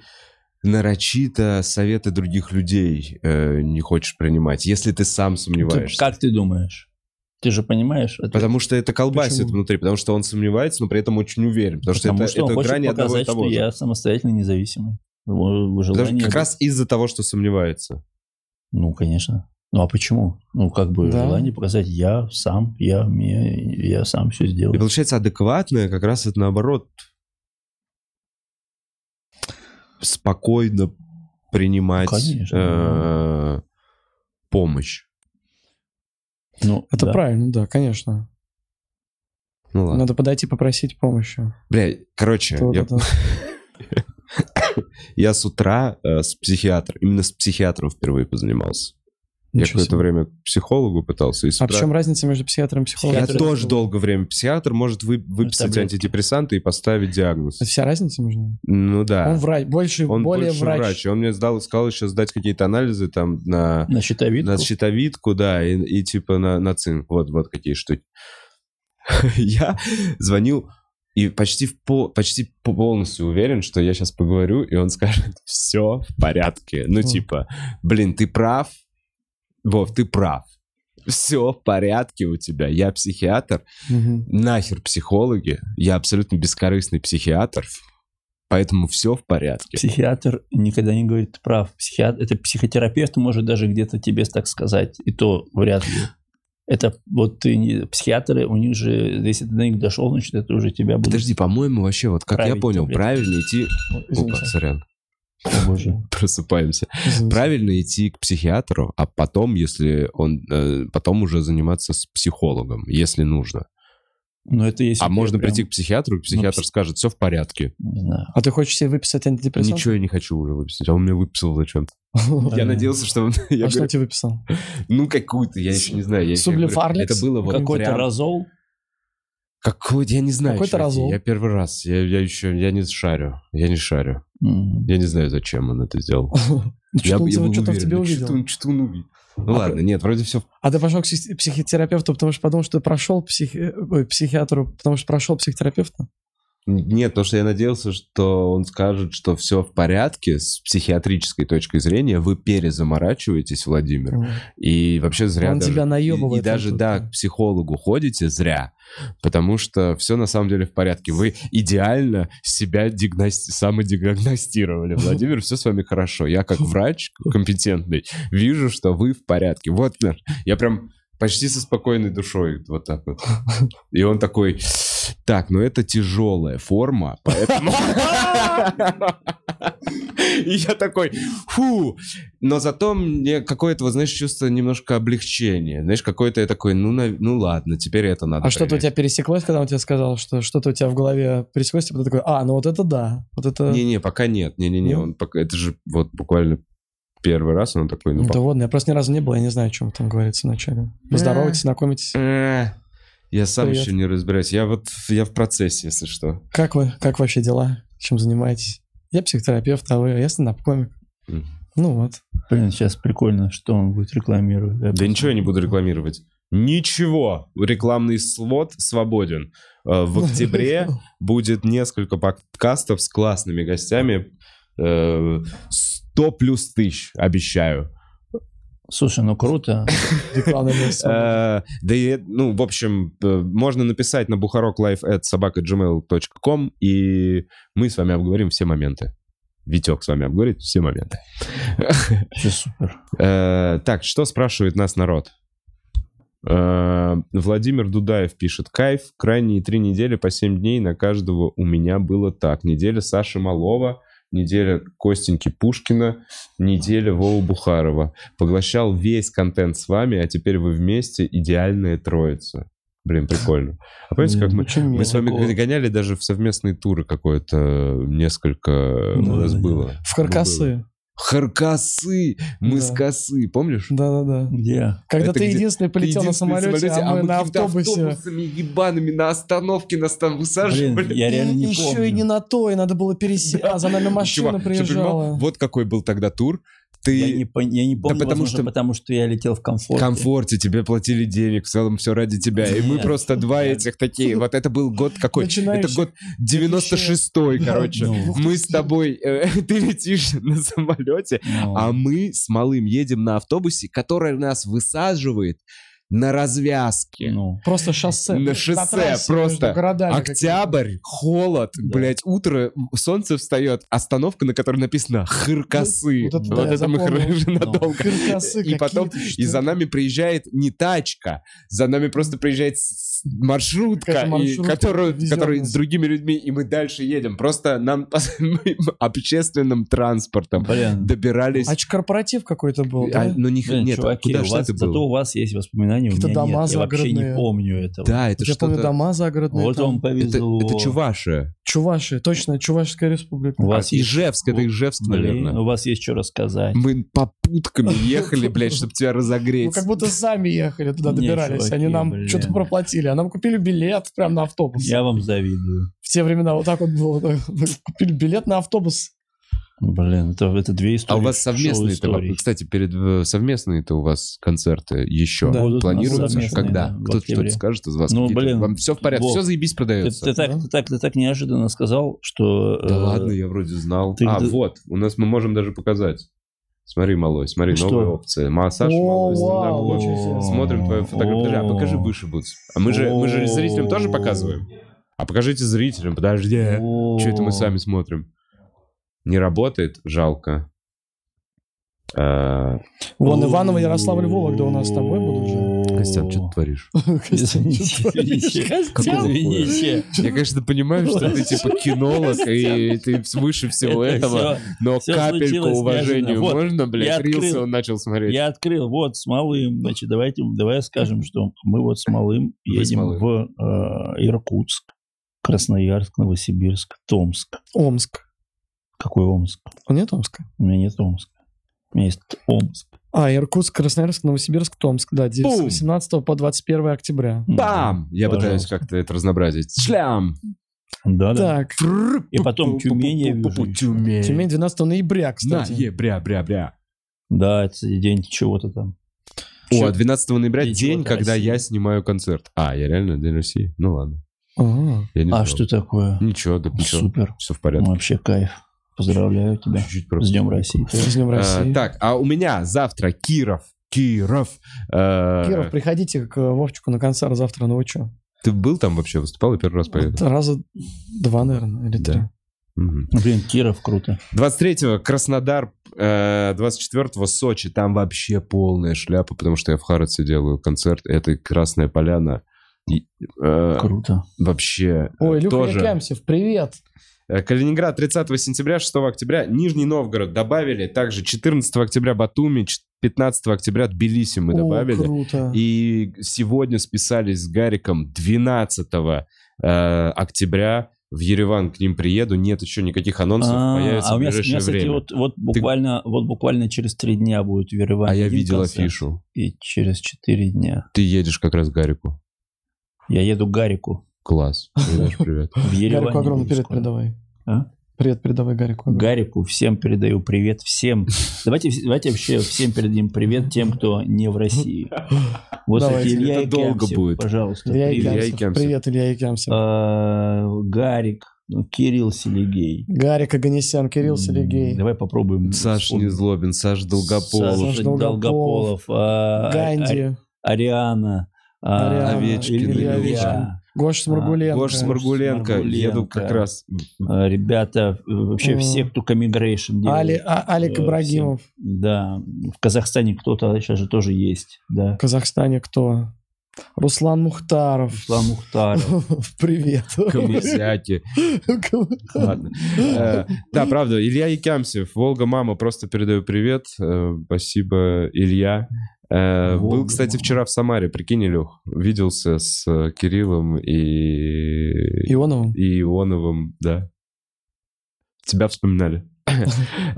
[SPEAKER 1] нарочито советы других людей э, не хочешь принимать, если ты сам
[SPEAKER 3] ты-
[SPEAKER 1] сомневаешься?
[SPEAKER 3] как ты думаешь? Ты же понимаешь? это-
[SPEAKER 1] Потому что это колбасит
[SPEAKER 2] Почему?
[SPEAKER 1] внутри, потому что он сомневается, но при этом очень уверен, потому,
[SPEAKER 3] Потому
[SPEAKER 1] что это, это
[SPEAKER 3] он хочет
[SPEAKER 1] грани одного и
[SPEAKER 3] показать,
[SPEAKER 1] того
[SPEAKER 3] что
[SPEAKER 1] же.
[SPEAKER 3] я самостоятельно независимый.
[SPEAKER 1] Даже
[SPEAKER 3] э, желание...
[SPEAKER 1] как раз из-за того, что сомневается.
[SPEAKER 3] Ну, конечно. Ну, а почему? Ну, как бы
[SPEAKER 2] Да.
[SPEAKER 3] желание показать, я сам, я, мне, я сам все
[SPEAKER 1] И
[SPEAKER 3] сделаю.
[SPEAKER 1] получается адекватное как раз это наоборот. Спокойно принимать э,
[SPEAKER 3] Конечно,
[SPEAKER 1] помощь.
[SPEAKER 3] Ну,
[SPEAKER 2] Это
[SPEAKER 3] да.
[SPEAKER 2] правильно, да, конечно.
[SPEAKER 1] Ну ладно.
[SPEAKER 2] Надо подойти попросить помощи.
[SPEAKER 1] Бля, короче,
[SPEAKER 2] Кто вот
[SPEAKER 1] *laughs* я,
[SPEAKER 2] это-
[SPEAKER 1] я с утра э, с психиатром, именно с психиатром впервые позанимался. я
[SPEAKER 2] Ничего
[SPEAKER 1] какое-то
[SPEAKER 2] себе.
[SPEAKER 1] время к психологу пытался. И с
[SPEAKER 2] А в
[SPEAKER 1] утра-
[SPEAKER 2] чем разница между психиатром и психологом?
[SPEAKER 1] Я
[SPEAKER 3] Психиатр-
[SPEAKER 1] тоже долгое время. Психиатр может вы- выписать
[SPEAKER 3] Таблетки.
[SPEAKER 1] антидепрессанты и поставить диагноз.
[SPEAKER 2] Это Вся разница между ними?
[SPEAKER 1] Ну да.
[SPEAKER 2] А Он врач, больше,
[SPEAKER 1] Он
[SPEAKER 2] более
[SPEAKER 1] больше
[SPEAKER 2] врач.
[SPEAKER 1] врач. Он мне сдал, сказал еще сдать какие-то анализы там на,
[SPEAKER 3] На щитовидку.
[SPEAKER 1] на щитовидку, да, и, и типа на, на цинк. Вот, вот какие штуки. *laughs* Я звонил и почти, в пол- почти по- полностью уверен, что я сейчас поговорю, и он скажет, *laughs* все в порядке. Ну
[SPEAKER 2] Мгм.
[SPEAKER 1] типа, блин, ты прав, Вов, ты прав. Все в порядке у тебя. Я психиатр,
[SPEAKER 2] Мгм.
[SPEAKER 1] нахер психологи, я абсолютно бескорыстный психиатр, поэтому все в порядке.
[SPEAKER 3] Психиатр никогда не говорит ты прав. Психиатр, это психотерапевт может даже где-то тебе так сказать, и то вряд ли. Это вот ты не... Психиатры, у них же, если ты до них дошел, значит, это уже тебя будет...
[SPEAKER 1] Подожди, по-моему, вообще, вот как я
[SPEAKER 3] Правильно,
[SPEAKER 1] понял,
[SPEAKER 3] блядь.
[SPEAKER 1] правильно идти...
[SPEAKER 2] Ой,
[SPEAKER 1] Опа,
[SPEAKER 2] извините,
[SPEAKER 1] сорян,
[SPEAKER 3] О, боже.
[SPEAKER 1] просыпаемся.
[SPEAKER 2] извините.
[SPEAKER 1] Правильно идти к психиатру, а потом, если он... э, потом уже заниматься с психологом, если нужно.
[SPEAKER 3] Но это если
[SPEAKER 1] А
[SPEAKER 3] ты
[SPEAKER 1] можно
[SPEAKER 3] прям-
[SPEAKER 1] прийти к психиатру, и психиатр
[SPEAKER 3] пс-
[SPEAKER 1] скажет, все в порядке.
[SPEAKER 3] Не знаю.
[SPEAKER 2] А ты хочешь себе выписать антидепрессант?
[SPEAKER 1] Ничего я не хочу уже выписать, а он мне выписал зачем-то. Я
[SPEAKER 2] *laughs*
[SPEAKER 3] Да.
[SPEAKER 1] надеялся, что... он- *laughs* Я
[SPEAKER 2] А что
[SPEAKER 1] говорю,
[SPEAKER 2] тебе выписал?
[SPEAKER 1] ну, какую-то, я еще не знаю. я еще говорю,
[SPEAKER 2] Сублифарлекс?
[SPEAKER 1] Это было вот
[SPEAKER 3] Какой-то
[SPEAKER 1] прям-
[SPEAKER 3] разол.
[SPEAKER 1] Какой, я не знаю.
[SPEAKER 2] Какой-то
[SPEAKER 1] чуваки,
[SPEAKER 2] разлом.
[SPEAKER 1] Я первый раз, я, я еще, я не шарю, я не шарю.
[SPEAKER 3] М.
[SPEAKER 1] Я не знаю, зачем он это
[SPEAKER 2] *laughs*
[SPEAKER 1] сделал. Я
[SPEAKER 2] Что-то
[SPEAKER 1] бы-
[SPEAKER 2] он
[SPEAKER 1] я
[SPEAKER 2] тебя-
[SPEAKER 1] был
[SPEAKER 2] что-то в
[SPEAKER 1] уверен, *laughs*
[SPEAKER 2] тебе
[SPEAKER 1] ну, что-то
[SPEAKER 2] увидел.
[SPEAKER 1] он- что-то он увидел. Ну
[SPEAKER 2] А
[SPEAKER 1] ладно, нет, вроде все...
[SPEAKER 2] А ты пошел к псих- психотерапевту, потому что подумал, что ты прошел психи- ой, психиатру, потому что прошел психотерапевта?
[SPEAKER 1] Нет, потому что я надеялся, что он скажет, что все в порядке с психиатрической точки зрения, вы перезаморачиваетесь, Владимир, и вообще зря
[SPEAKER 2] Он
[SPEAKER 1] даже-
[SPEAKER 2] тебя
[SPEAKER 1] и- И,
[SPEAKER 2] наебывает
[SPEAKER 1] даже,
[SPEAKER 2] вот
[SPEAKER 1] да,
[SPEAKER 2] тут, да.
[SPEAKER 1] к психологу ходите зря, потому что все на самом деле в порядке. Вы идеально себя дигности...
[SPEAKER 2] *laughs*
[SPEAKER 1] самодиагностировали, Владимир, все с вами хорошо. Я как врач компетентный вижу, что вы в порядке. Вот, Лер, я прям почти со спокойной душой вот так вот. И он такой, так, ну это тяжелая форма, поэтому... *laughs* И я такой, фу, но зато мне какое-то, вот, знаешь, чувство немножко облегчения. Знаешь, какое-то я такой, ну, нав- ну ладно, теперь это надо.
[SPEAKER 2] А что-то у
[SPEAKER 1] принять.
[SPEAKER 2] тебя пересеклось, когда он тебе сказал, что что-то у тебя в голове пересеклось, типа ты такой, а, ну вот это да, вот это...
[SPEAKER 1] Не-не, пока нет. Не-не-не,
[SPEAKER 2] Ну?
[SPEAKER 1] он пока... Это же вот буквально первый раз, он такой, ну,
[SPEAKER 2] Да
[SPEAKER 1] пох-
[SPEAKER 2] ладно, я просто ни разу не был, я не знаю, о чем там говорится вначале. Поздоровайтесь, знакомитесь.
[SPEAKER 1] Э, Я сам
[SPEAKER 2] Привет.
[SPEAKER 1] еще не разбираюсь. Я вот, я в процессе, если что.
[SPEAKER 2] Как вы, как вообще дела? Чем занимаетесь? Я психотерапевт, а вы, я стендап-комик.
[SPEAKER 1] Мгм.
[SPEAKER 2] Ну вот.
[SPEAKER 3] Блин, сейчас прикольно, что он будет рекламировать.
[SPEAKER 1] Да ничего я не буду рекламировать. Ничего. Рекламный слот свободен. Э,
[SPEAKER 2] *laughs*
[SPEAKER 1] В октябре будет несколько подкастов с классными гостями. Э, 100 плюс тысяч, обещаю.
[SPEAKER 3] Слушай, ну круто.
[SPEAKER 2] Рекламный лес.
[SPEAKER 1] Э, Да и, ну, в общем, э, можно написать на buharoklife.sobaka.gmail.com, и мы с вами обговорим все моменты. Витек с вами обговорит все моменты.
[SPEAKER 3] Вообще супер.
[SPEAKER 1] Э, Так, что спрашивает нас народ? Э, Владимир Дудаев пишет, кайф, крайние три недели по семь дней на каждого у меня было так. Неделя Саши Малова, неделя Костеньки Пушкина, неделя Вова Бухарова. Поглощал весь контент с вами, а теперь вы вместе идеальная троица. Блин, прикольно. А помните, как мы...
[SPEAKER 2] Очень мило.
[SPEAKER 1] Мы с вами
[SPEAKER 3] такого.
[SPEAKER 1] гоняли даже в совместные туры какое-то э, несколько
[SPEAKER 3] Ну,
[SPEAKER 1] у нас
[SPEAKER 3] да, да.
[SPEAKER 1] было.
[SPEAKER 2] В
[SPEAKER 1] Было.
[SPEAKER 2] каркасы.
[SPEAKER 1] Харкасы! Мы
[SPEAKER 2] Да.
[SPEAKER 1] с косы, помнишь?
[SPEAKER 2] Да-да-да.
[SPEAKER 3] Где?
[SPEAKER 2] Когда
[SPEAKER 1] Это
[SPEAKER 2] ты
[SPEAKER 1] где-
[SPEAKER 2] единственный полетел на
[SPEAKER 1] Единственный
[SPEAKER 2] самолете,
[SPEAKER 1] самолете,
[SPEAKER 2] а мы на
[SPEAKER 1] какими-то
[SPEAKER 2] автобусе.
[SPEAKER 1] автобусами ебаными на остановке нас там
[SPEAKER 3] Блин,
[SPEAKER 1] высаживали.
[SPEAKER 3] я реально не
[SPEAKER 2] еще
[SPEAKER 3] помню.
[SPEAKER 2] и не на то, и надо было пересесть. А за нами машина
[SPEAKER 1] Ну, Чувак, чтоб ты понимал,
[SPEAKER 2] приезжала.
[SPEAKER 1] вот какой был тогда тур. Ты
[SPEAKER 3] Я не, пон- я не помню,
[SPEAKER 1] потому
[SPEAKER 3] потому,
[SPEAKER 1] что-
[SPEAKER 3] что... потому что я летел в
[SPEAKER 1] в
[SPEAKER 3] комфорте.
[SPEAKER 1] комфорте, тебе платили денег, в целом все ради тебя. И мы
[SPEAKER 3] Нет.
[SPEAKER 1] просто два этих такие. Вот это был год какой? Это
[SPEAKER 2] Начинающий.
[SPEAKER 1] год 96-й,
[SPEAKER 2] Да,
[SPEAKER 1] короче.
[SPEAKER 3] ну.
[SPEAKER 1] Мы с тобой, э, *laughs* ты летишь на самолете,
[SPEAKER 3] Ну,
[SPEAKER 1] А мы с малым едем на автобусе, который нас высаживает на развязке.
[SPEAKER 3] Ну,
[SPEAKER 2] Просто шоссе.
[SPEAKER 1] На
[SPEAKER 2] блядь,
[SPEAKER 1] шоссе
[SPEAKER 2] трассе между
[SPEAKER 1] просто
[SPEAKER 2] городами
[SPEAKER 1] Октябрь, холод,
[SPEAKER 3] Да.
[SPEAKER 1] блядь, утро, солнце встает, остановка, на которой написано «Хыркосы».
[SPEAKER 2] Ну, Вот это да,
[SPEAKER 1] Вот
[SPEAKER 2] я
[SPEAKER 1] это мы
[SPEAKER 2] запомнил.
[SPEAKER 1] хры-
[SPEAKER 3] Ну.
[SPEAKER 1] надолго.
[SPEAKER 2] какими-то. Киркасы
[SPEAKER 1] И потом,
[SPEAKER 2] какие-то,
[SPEAKER 1] и
[SPEAKER 2] что
[SPEAKER 1] за
[SPEAKER 2] ли.
[SPEAKER 1] нами приезжает не тачка, за нами просто приезжает с- с- маршрутка,
[SPEAKER 2] Какая-то
[SPEAKER 1] и
[SPEAKER 2] маршрутка
[SPEAKER 1] которую,
[SPEAKER 2] везет
[SPEAKER 1] которая
[SPEAKER 2] нас.
[SPEAKER 1] с другими людьми, и мы дальше едем. Просто нам *laughs* мы общественным транспортом
[SPEAKER 3] блин.
[SPEAKER 1] добирались.
[SPEAKER 2] А чё, корпоратив какой-то был,
[SPEAKER 1] А,
[SPEAKER 2] да?
[SPEAKER 1] ну, не,
[SPEAKER 3] Блин,
[SPEAKER 1] нет,
[SPEAKER 3] чуваки,
[SPEAKER 1] куда
[SPEAKER 3] у
[SPEAKER 1] ж
[SPEAKER 3] вас,
[SPEAKER 1] это
[SPEAKER 3] зато
[SPEAKER 1] было?
[SPEAKER 3] у вас есть воспоминания, у
[SPEAKER 2] Какие-то
[SPEAKER 3] меня
[SPEAKER 2] дома
[SPEAKER 3] нет. Я вообще не
[SPEAKER 2] загородные.
[SPEAKER 3] помню этого.
[SPEAKER 1] Да, это
[SPEAKER 2] Я помню,
[SPEAKER 1] что-то...
[SPEAKER 2] дома загородные.
[SPEAKER 3] Вот
[SPEAKER 2] там.
[SPEAKER 3] вам
[SPEAKER 1] Это,
[SPEAKER 3] повезло.
[SPEAKER 1] это Чувашия.
[SPEAKER 2] Чуваши, точно, Чувашская республика.
[SPEAKER 3] У вас есть...
[SPEAKER 1] Ижевск, это
[SPEAKER 3] О,
[SPEAKER 1] Ижевск,
[SPEAKER 3] Блин,
[SPEAKER 1] наверное.
[SPEAKER 3] у вас есть что рассказать.
[SPEAKER 1] Мы
[SPEAKER 3] *laughs*
[SPEAKER 1] попутками ехали, блядь, чтобы тебя разогреть.
[SPEAKER 2] Ну, как будто сами ехали туда,
[SPEAKER 3] Не,
[SPEAKER 2] добирались.
[SPEAKER 3] чуваки,
[SPEAKER 2] Они нам
[SPEAKER 3] блин.
[SPEAKER 2] что-то проплатили. А нам купили билет прям на автобус.
[SPEAKER 3] Я вам завидую.
[SPEAKER 2] В те времена вот так вот было. *laughs* так. Купили билет на автобус.
[SPEAKER 3] Блин, это, это две истории.
[SPEAKER 1] А у вас совместные,
[SPEAKER 3] шоу-истории.
[SPEAKER 1] кстати, перед э, совместные-то у вас концерты еще
[SPEAKER 2] Да.
[SPEAKER 3] Будут
[SPEAKER 1] планируются?
[SPEAKER 3] совместные,
[SPEAKER 1] Когда?
[SPEAKER 3] да, в
[SPEAKER 1] Кто-то что-то
[SPEAKER 3] октябре.
[SPEAKER 1] скажет из вас?
[SPEAKER 3] Ну,
[SPEAKER 1] Никита?
[SPEAKER 3] блин,
[SPEAKER 1] Вам все в порядке,
[SPEAKER 3] Вов,
[SPEAKER 1] все заебись
[SPEAKER 3] Ты,
[SPEAKER 1] продается.
[SPEAKER 3] ты так,
[SPEAKER 2] да?
[SPEAKER 3] ты, так, ты так неожиданно сказал, что...
[SPEAKER 1] Да
[SPEAKER 3] э,
[SPEAKER 1] ладно, я вроде знал.
[SPEAKER 3] ты
[SPEAKER 1] а,
[SPEAKER 3] д-
[SPEAKER 1] вот, у нас мы можем даже показать. Смотри, малой, смотри,
[SPEAKER 3] Что?
[SPEAKER 1] новые опции. Массаж, малой,
[SPEAKER 2] вау,
[SPEAKER 1] стендап-блог.
[SPEAKER 2] очень интересно.
[SPEAKER 1] Смотрим твою фотографию. Подожди, а покажи выше бутс. А мы же, мы же зрителям тоже показываем. А покажите зрителям, подожди.
[SPEAKER 3] О.
[SPEAKER 1] Че это мы сами смотрим? Не работает? Жалко. А,
[SPEAKER 2] Вон Иваново, Ярославль, Вологда у нас с тобой будут
[SPEAKER 3] *laughs*
[SPEAKER 2] же.
[SPEAKER 1] Костян, что ты творишь?
[SPEAKER 3] Извините,
[SPEAKER 2] *laughs*
[SPEAKER 3] извините.
[SPEAKER 2] Костян.
[SPEAKER 3] Извините.
[SPEAKER 1] Я, конечно, понимаю, что ты типа кинолог, и ты выше всего
[SPEAKER 3] Это
[SPEAKER 1] этого,
[SPEAKER 3] всё.
[SPEAKER 1] но
[SPEAKER 3] всё
[SPEAKER 1] капельку
[SPEAKER 3] случилось
[SPEAKER 1] уважению
[SPEAKER 3] неожиданно. Вот,
[SPEAKER 1] можно,
[SPEAKER 3] я
[SPEAKER 1] блядь?
[SPEAKER 3] открыл.
[SPEAKER 1] Рилсы он начал смотреть.
[SPEAKER 3] Я открыл, вот, с Малым, значит, давайте, давай скажем, что мы вот с Малым
[SPEAKER 1] Вы с
[SPEAKER 3] едем
[SPEAKER 1] Малым.
[SPEAKER 3] в э, Иркутск, Красноярск, Новосибирск, Томск.
[SPEAKER 2] Омск.
[SPEAKER 3] Какой Омск?
[SPEAKER 2] А Нет Омска?
[SPEAKER 3] У меня нет Омска. У меня есть Омск.
[SPEAKER 2] А, Иркутск, Красноярск, Новосибирск, Томск. Да, с
[SPEAKER 1] Бум!
[SPEAKER 2] 18 по 21 октября.
[SPEAKER 1] Бам! Я пытаюсь
[SPEAKER 3] Пожалуйста.
[SPEAKER 1] как-то это разнообразить. Шлям!
[SPEAKER 3] Да, да.
[SPEAKER 2] Так,
[SPEAKER 3] И потом Тюмень я вижу еще.
[SPEAKER 1] Тюмень.
[SPEAKER 2] Тюмень 12 ноября,
[SPEAKER 1] На,
[SPEAKER 2] кстати.
[SPEAKER 1] е, бря, бря, бря.
[SPEAKER 3] Да, это день чего-то там.
[SPEAKER 1] О, 12 ноября
[SPEAKER 3] Ничего
[SPEAKER 1] день, когда
[SPEAKER 3] России.
[SPEAKER 1] я снимаю концерт. А, я реально День России? Ну ладно.
[SPEAKER 2] Ага.
[SPEAKER 1] Я не
[SPEAKER 3] А
[SPEAKER 1] знал.
[SPEAKER 3] что такое?
[SPEAKER 1] Ничего, да ничего.
[SPEAKER 3] Супер.
[SPEAKER 1] Все в порядке.
[SPEAKER 3] Вообще кайф. Поздравляю тебя.
[SPEAKER 1] Чуть-чуть
[SPEAKER 3] С
[SPEAKER 1] пропустил.
[SPEAKER 3] Днем России.
[SPEAKER 2] С Днем
[SPEAKER 1] А,
[SPEAKER 2] России.
[SPEAKER 1] Так, а у меня завтра Киров. Киров. Э,
[SPEAKER 2] Киров, приходите к Вовчику на концерт завтра, ну вы чё?
[SPEAKER 1] Ты был там вообще, выступал и первый раз поеду.
[SPEAKER 2] Вот Раза два, наверное, или
[SPEAKER 1] Да.
[SPEAKER 2] три.
[SPEAKER 1] Мгм.
[SPEAKER 3] Блин, Киров круто.
[SPEAKER 1] 23-го Краснодар, э, 24-го Сочи. Там вообще полная шляпа, потому что я в Харатсе делаю концерт. Это Красная Поляна. И, э,
[SPEAKER 3] Круто.
[SPEAKER 1] вообще э,
[SPEAKER 2] Ой, Люка
[SPEAKER 1] тоже.
[SPEAKER 2] Якямсев, привет!
[SPEAKER 1] Э, Калининград 30 сентября, 6 октября. Нижний Новгород добавили. Также 14 октября Батуми, ч- 15 октября Тбилиси мы
[SPEAKER 2] О,
[SPEAKER 1] добавили.
[SPEAKER 2] круто.
[SPEAKER 1] И сегодня списались с Гариком 12 э, октября. В Ереван к ним приеду. Нет еще никаких анонсов.
[SPEAKER 3] А,
[SPEAKER 1] Появится
[SPEAKER 3] а
[SPEAKER 1] в
[SPEAKER 3] у меня, у
[SPEAKER 1] ближайшее
[SPEAKER 3] меня, кстати,
[SPEAKER 1] время.
[SPEAKER 3] вот, вот буквально, вот буквально через три дня будет в Ереване
[SPEAKER 1] А я
[SPEAKER 3] один
[SPEAKER 1] видел
[SPEAKER 3] концерт,
[SPEAKER 1] афишу.
[SPEAKER 3] И через четыре дня.
[SPEAKER 1] Ты едешь как раз к Гарику.
[SPEAKER 3] Я еду к Гарику
[SPEAKER 1] Класс.
[SPEAKER 3] *laughs*
[SPEAKER 1] Передашь привет.
[SPEAKER 3] в Ереване.
[SPEAKER 2] Гарику огромный
[SPEAKER 3] буду
[SPEAKER 2] привет
[SPEAKER 3] скоро.
[SPEAKER 2] передавай.
[SPEAKER 3] А?
[SPEAKER 2] Привет передавай Гарику. огромный.
[SPEAKER 3] Гарику всем передаю привет всем. Давайте, вс- давайте вообще всем передадим привет тем, кто не в России. Вот, кстати,
[SPEAKER 2] Давайте.
[SPEAKER 3] Илья
[SPEAKER 1] Это долго
[SPEAKER 3] Якимсев,
[SPEAKER 1] будет.
[SPEAKER 3] Пожалуйста.
[SPEAKER 2] Илья
[SPEAKER 3] привет.
[SPEAKER 1] Илья
[SPEAKER 2] Якямсев.
[SPEAKER 1] Якямсев.
[SPEAKER 2] Привет, Илья Якямсев.
[SPEAKER 3] А, Гарик, ну, Кирилл Селигей.
[SPEAKER 2] Гарик Аганесян, Кирилл
[SPEAKER 3] М,
[SPEAKER 2] Селегей.
[SPEAKER 3] Давай попробуем.
[SPEAKER 1] Саш
[SPEAKER 3] вспомнить.
[SPEAKER 1] Незлобин, Саш Долгополов.
[SPEAKER 2] Саш
[SPEAKER 3] Саша
[SPEAKER 2] Долгополов,
[SPEAKER 3] Долгополов. а,
[SPEAKER 2] Ганди,
[SPEAKER 3] А- Ариана. а,
[SPEAKER 2] Ариана,
[SPEAKER 1] Овечкин,
[SPEAKER 3] Илья.
[SPEAKER 2] Овечкин. Гоша Сморгуленко.
[SPEAKER 1] Гоша Сморгуленко. Еду как
[SPEAKER 3] Сморгуленко. *laughs*
[SPEAKER 1] раз.
[SPEAKER 3] А, Ребята, э, вообще
[SPEAKER 2] М.
[SPEAKER 3] все, кто коммигрейшн делает.
[SPEAKER 2] Али, а- Алик
[SPEAKER 3] э,
[SPEAKER 2] Ибрагимов.
[SPEAKER 3] Да, в Казахстане кто-то сейчас же тоже есть, да.
[SPEAKER 2] В Казахстане кто? Руслан Мухтаров.
[SPEAKER 3] Руслан
[SPEAKER 2] *laughs*
[SPEAKER 3] Мухтаров.
[SPEAKER 2] Привет.
[SPEAKER 1] Камызяки.
[SPEAKER 2] *laughs*
[SPEAKER 1] Ладно. Э, Да, правда, Илья Якямсев, Волга Мама, просто передаю привет. Э, Спасибо, Илья. Э, Был,
[SPEAKER 3] Волга
[SPEAKER 1] кстати,
[SPEAKER 3] Мама.
[SPEAKER 1] вчера в Самаре, прикинь, Илюх, виделся с э, Кириллом и
[SPEAKER 2] Ионовым.
[SPEAKER 1] и Ионовым, да. Тебя вспоминали.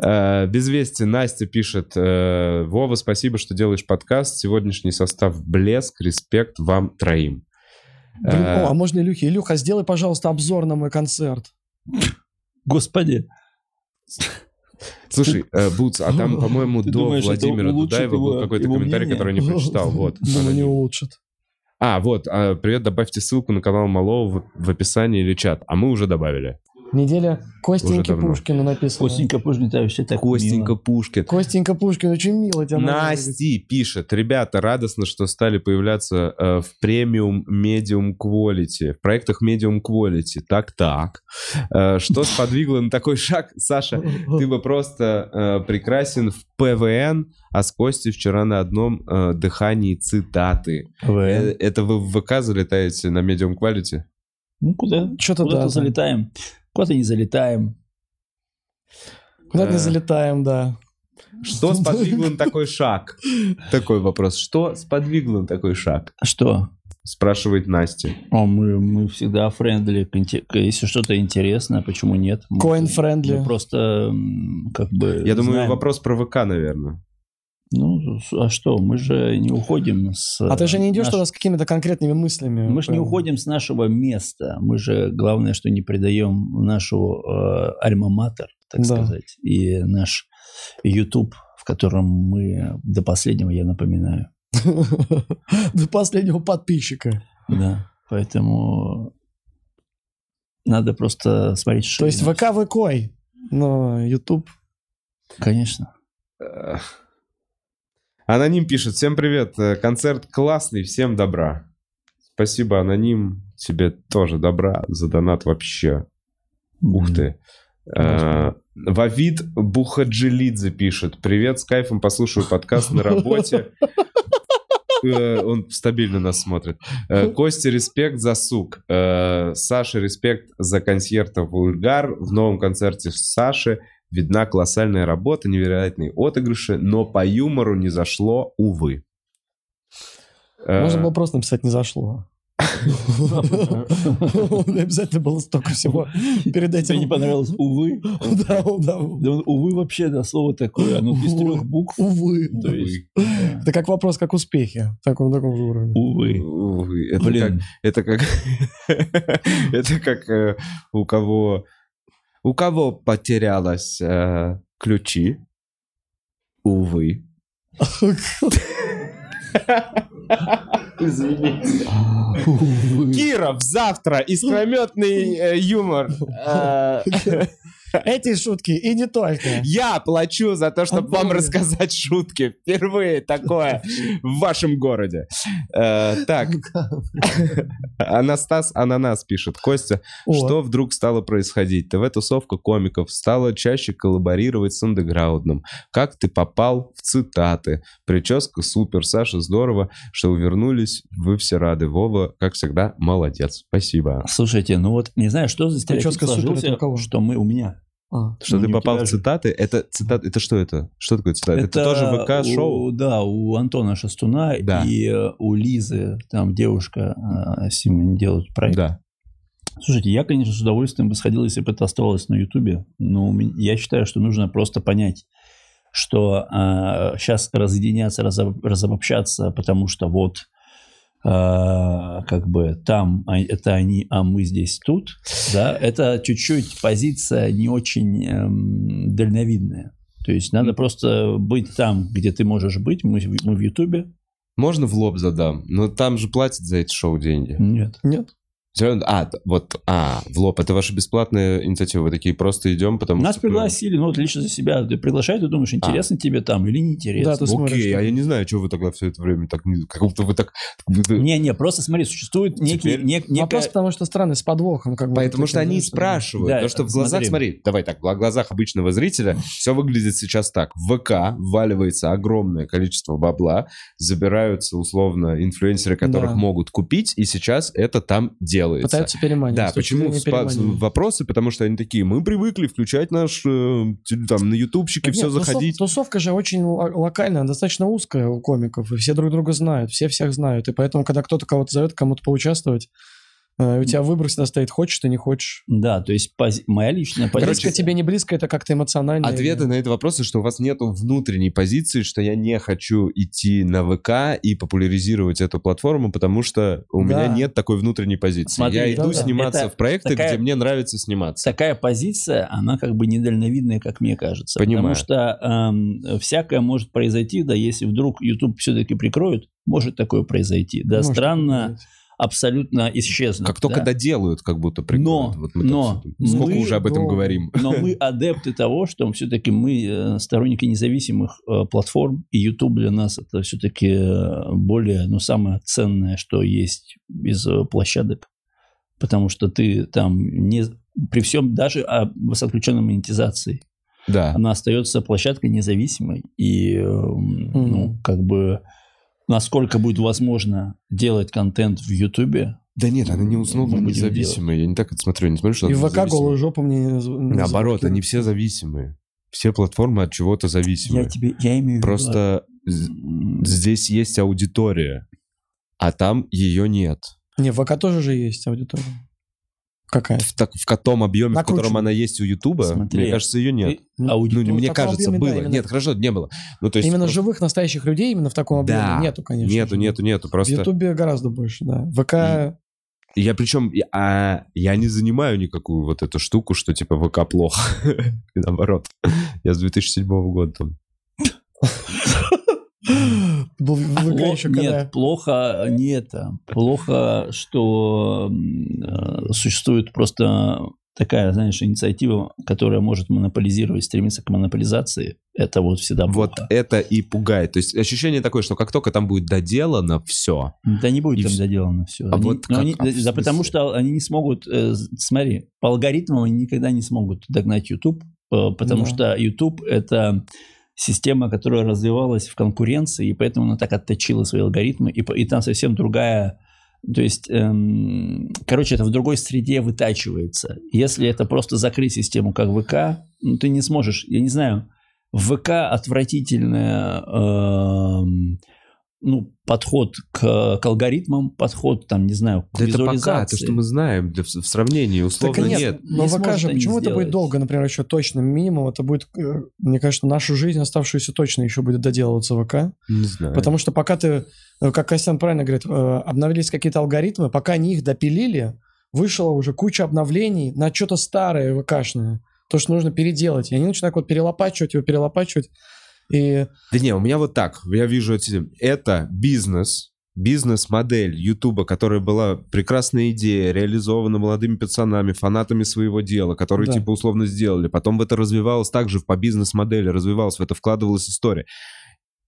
[SPEAKER 1] Э, Без вести Настя пишет, э, Вова, спасибо, что делаешь подкаст. Сегодняшний состав блеск, респект вам троим.
[SPEAKER 2] Блин,
[SPEAKER 1] Э,
[SPEAKER 2] о, а можно Илюхе? Илюха, сделай, пожалуйста, обзор на мой концерт.
[SPEAKER 3] Господи,
[SPEAKER 1] Слушай, э, Бутс, а
[SPEAKER 3] *gasps*
[SPEAKER 1] там, по-моему,
[SPEAKER 3] Ты
[SPEAKER 1] до
[SPEAKER 3] думаешь, это
[SPEAKER 1] Владимира
[SPEAKER 3] улучшит
[SPEAKER 1] Дудаева был
[SPEAKER 3] его-
[SPEAKER 1] какой-то
[SPEAKER 3] его
[SPEAKER 1] комментарий,
[SPEAKER 3] мнение?
[SPEAKER 1] который я не
[SPEAKER 2] *laughs*
[SPEAKER 3] *laughs*
[SPEAKER 1] прочитал. Вот.
[SPEAKER 2] Думаю, не улучшит.
[SPEAKER 1] А, вот, а, привет, добавьте ссылку на канал Малого в, в описании или чат. А мы уже добавили.
[SPEAKER 2] Неделя Костеньки
[SPEAKER 1] Уже давно.
[SPEAKER 2] Пушкина написано.
[SPEAKER 3] Костенька Пушкин, да, все так
[SPEAKER 1] Костенька Пушкин.
[SPEAKER 2] Костенька Пушкин, очень мило тебя. назвали.
[SPEAKER 1] Насти пишет, ребята, радостно, что стали появляться э, в премиум медиум quality, в проектах медиум quality. Так-так. Э, что сподвигло на такой шаг? Саша, ты бы просто э, прекрасен в ПВН, а с Костей вчера на одном э, дыхании цитаты. Э,
[SPEAKER 3] мило.
[SPEAKER 1] это вы в ВК залетаете на медиум quality?
[SPEAKER 3] Ну, куда?
[SPEAKER 2] Что-то да.
[SPEAKER 3] Куда-то
[SPEAKER 2] там.
[SPEAKER 3] залетаем, куда-то не залетаем.
[SPEAKER 2] Куда-то не
[SPEAKER 1] Э.
[SPEAKER 2] залетаем, да.
[SPEAKER 1] Что сподвигло на такой шаг? Такой вопрос. Что сподвигло на такой шаг?
[SPEAKER 3] А Что?
[SPEAKER 1] Спрашивает Настя.
[SPEAKER 3] О, мы, мы всегда френдли, к инте- к- если что-то интересное, почему нет? Мы-
[SPEAKER 2] Коин-френдли.
[SPEAKER 3] мы просто м, как бы
[SPEAKER 1] Я думаю,
[SPEAKER 3] знаем.
[SPEAKER 1] вопрос про ВК, наверное.
[SPEAKER 3] Ну, с- а что, мы же не уходим с...
[SPEAKER 2] А ты же не идешь
[SPEAKER 3] наш-
[SPEAKER 2] туда с какими-то конкретными мыслями.
[SPEAKER 3] Мы же не
[SPEAKER 2] Прям.
[SPEAKER 3] уходим с нашего места. Мы же, главное, что не предаем нашу э, альма-матер, так
[SPEAKER 2] Да.
[SPEAKER 3] сказать, и наш YouTube, в котором мы до последнего, я напоминаю.
[SPEAKER 2] *laughs* До последнего подписчика.
[SPEAKER 3] Да, поэтому надо просто смотреть
[SPEAKER 2] То есть
[SPEAKER 3] шире.
[SPEAKER 2] ВК вы кой, но YouTube.
[SPEAKER 3] Конечно.
[SPEAKER 1] Э, Аноним пишет. Всем привет. Э, Концерт классный. Всем добра. Спасибо, Аноним. Тебе тоже добра за донат вообще. Ух ты. Э, Вавид Бухаджилидзе пишет. Привет, с кайфом послушаю подкаст на работе. Э, Он стабильно нас смотрит. Э, Костя, респект за сук. Э, Саше, респект за концерта «Вульгар». В новом концерте Саши видна колоссальная работа, невероятные отыгрыши, но по юмору не зашло, увы. Э,
[SPEAKER 2] Можно было просто написать
[SPEAKER 1] *laughs*
[SPEAKER 2] «не зашло». Обязательно было столько всего перед
[SPEAKER 3] Тебе не
[SPEAKER 2] этим.
[SPEAKER 3] понравилось? Увы.
[SPEAKER 2] *laughs* Да, да,
[SPEAKER 3] Да, увы, вообще, да, слово такое. Оно из
[SPEAKER 2] Увы.
[SPEAKER 3] трех букв.
[SPEAKER 2] увы.
[SPEAKER 3] То есть,
[SPEAKER 2] Это как вопрос, как успехи. В таком, таком же уровне.
[SPEAKER 3] увы.
[SPEAKER 1] Увы, это как
[SPEAKER 3] Блин,
[SPEAKER 1] Это как... *laughs* Это как э, у кого... У кого потерялось э, ключи? Увы.
[SPEAKER 3] увы.
[SPEAKER 1] Киров, завтра искрометный э, юмор. Э,
[SPEAKER 2] Эти шутки и не только.
[SPEAKER 1] Я плачу за то, чтобы вам
[SPEAKER 2] Антония.
[SPEAKER 1] рассказать шутки. Впервые такое в вашем городе. Э, Так. Анастас Ананас пишет. Костя,
[SPEAKER 2] О,
[SPEAKER 1] Что вдруг стало происходить? ТВ-тусовка комиков стала чаще коллаборировать с андеграундом. Как ты попал в цитаты? Прическа супер, Саша, здорово, что вы вернулись, вы все рады. Вова, как всегда, молодец. Спасибо.
[SPEAKER 3] Слушайте, ну вот не знаю, что за стереотип
[SPEAKER 2] Прическа супер, это
[SPEAKER 3] сложился,
[SPEAKER 2] у кого?
[SPEAKER 3] что мы у меня.
[SPEAKER 2] а.
[SPEAKER 1] Что
[SPEAKER 3] Ну,
[SPEAKER 1] ты
[SPEAKER 3] не у
[SPEAKER 1] попал
[SPEAKER 3] тебя
[SPEAKER 1] в
[SPEAKER 3] же.
[SPEAKER 1] цитаты? Это цитаты, это что это? Что такое цитаты? Это, тоже
[SPEAKER 3] у-
[SPEAKER 1] ВК-шоу?
[SPEAKER 3] Да, у Антона Шастуна
[SPEAKER 1] Да.
[SPEAKER 3] и э, у Лизы, там девушка, э, с ним они делают проект.
[SPEAKER 1] Да.
[SPEAKER 3] Слушайте, я, конечно, с удовольствием бы сходил, если бы это оставалось на Ютубе, но у мен- я считаю, что нужно просто понять, что сейчас разъединяться, разоб- разобщаться, потому что вот а, как бы там а- это они, а мы здесь тут, да, это чуть-чуть позиция не очень эм, дальновидная. То есть надо просто быть там, где ты можешь быть. Мы, в- мы в Ютубе.
[SPEAKER 1] Можно в лоб задам? Но там же платят за это шоу деньги.
[SPEAKER 3] Нет.
[SPEAKER 1] Всё, А, т- вот, а, в лоб. Это ваша бесплатная инициатива. Вы такие просто идем, потому
[SPEAKER 3] Нас
[SPEAKER 1] что... А. клево.
[SPEAKER 3] пригласили, ну вот лично за себя. Ты приглашают, ты думаешь, интересно тебе там или неинтересно.
[SPEAKER 2] Да, ты смотришь,
[SPEAKER 1] Окей,
[SPEAKER 2] что-
[SPEAKER 1] а я не знаю, что вы тогда все это время так... не- Как будто вы так...
[SPEAKER 3] Не-не, просто смотри, существует некий...
[SPEAKER 1] Теперь
[SPEAKER 3] нек- некая-
[SPEAKER 2] Вопрос, потому что странный, с подвохом. Как бы.
[SPEAKER 1] Поэтому
[SPEAKER 2] Ты
[SPEAKER 1] что они и
[SPEAKER 2] знаешь,
[SPEAKER 1] спрашивают.
[SPEAKER 3] Да,
[SPEAKER 1] потому что в глазах,
[SPEAKER 3] смотри.
[SPEAKER 1] смотри, давай так, в глазах обычного зрителя все выглядит сейчас так. В ВК вваливается огромное количество бабла, забираются условно инфлюенсеры, которых
[SPEAKER 2] Да.
[SPEAKER 1] могут купить, и сейчас это там делается.
[SPEAKER 2] Пытаются переманить.
[SPEAKER 1] Да,
[SPEAKER 2] С точки
[SPEAKER 1] почему
[SPEAKER 2] зрения
[SPEAKER 1] спа-
[SPEAKER 2] переманивания.
[SPEAKER 1] вопросы? Потому что они такие, мы привыкли включать наш, э, теле- там, на ютубчике
[SPEAKER 2] Так
[SPEAKER 1] все
[SPEAKER 2] нет, ну, тусов-
[SPEAKER 1] заходить.
[SPEAKER 2] Тусовка же очень ло- локальная, достаточно узкая у комиков, и все друг друга знают, все всех знают, и поэтому, когда кто-то кого-то зовет, кому-то поучаствовать, э, у тебя выбор всегда стоит, хочешь ты, не хочешь.
[SPEAKER 3] Да, то есть пози- моя личная позиция...
[SPEAKER 2] близко тебе, не близко, это как-то
[SPEAKER 1] э,
[SPEAKER 2] эмоционально. Ну,
[SPEAKER 1] Ответы на эти вопросы, что у вас нет внутренней позиции, что я не хочу идти на ВК и популяризировать эту платформу, потому что у меня
[SPEAKER 2] Да.
[SPEAKER 1] нет такой внутренней позиции.
[SPEAKER 3] Смотри,
[SPEAKER 1] я иду
[SPEAKER 2] да, да.
[SPEAKER 1] сниматься
[SPEAKER 3] Это
[SPEAKER 1] в проекты,
[SPEAKER 3] такая-
[SPEAKER 1] где мне нравится сниматься.
[SPEAKER 3] Такая позиция, она как бы недальновидная, как мне кажется.
[SPEAKER 1] Понимаю.
[SPEAKER 3] Потому что эм, всякое может произойти, да, если вдруг YouTube все-таки прикроют, может такое произойти. Да,
[SPEAKER 2] Может,
[SPEAKER 3] странно
[SPEAKER 2] понимаете.
[SPEAKER 3] абсолютно исчезнут.
[SPEAKER 1] Как только
[SPEAKER 3] да?
[SPEAKER 1] доделают, как будто прикольно.
[SPEAKER 3] Но,
[SPEAKER 1] Вот мы там
[SPEAKER 3] но
[SPEAKER 1] всё- сколько
[SPEAKER 3] мы
[SPEAKER 1] уже об этом
[SPEAKER 2] до-
[SPEAKER 1] говорим.
[SPEAKER 3] Но *laughs* мы адепты того, что все-таки мы э, сторонники независимых э, платформ, и YouTube для нас это все-таки более, ну, самое ценное, что есть из э, площадок. Потому что ты там не... При всем даже а, с отключенной монетизацией,
[SPEAKER 1] Да.
[SPEAKER 3] она остается площадкой независимой. И, э, ну,
[SPEAKER 2] Мгм.
[SPEAKER 3] как бы, насколько будет возможно делать контент в Ютубе,
[SPEAKER 1] Да нет, она не
[SPEAKER 3] Мы
[SPEAKER 1] условно
[SPEAKER 3] будем
[SPEAKER 1] независимая. Я не так это смотрю, не смотрю, что
[SPEAKER 2] И
[SPEAKER 1] она
[SPEAKER 2] в ВК
[SPEAKER 1] независимая.
[SPEAKER 2] голую жопу мне не зв- не
[SPEAKER 1] Наоборот,
[SPEAKER 2] заблокируют.
[SPEAKER 1] они все зависимые. Все платформы от чего-то
[SPEAKER 3] я
[SPEAKER 1] зависимы.
[SPEAKER 3] тебе... Я имею в виду- а
[SPEAKER 1] Просто з- здесь есть аудитория, а там ее нет.
[SPEAKER 2] Не, в ВК тоже же есть аудитория. Какая?
[SPEAKER 1] В, так- в том объеме, в
[SPEAKER 2] Накручено.
[SPEAKER 1] котором она есть у Ютуба,
[SPEAKER 3] Смотри.
[SPEAKER 1] мне кажется, ее нет.
[SPEAKER 3] Ты- ауди-
[SPEAKER 1] Ну, не-
[SPEAKER 2] в
[SPEAKER 1] мне
[SPEAKER 2] таком
[SPEAKER 1] кажется,
[SPEAKER 2] объеме, да,
[SPEAKER 1] было.
[SPEAKER 2] именно.
[SPEAKER 1] Нет, хорошо, не было. Ну, то есть
[SPEAKER 2] именно
[SPEAKER 1] просто-
[SPEAKER 2] живых настоящих людей именно в таком объеме
[SPEAKER 1] Да.
[SPEAKER 2] нету, конечно.
[SPEAKER 1] Нету,
[SPEAKER 2] же.
[SPEAKER 1] нету, нету.
[SPEAKER 2] В
[SPEAKER 1] Просто
[SPEAKER 2] Ютубе гораздо больше, да. ВК...
[SPEAKER 1] я причем, я- а, я не занимаю никакую вот эту штуку, что типа ВК плохо. *laughs* И Наоборот. Я с 2007 года там.
[SPEAKER 2] *gasps* Был в ВК
[SPEAKER 3] Пло-
[SPEAKER 2] еще
[SPEAKER 3] нет,
[SPEAKER 2] когда...
[SPEAKER 3] плохо не это. Плохо, что м, э, существует просто такая, знаешь, инициатива, которая может монополизировать, стремиться к монополизации. Это вот всегда
[SPEAKER 1] Вот
[SPEAKER 3] плохо.
[SPEAKER 1] это и пугает. То есть ощущение такое, что как только там будет доделано все,
[SPEAKER 3] Да не будет
[SPEAKER 1] И
[SPEAKER 3] там
[SPEAKER 1] вс-
[SPEAKER 3] доделано все.
[SPEAKER 1] А вот как? А в
[SPEAKER 3] да потому
[SPEAKER 1] смысле?
[SPEAKER 3] что они не смогут... э, с- смотри, по алгоритмам они никогда не смогут догнать YouTube, э, потому
[SPEAKER 2] Да.
[SPEAKER 3] что YouTube — это система, которая развивалась в конкуренции, и поэтому она так отточила свои алгоритмы, и, по- и там совсем другая... То есть, эм, короче, это в другой среде вытачивается. Если это просто закрыть систему, как ВК, ну, ты не сможешь. Я не знаю, в ВК отвратительная... эм, ну, подход к, к алгоритмам, подход, там, не знаю, к
[SPEAKER 1] Да это
[SPEAKER 3] визуализации.
[SPEAKER 1] пока, то, что мы знаем, для- в в сравнении,
[SPEAKER 2] Так
[SPEAKER 1] условно,
[SPEAKER 2] нет,
[SPEAKER 1] нет.
[SPEAKER 2] но
[SPEAKER 3] не
[SPEAKER 2] ВК
[SPEAKER 3] сможет
[SPEAKER 2] же,
[SPEAKER 3] они
[SPEAKER 2] почему это
[SPEAKER 3] сделать.
[SPEAKER 2] будет долго, например, еще точно минимум, это будет, э, мне кажется, нашу жизнь оставшуюся точно еще будет доделываться ВК,
[SPEAKER 1] Не знаю.
[SPEAKER 2] Потому что пока ты, э, как Костян правильно говорит, э, обновились какие-то алгоритмы, пока они их допилили, вышла уже куча обновлений на что-то старое ВКшное, то, что нужно переделать. И они начинают вот перелопачивать его, перелопачивать. И
[SPEAKER 1] Да не, у меня вот так. Я вижу эти... Это бизнес, бизнес-модель Ютуба, которая была прекрасная идея, реализована молодыми пацанами, фанатами своего дела, которые
[SPEAKER 2] Да.
[SPEAKER 1] типа условно сделали. Потом в это развивалось также по бизнес-модели, развивалось, в это вкладывалась история.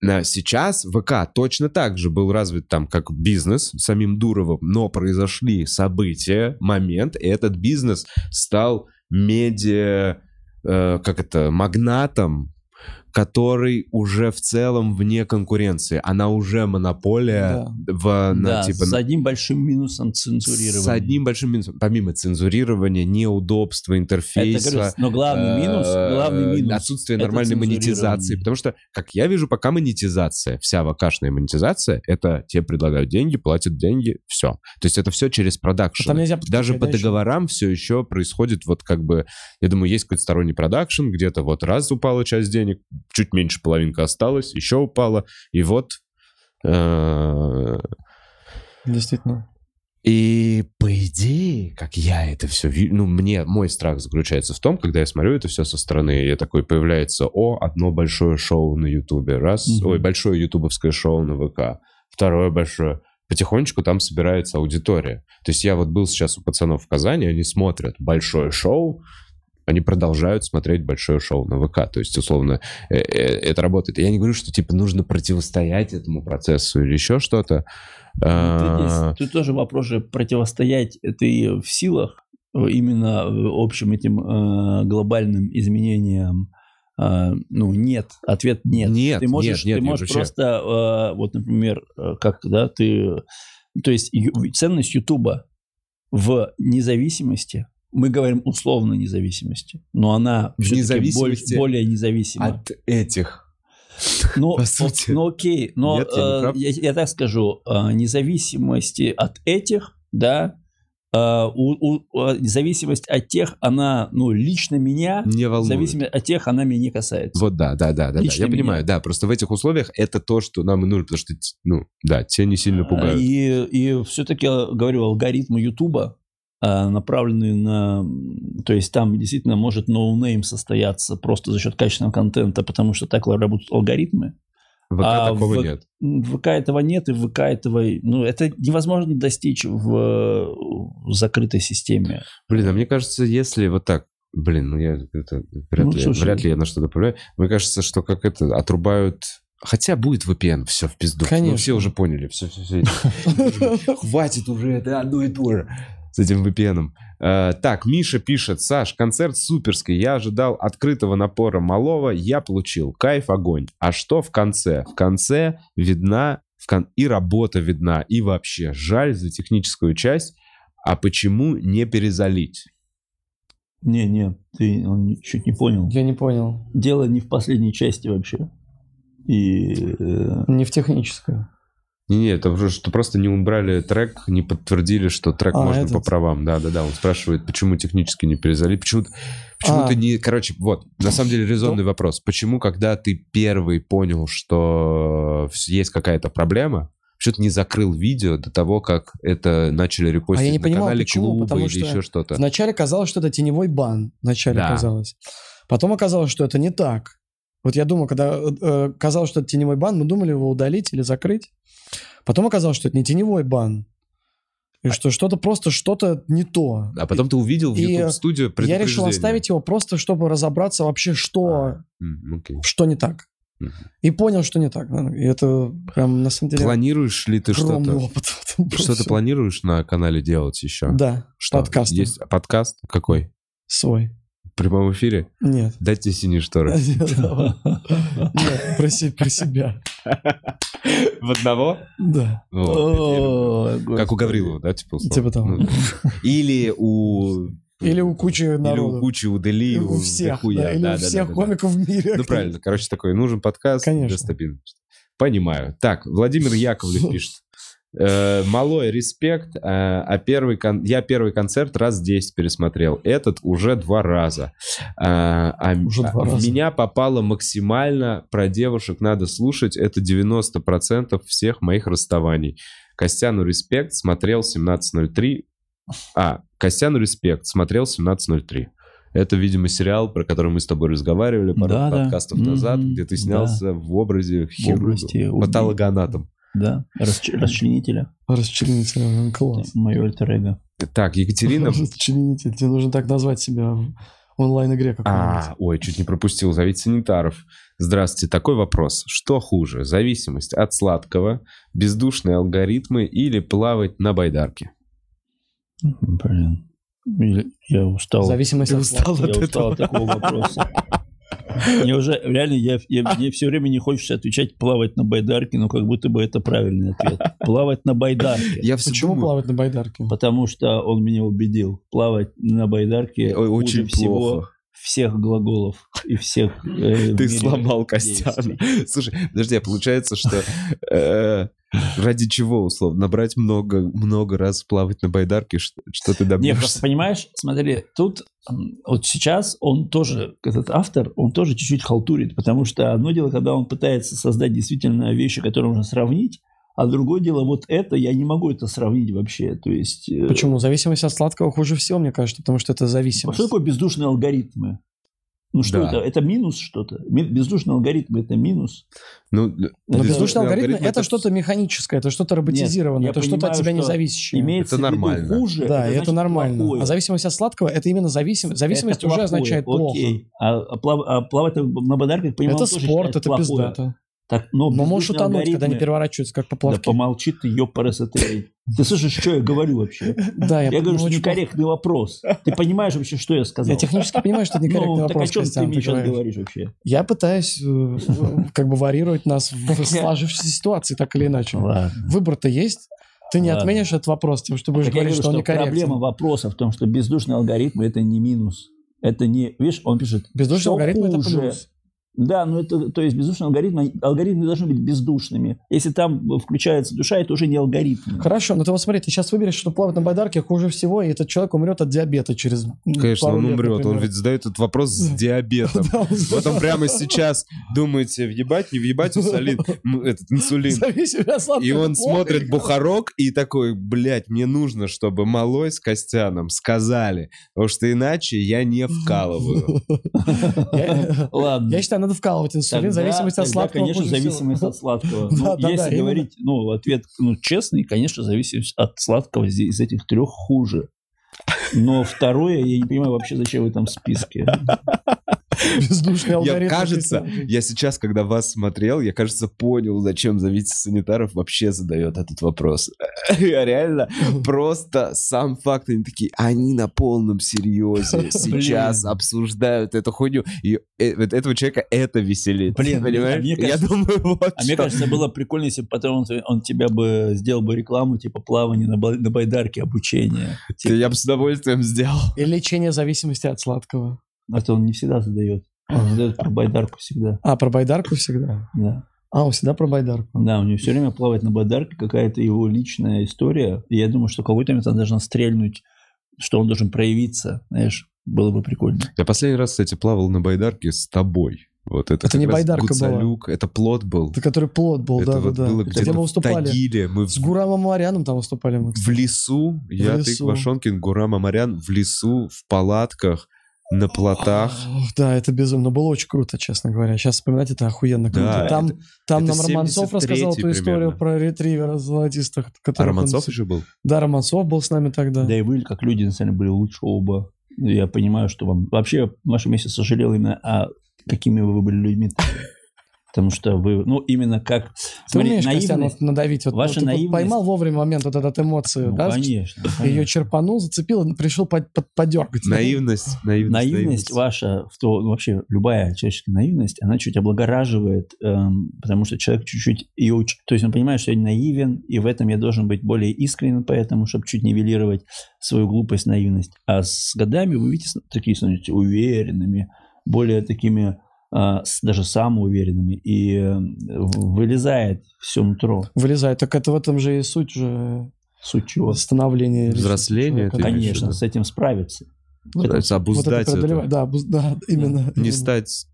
[SPEAKER 1] На- Сейчас ВК точно так же был развит там как бизнес самим Дуровым, но произошли события, момент, и этот бизнес стал медиа, э, как это, магнатом, который уже в целом вне конкуренции. Она уже монополия в, на,
[SPEAKER 3] да,
[SPEAKER 1] типа,
[SPEAKER 3] с
[SPEAKER 1] на-
[SPEAKER 3] одним большим минусом цензурирования.
[SPEAKER 1] с одним большим минусом. Помимо цензурирования, неудобства
[SPEAKER 3] Это,
[SPEAKER 1] интерфейса.
[SPEAKER 3] говорю, но главный минус,
[SPEAKER 1] э,
[SPEAKER 3] главный минус.
[SPEAKER 1] Отсутствие
[SPEAKER 3] это
[SPEAKER 1] нормальной монетизации.
[SPEAKER 3] цензурирование.
[SPEAKER 1] Потому что, как я вижу, пока монетизация, вся вакашная монетизация, это тебе предлагают деньги, платят деньги, все. То есть это все через продакшн.
[SPEAKER 2] там нельзя...
[SPEAKER 1] Даже
[SPEAKER 2] подключать,
[SPEAKER 1] по
[SPEAKER 2] да, еще?
[SPEAKER 1] договорам все еще происходит вот как бы, я думаю, есть какой-то сторонний продакшн, где-то вот раз упала часть денег, чуть меньше половинка осталась, еще упала, и вот... э,
[SPEAKER 2] Действительно. *laughs*
[SPEAKER 1] И по идее, как я это все вижу, ну, мне мой страх заключается в том, когда я смотрю это все со стороны, и я такой, появляется, о, одно большое шоу на Ютубе, раз,
[SPEAKER 3] Мгм.
[SPEAKER 1] ой, большое ютубовское шоу на ВК, второе большое, потихонечку там собирается аудитория. То есть я вот был сейчас у пацанов в Казани, они смотрят большое шоу, они продолжают смотреть большое шоу на ВК. То есть, условно, э, э, это работает. И Я не говорю, что, типа, нужно противостоять этому процессу или еще что-то.
[SPEAKER 3] Ну, Тут,
[SPEAKER 1] А,
[SPEAKER 3] есть- тут тоже вопрос же противостоять ты в силах э, именно э, общим этим э, глобальным изменениям. э, ну, нет, ответ нет.
[SPEAKER 1] Нет,
[SPEAKER 3] ты
[SPEAKER 1] нет,
[SPEAKER 3] можешь,
[SPEAKER 1] нет,
[SPEAKER 3] ты
[SPEAKER 1] нет,
[SPEAKER 3] можешь
[SPEAKER 1] вообще.
[SPEAKER 3] просто, э, вот, например, э, как, да, ты... То есть ю- ценность Ютуба в независимости, мы говорим условно независимости, но она
[SPEAKER 1] В
[SPEAKER 3] всё-таки
[SPEAKER 1] независимости
[SPEAKER 3] боль- более независима.
[SPEAKER 1] от этих.
[SPEAKER 3] Ну,
[SPEAKER 1] По
[SPEAKER 3] ок-
[SPEAKER 1] сути.
[SPEAKER 3] ну окей, но
[SPEAKER 1] Нет, я не
[SPEAKER 3] э,
[SPEAKER 1] прав.
[SPEAKER 3] я, я так скажу, э, независимости от этих, да, э, у- у- э, зависимость от тех, она, ну, лично меня,
[SPEAKER 1] Не волнует.
[SPEAKER 3] зависимость от тех, она меня не касается.
[SPEAKER 1] Вот да, да, да, да, да.
[SPEAKER 3] Лично
[SPEAKER 1] Я
[SPEAKER 3] меня.
[SPEAKER 1] понимаю, да, просто в этих условиях это то, что нам и нужно, потому что, т- ну, да, те не сильно пугают.
[SPEAKER 3] И, и все-таки, говорю, алгоритмы Ютуба э, направленные на... То есть там действительно может ноунейм состояться просто за счет качественного контента, потому что так работают алгоритмы.
[SPEAKER 1] ВК
[SPEAKER 3] А
[SPEAKER 1] такого
[SPEAKER 3] в-
[SPEAKER 1] нет.
[SPEAKER 3] В ВК этого нет, и в ВК этого... Ну, это невозможно достичь в, э, в закрытой системе.
[SPEAKER 1] Блин, а мне кажется, если вот так... Блин, ну я это, вряд,
[SPEAKER 3] Ну,
[SPEAKER 1] ли,
[SPEAKER 3] слушай.
[SPEAKER 1] вряд ли я на что-то повлияю. Мне кажется, что как это отрубают... Хотя будет VPN, все, в пизду. Ну,
[SPEAKER 2] Конечно.
[SPEAKER 1] все уже поняли, все, все, все. Хватит уже, это одно и то же. С этим VPN. Э, так, Миша пишет, Саш, концерт суперский. Я ожидал открытого напора малого, я получил. Кайф, огонь. А что в конце? В конце видна в кон- и работа видна, и вообще. Жаль за техническую часть. А почему не перезалить?
[SPEAKER 3] Не, не, ты он не- чуть не понял.
[SPEAKER 2] Я не понял.
[SPEAKER 3] Дело не в последней части вообще. И э, *laughs*
[SPEAKER 2] Не в техническое.
[SPEAKER 1] Не-не, это уже что просто не убрали трек, не подтвердили, что трек
[SPEAKER 2] А,
[SPEAKER 1] можно
[SPEAKER 2] этот.
[SPEAKER 1] по правам. Да-да-да, он спрашивает, почему технически не перезалить, почему, почему
[SPEAKER 2] А.
[SPEAKER 1] ты не... Короче, вот, на самом деле резонный вопрос. Почему, когда ты первый понял, что вс- есть какая-то проблема, почему ты не закрыл видео до того, как это начали репостить
[SPEAKER 2] А я не
[SPEAKER 1] на
[SPEAKER 2] понимал,
[SPEAKER 1] канале
[SPEAKER 2] почему,
[SPEAKER 1] клуба
[SPEAKER 2] потому
[SPEAKER 1] или
[SPEAKER 2] что
[SPEAKER 1] еще что-то?
[SPEAKER 2] Вначале казалось, что это теневой бан. Вначале
[SPEAKER 1] Да.
[SPEAKER 2] казалось. Потом оказалось, что это не так. Вот я думал, когда э, э, казалось, что это теневой бан, мы думали его удалить или закрыть. Потом оказалось, что это не теневой бан. И что что-то просто что-то не то.
[SPEAKER 1] А потом ты увидел в
[SPEAKER 2] И
[SPEAKER 1] YouTube-студию
[SPEAKER 2] Я
[SPEAKER 1] предупреждение.
[SPEAKER 2] решил
[SPEAKER 1] А,
[SPEAKER 2] оставить его просто, чтобы разобраться вообще, что,
[SPEAKER 1] М, окей.
[SPEAKER 2] что не так.
[SPEAKER 1] Мгм.
[SPEAKER 2] И понял, что не так. Ну, И это прям на самом деле
[SPEAKER 1] Планируешь ли ты
[SPEAKER 2] огромный
[SPEAKER 1] что-то?
[SPEAKER 2] опыт.
[SPEAKER 1] Что ты
[SPEAKER 2] планируешь?
[SPEAKER 1] планируешь на канале делать еще?
[SPEAKER 2] Да,
[SPEAKER 1] Что?
[SPEAKER 2] подкаст.
[SPEAKER 1] Есть подкаст? Какой?
[SPEAKER 2] свой.
[SPEAKER 1] В прямом эфире?
[SPEAKER 2] Нет.
[SPEAKER 1] Дайте синие шторы.
[SPEAKER 2] *laughs* Нет, про се- про себя.
[SPEAKER 1] В одного?
[SPEAKER 2] Да.
[SPEAKER 3] О,
[SPEAKER 1] Как у
[SPEAKER 3] господи.
[SPEAKER 1] Гаврилова, да, типа? условно?
[SPEAKER 2] Типа того.
[SPEAKER 1] Ну, Или у...
[SPEAKER 2] Или у кучи
[SPEAKER 1] Или у
[SPEAKER 2] народу.
[SPEAKER 1] кучи, у Дели,
[SPEAKER 2] Или
[SPEAKER 1] у
[SPEAKER 2] у всех.
[SPEAKER 1] дохуя.
[SPEAKER 2] да, Или
[SPEAKER 1] Да,
[SPEAKER 2] у
[SPEAKER 1] да, да,
[SPEAKER 2] всех
[SPEAKER 1] да, да.
[SPEAKER 2] комиков в мире.
[SPEAKER 1] Ну, правильно. Короче, такой, нужен подкаст
[SPEAKER 2] Конечно.
[SPEAKER 1] для стабильности. Понимаю. Так, Владимир Яковлев пишет. «Э, Малой респект, э, а первый кон- я первый концерт раз 10 пересмотрел, этот уже два раза. А, а м-
[SPEAKER 2] Уже два
[SPEAKER 1] а в
[SPEAKER 2] раза.
[SPEAKER 1] меня попало максимально, про девушек надо слушать, это 90% всех моих расставаний. Костяну респект, смотрел 17.03. А, Костяну респект, смотрел 17.03. Это, видимо, сериал, про который мы с тобой разговаривали пару
[SPEAKER 3] Да, да.
[SPEAKER 1] подкастов назад,
[SPEAKER 3] Мгм,
[SPEAKER 1] где ты
[SPEAKER 3] да.
[SPEAKER 1] снялся в образе хирурга,
[SPEAKER 3] образе убийцы.
[SPEAKER 1] патологоанатом.
[SPEAKER 3] Да, расч- расчленителя.
[SPEAKER 2] Расчленитель, он э, класс.
[SPEAKER 3] Мое альтер эго.
[SPEAKER 1] Так, Екатерина...
[SPEAKER 2] Расчленитель. Тебе нужно так назвать себя в онлайн-игре какой-нибудь.
[SPEAKER 1] А, ой, чуть не пропустил. Зовите санитаров. Здравствуйте. Такой вопрос. Что хуже? Зависимость от сладкого, бездушные алгоритмы или плавать на байдарке?
[SPEAKER 3] Блин. Или- Я устал.
[SPEAKER 2] Зависимость
[SPEAKER 1] Ты
[SPEAKER 2] от
[SPEAKER 1] устал
[SPEAKER 2] сладкого.
[SPEAKER 1] от
[SPEAKER 3] Я устал от такого вопроса. Мне уже, реально, я, я- мне все время не хочется отвечать плавать на байдарке, но как будто бы это правильный ответ. Плавать на байдарке.
[SPEAKER 1] Я все
[SPEAKER 2] Почему
[SPEAKER 1] думаю,
[SPEAKER 2] плавать на байдарке?
[SPEAKER 3] Потому что он меня убедил. Плавать на байдарке
[SPEAKER 1] Ой,
[SPEAKER 3] хуже
[SPEAKER 1] э, очень
[SPEAKER 3] всего
[SPEAKER 1] плохо.
[SPEAKER 3] всех глаголов и всех... э, в
[SPEAKER 1] Ты
[SPEAKER 3] мире
[SPEAKER 1] сломал Костяна. *laughs*
[SPEAKER 3] действий.
[SPEAKER 1] Слушай, подожди, а получается, что э, ради чего, условно, набрать много, много раз плавать на байдарке, что, что ты
[SPEAKER 3] Не,
[SPEAKER 1] добьешься?
[SPEAKER 3] просто понимаешь, смотри, тут м, вот сейчас он тоже, этот автор, он тоже чуть-чуть халтурит, потому что одно дело, когда он пытается создать действительно вещи, которые можно сравнить, а другое дело, вот это, я не могу это сравнить вообще, то есть... э,
[SPEAKER 2] Почему? Зависимость от сладкого хуже всего, мне кажется, потому что это
[SPEAKER 3] а
[SPEAKER 2] зависимость.
[SPEAKER 3] Что такое бездушные алгоритмы? Ну что
[SPEAKER 1] Да.
[SPEAKER 3] это? Это минус что-то? Ми- Бездушные алгоритмы – это минус?
[SPEAKER 1] Ну,
[SPEAKER 2] Но
[SPEAKER 1] бездушные
[SPEAKER 2] бездушный алгоритм
[SPEAKER 1] алгоритмы
[SPEAKER 2] это что-то механическое, это что-то роботизированное,
[SPEAKER 3] я
[SPEAKER 2] это что-то от
[SPEAKER 3] понимаю,
[SPEAKER 2] тебя не
[SPEAKER 3] что
[SPEAKER 2] зависящее.
[SPEAKER 3] Имеется в виду
[SPEAKER 1] нормально.
[SPEAKER 3] хуже.
[SPEAKER 2] Да, и это
[SPEAKER 3] значит
[SPEAKER 2] нормально.
[SPEAKER 3] плохое.
[SPEAKER 2] А зависимость от сладкого это именно зависимость. Зависимость
[SPEAKER 3] Это
[SPEAKER 2] уже
[SPEAKER 3] плохое,
[SPEAKER 2] означает плохо.
[SPEAKER 3] окей. А, а плав- а плавать на байдарках, как понимаю,
[SPEAKER 2] это
[SPEAKER 3] тоже
[SPEAKER 2] спорт,
[SPEAKER 3] считается
[SPEAKER 2] это
[SPEAKER 3] плохое.
[SPEAKER 2] пиздато.
[SPEAKER 3] Так, но
[SPEAKER 2] Но можешь
[SPEAKER 3] бездушные
[SPEAKER 2] утонуть, когда не
[SPEAKER 3] алгоритмы-
[SPEAKER 2] переворачиваются, как
[SPEAKER 3] Да
[SPEAKER 2] поплавки.
[SPEAKER 3] помолчи ты, ёпарас, это... Ты слышишь, что я говорю вообще?
[SPEAKER 2] Да,
[SPEAKER 3] Я говорю, что
[SPEAKER 2] очень плохо.
[SPEAKER 3] некорректный вопрос. Ты понимаешь вообще, что я сказал?
[SPEAKER 2] Я технически понимаю, что это некорректный
[SPEAKER 3] *laughs* Ну, так о
[SPEAKER 2] вопрос,
[SPEAKER 3] чем ты
[SPEAKER 2] Костян,
[SPEAKER 3] мне
[SPEAKER 2] ты
[SPEAKER 3] сейчас
[SPEAKER 2] говоришь.
[SPEAKER 3] говоришь вообще?
[SPEAKER 2] Я пытаюсь э, э, как бы варьировать нас
[SPEAKER 3] *laughs*
[SPEAKER 2] в сложившейся ситуации, так или иначе.
[SPEAKER 3] Ладно.
[SPEAKER 2] Выбор-то есть. Ты не
[SPEAKER 3] Ладно.
[SPEAKER 2] отменишь этот вопрос, тем, что будешь
[SPEAKER 3] Так я
[SPEAKER 2] говорить,
[SPEAKER 3] говорю,
[SPEAKER 2] что он
[SPEAKER 3] что проблема
[SPEAKER 2] некорректен.
[SPEAKER 3] вопроса в том, что бездушные алгоритмы – это не минус. Это не... Видишь, он пишет...
[SPEAKER 2] Бездушный
[SPEAKER 3] что
[SPEAKER 2] алгоритм это
[SPEAKER 3] хуже?
[SPEAKER 2] плюс.
[SPEAKER 3] Да, ну это, то есть бездушные алгоритмы, они- алгоритмы не должны быть бездушными. Если там включается душа, это уже не алгоритм.
[SPEAKER 2] Хорошо, но ты вот смотри, ты сейчас выберешь, что плавать на байдарке хуже всего, и этот человек умрет от диабета через м,
[SPEAKER 1] *laughs* Конечно,
[SPEAKER 2] пару
[SPEAKER 1] он
[SPEAKER 2] лет,
[SPEAKER 1] умрет. Он
[SPEAKER 2] например.
[SPEAKER 1] ведь задает этот вопрос
[SPEAKER 2] *laughs*
[SPEAKER 1] с диабетом.
[SPEAKER 2] Да, он
[SPEAKER 1] Вот
[SPEAKER 2] *laughs*
[SPEAKER 1] он прямо сейчас думаете, въебать, не въебать инсулин, м, этот инсулин.
[SPEAKER 2] Зависит от сладкого.
[SPEAKER 1] И он
[SPEAKER 2] кофе.
[SPEAKER 1] смотрит Бухарок и такой, блядь, мне нужно, чтобы Малой с Костяном сказали, потому что иначе я не вкалываю.
[SPEAKER 2] Я
[SPEAKER 3] Ладно.
[SPEAKER 2] я считаю, надо вкалывать инсулин,
[SPEAKER 3] Тогда-
[SPEAKER 2] зависимость от
[SPEAKER 3] тогда,
[SPEAKER 2] сладкого.
[SPEAKER 3] конечно,
[SPEAKER 2] хуже всего.
[SPEAKER 3] зависимость от сладкого.
[SPEAKER 2] Да,
[SPEAKER 3] Ну,
[SPEAKER 2] да, да,
[SPEAKER 3] Если
[SPEAKER 2] именно.
[SPEAKER 3] говорить, ну, ответ ну, честный, конечно, зависимость от сладкого здесь- из этих трех хуже. Но второе, я не понимаю вообще, зачем в этом списке.
[SPEAKER 2] *laughs* Бездушный алгоритм.
[SPEAKER 1] Я, кажется,
[SPEAKER 2] здесь.
[SPEAKER 1] я сейчас, когда вас смотрел, я, кажется, понял, зачем зависимость санитаров вообще задает этот вопрос. *laughs* Я реально просто сам факт, они такие, они на полном
[SPEAKER 2] *laughs*
[SPEAKER 1] серьезе сейчас обсуждают эту хуйню. И э, вот этого человека это веселит.
[SPEAKER 3] Блин,
[SPEAKER 2] ну,
[SPEAKER 1] понимаешь?
[SPEAKER 3] мне
[SPEAKER 1] Я
[SPEAKER 3] кажется-
[SPEAKER 1] думаю, вот
[SPEAKER 3] А мне
[SPEAKER 1] что.
[SPEAKER 3] кажется, было прикольно, если бы потом он, он тебя бы сделал бы рекламу, типа плавание на, бай- на байдарке, Типа, обучение.
[SPEAKER 1] Ты- Я бы с удовольствием сделал.
[SPEAKER 2] И лечение зависимости от сладкого.
[SPEAKER 3] А то он не всегда задает. Он задает про байдарку всегда.
[SPEAKER 2] А, про байдарку всегда?
[SPEAKER 3] Да.
[SPEAKER 2] А, он всегда про байдарку.
[SPEAKER 3] да, у него все время плавает на байдарке какая-то его личная история. И я думаю, что в какой-то момент она должна стрельнуть, что он должен проявиться. Знаешь, было бы прикольно.
[SPEAKER 1] Я последний раз, кстати, плавал на байдарке с тобой. Вот это,
[SPEAKER 2] Это
[SPEAKER 1] как
[SPEAKER 2] не
[SPEAKER 1] раз
[SPEAKER 2] байдарка была.
[SPEAKER 1] Гуцалюк, это плод был.
[SPEAKER 2] Это который плод был,
[SPEAKER 1] это
[SPEAKER 2] да,
[SPEAKER 1] вот
[SPEAKER 2] да,
[SPEAKER 1] было
[SPEAKER 2] да.
[SPEAKER 1] где-то
[SPEAKER 2] Где мы
[SPEAKER 1] в
[SPEAKER 2] выступали.
[SPEAKER 1] Тагиле. Мы
[SPEAKER 2] С Гурамом Марьяном там выступали мы.
[SPEAKER 1] в лесу. я, ты,
[SPEAKER 2] лесу.
[SPEAKER 1] Квашонкин, Гурам Амарян, в лесу, в палатках, на плотах.
[SPEAKER 2] Ох, Да, это безумно. Было очень круто, честно говоря. Сейчас вспоминать это охуенно круто.
[SPEAKER 1] Да,
[SPEAKER 2] там там
[SPEAKER 1] это
[SPEAKER 2] нам Романцов
[SPEAKER 1] 73-й
[SPEAKER 2] рассказал эту историю
[SPEAKER 1] примерно.
[SPEAKER 2] про ретривера золотистых.
[SPEAKER 1] А
[SPEAKER 2] которых он-
[SPEAKER 1] Романцов еще был?
[SPEAKER 2] Да, Романцов был с нами тогда.
[SPEAKER 3] Да и вы, как люди, на самом деле, были лучше оба. Ну, Я понимаю, что вам... Вообще, я в вашем месте сожалел именно о... Какими вы были людьми. Потому что вы... Ну, именно как...
[SPEAKER 2] Ты
[SPEAKER 3] Смотри,
[SPEAKER 2] умеешь,
[SPEAKER 3] наивность-
[SPEAKER 2] Костян, вот надавить? Вот, вот ты
[SPEAKER 3] Ваша
[SPEAKER 2] вот
[SPEAKER 3] наивность-
[SPEAKER 2] поймал вовремя момент вот этот эмоцию,
[SPEAKER 3] Ну,
[SPEAKER 2] да?
[SPEAKER 3] конечно.
[SPEAKER 2] Ее
[SPEAKER 3] конечно.
[SPEAKER 2] черпанул, зацепил, и решил под- под- подергать.
[SPEAKER 1] Наивность, наивность,
[SPEAKER 3] Наивность ваша, в то, ну, вообще любая человеческая наивность, она чуть облагораживает, эм, потому что человек чуть-чуть ее уч- То есть он понимает, что я наивен, и в этом я должен быть более искренен, поэтому, чтобы чуть нивелировать свою глупость, наивность. А с годами вы видите, с- такие становитесь уверенными, более такими а, с- даже самоуверенными, и э, вылезает все нутро.
[SPEAKER 2] Вылезает. Так это в этом же и суть же
[SPEAKER 3] Суть чего?
[SPEAKER 2] восстановления.
[SPEAKER 1] Взросление
[SPEAKER 2] человека.
[SPEAKER 1] ты имеешь в
[SPEAKER 3] Конечно,
[SPEAKER 1] виду?
[SPEAKER 3] с этим справиться.
[SPEAKER 1] То есть
[SPEAKER 2] Вот
[SPEAKER 1] обуздать это,
[SPEAKER 2] это преодолевать. Да, обуз- да, именно.
[SPEAKER 1] не
[SPEAKER 2] именно.
[SPEAKER 1] стать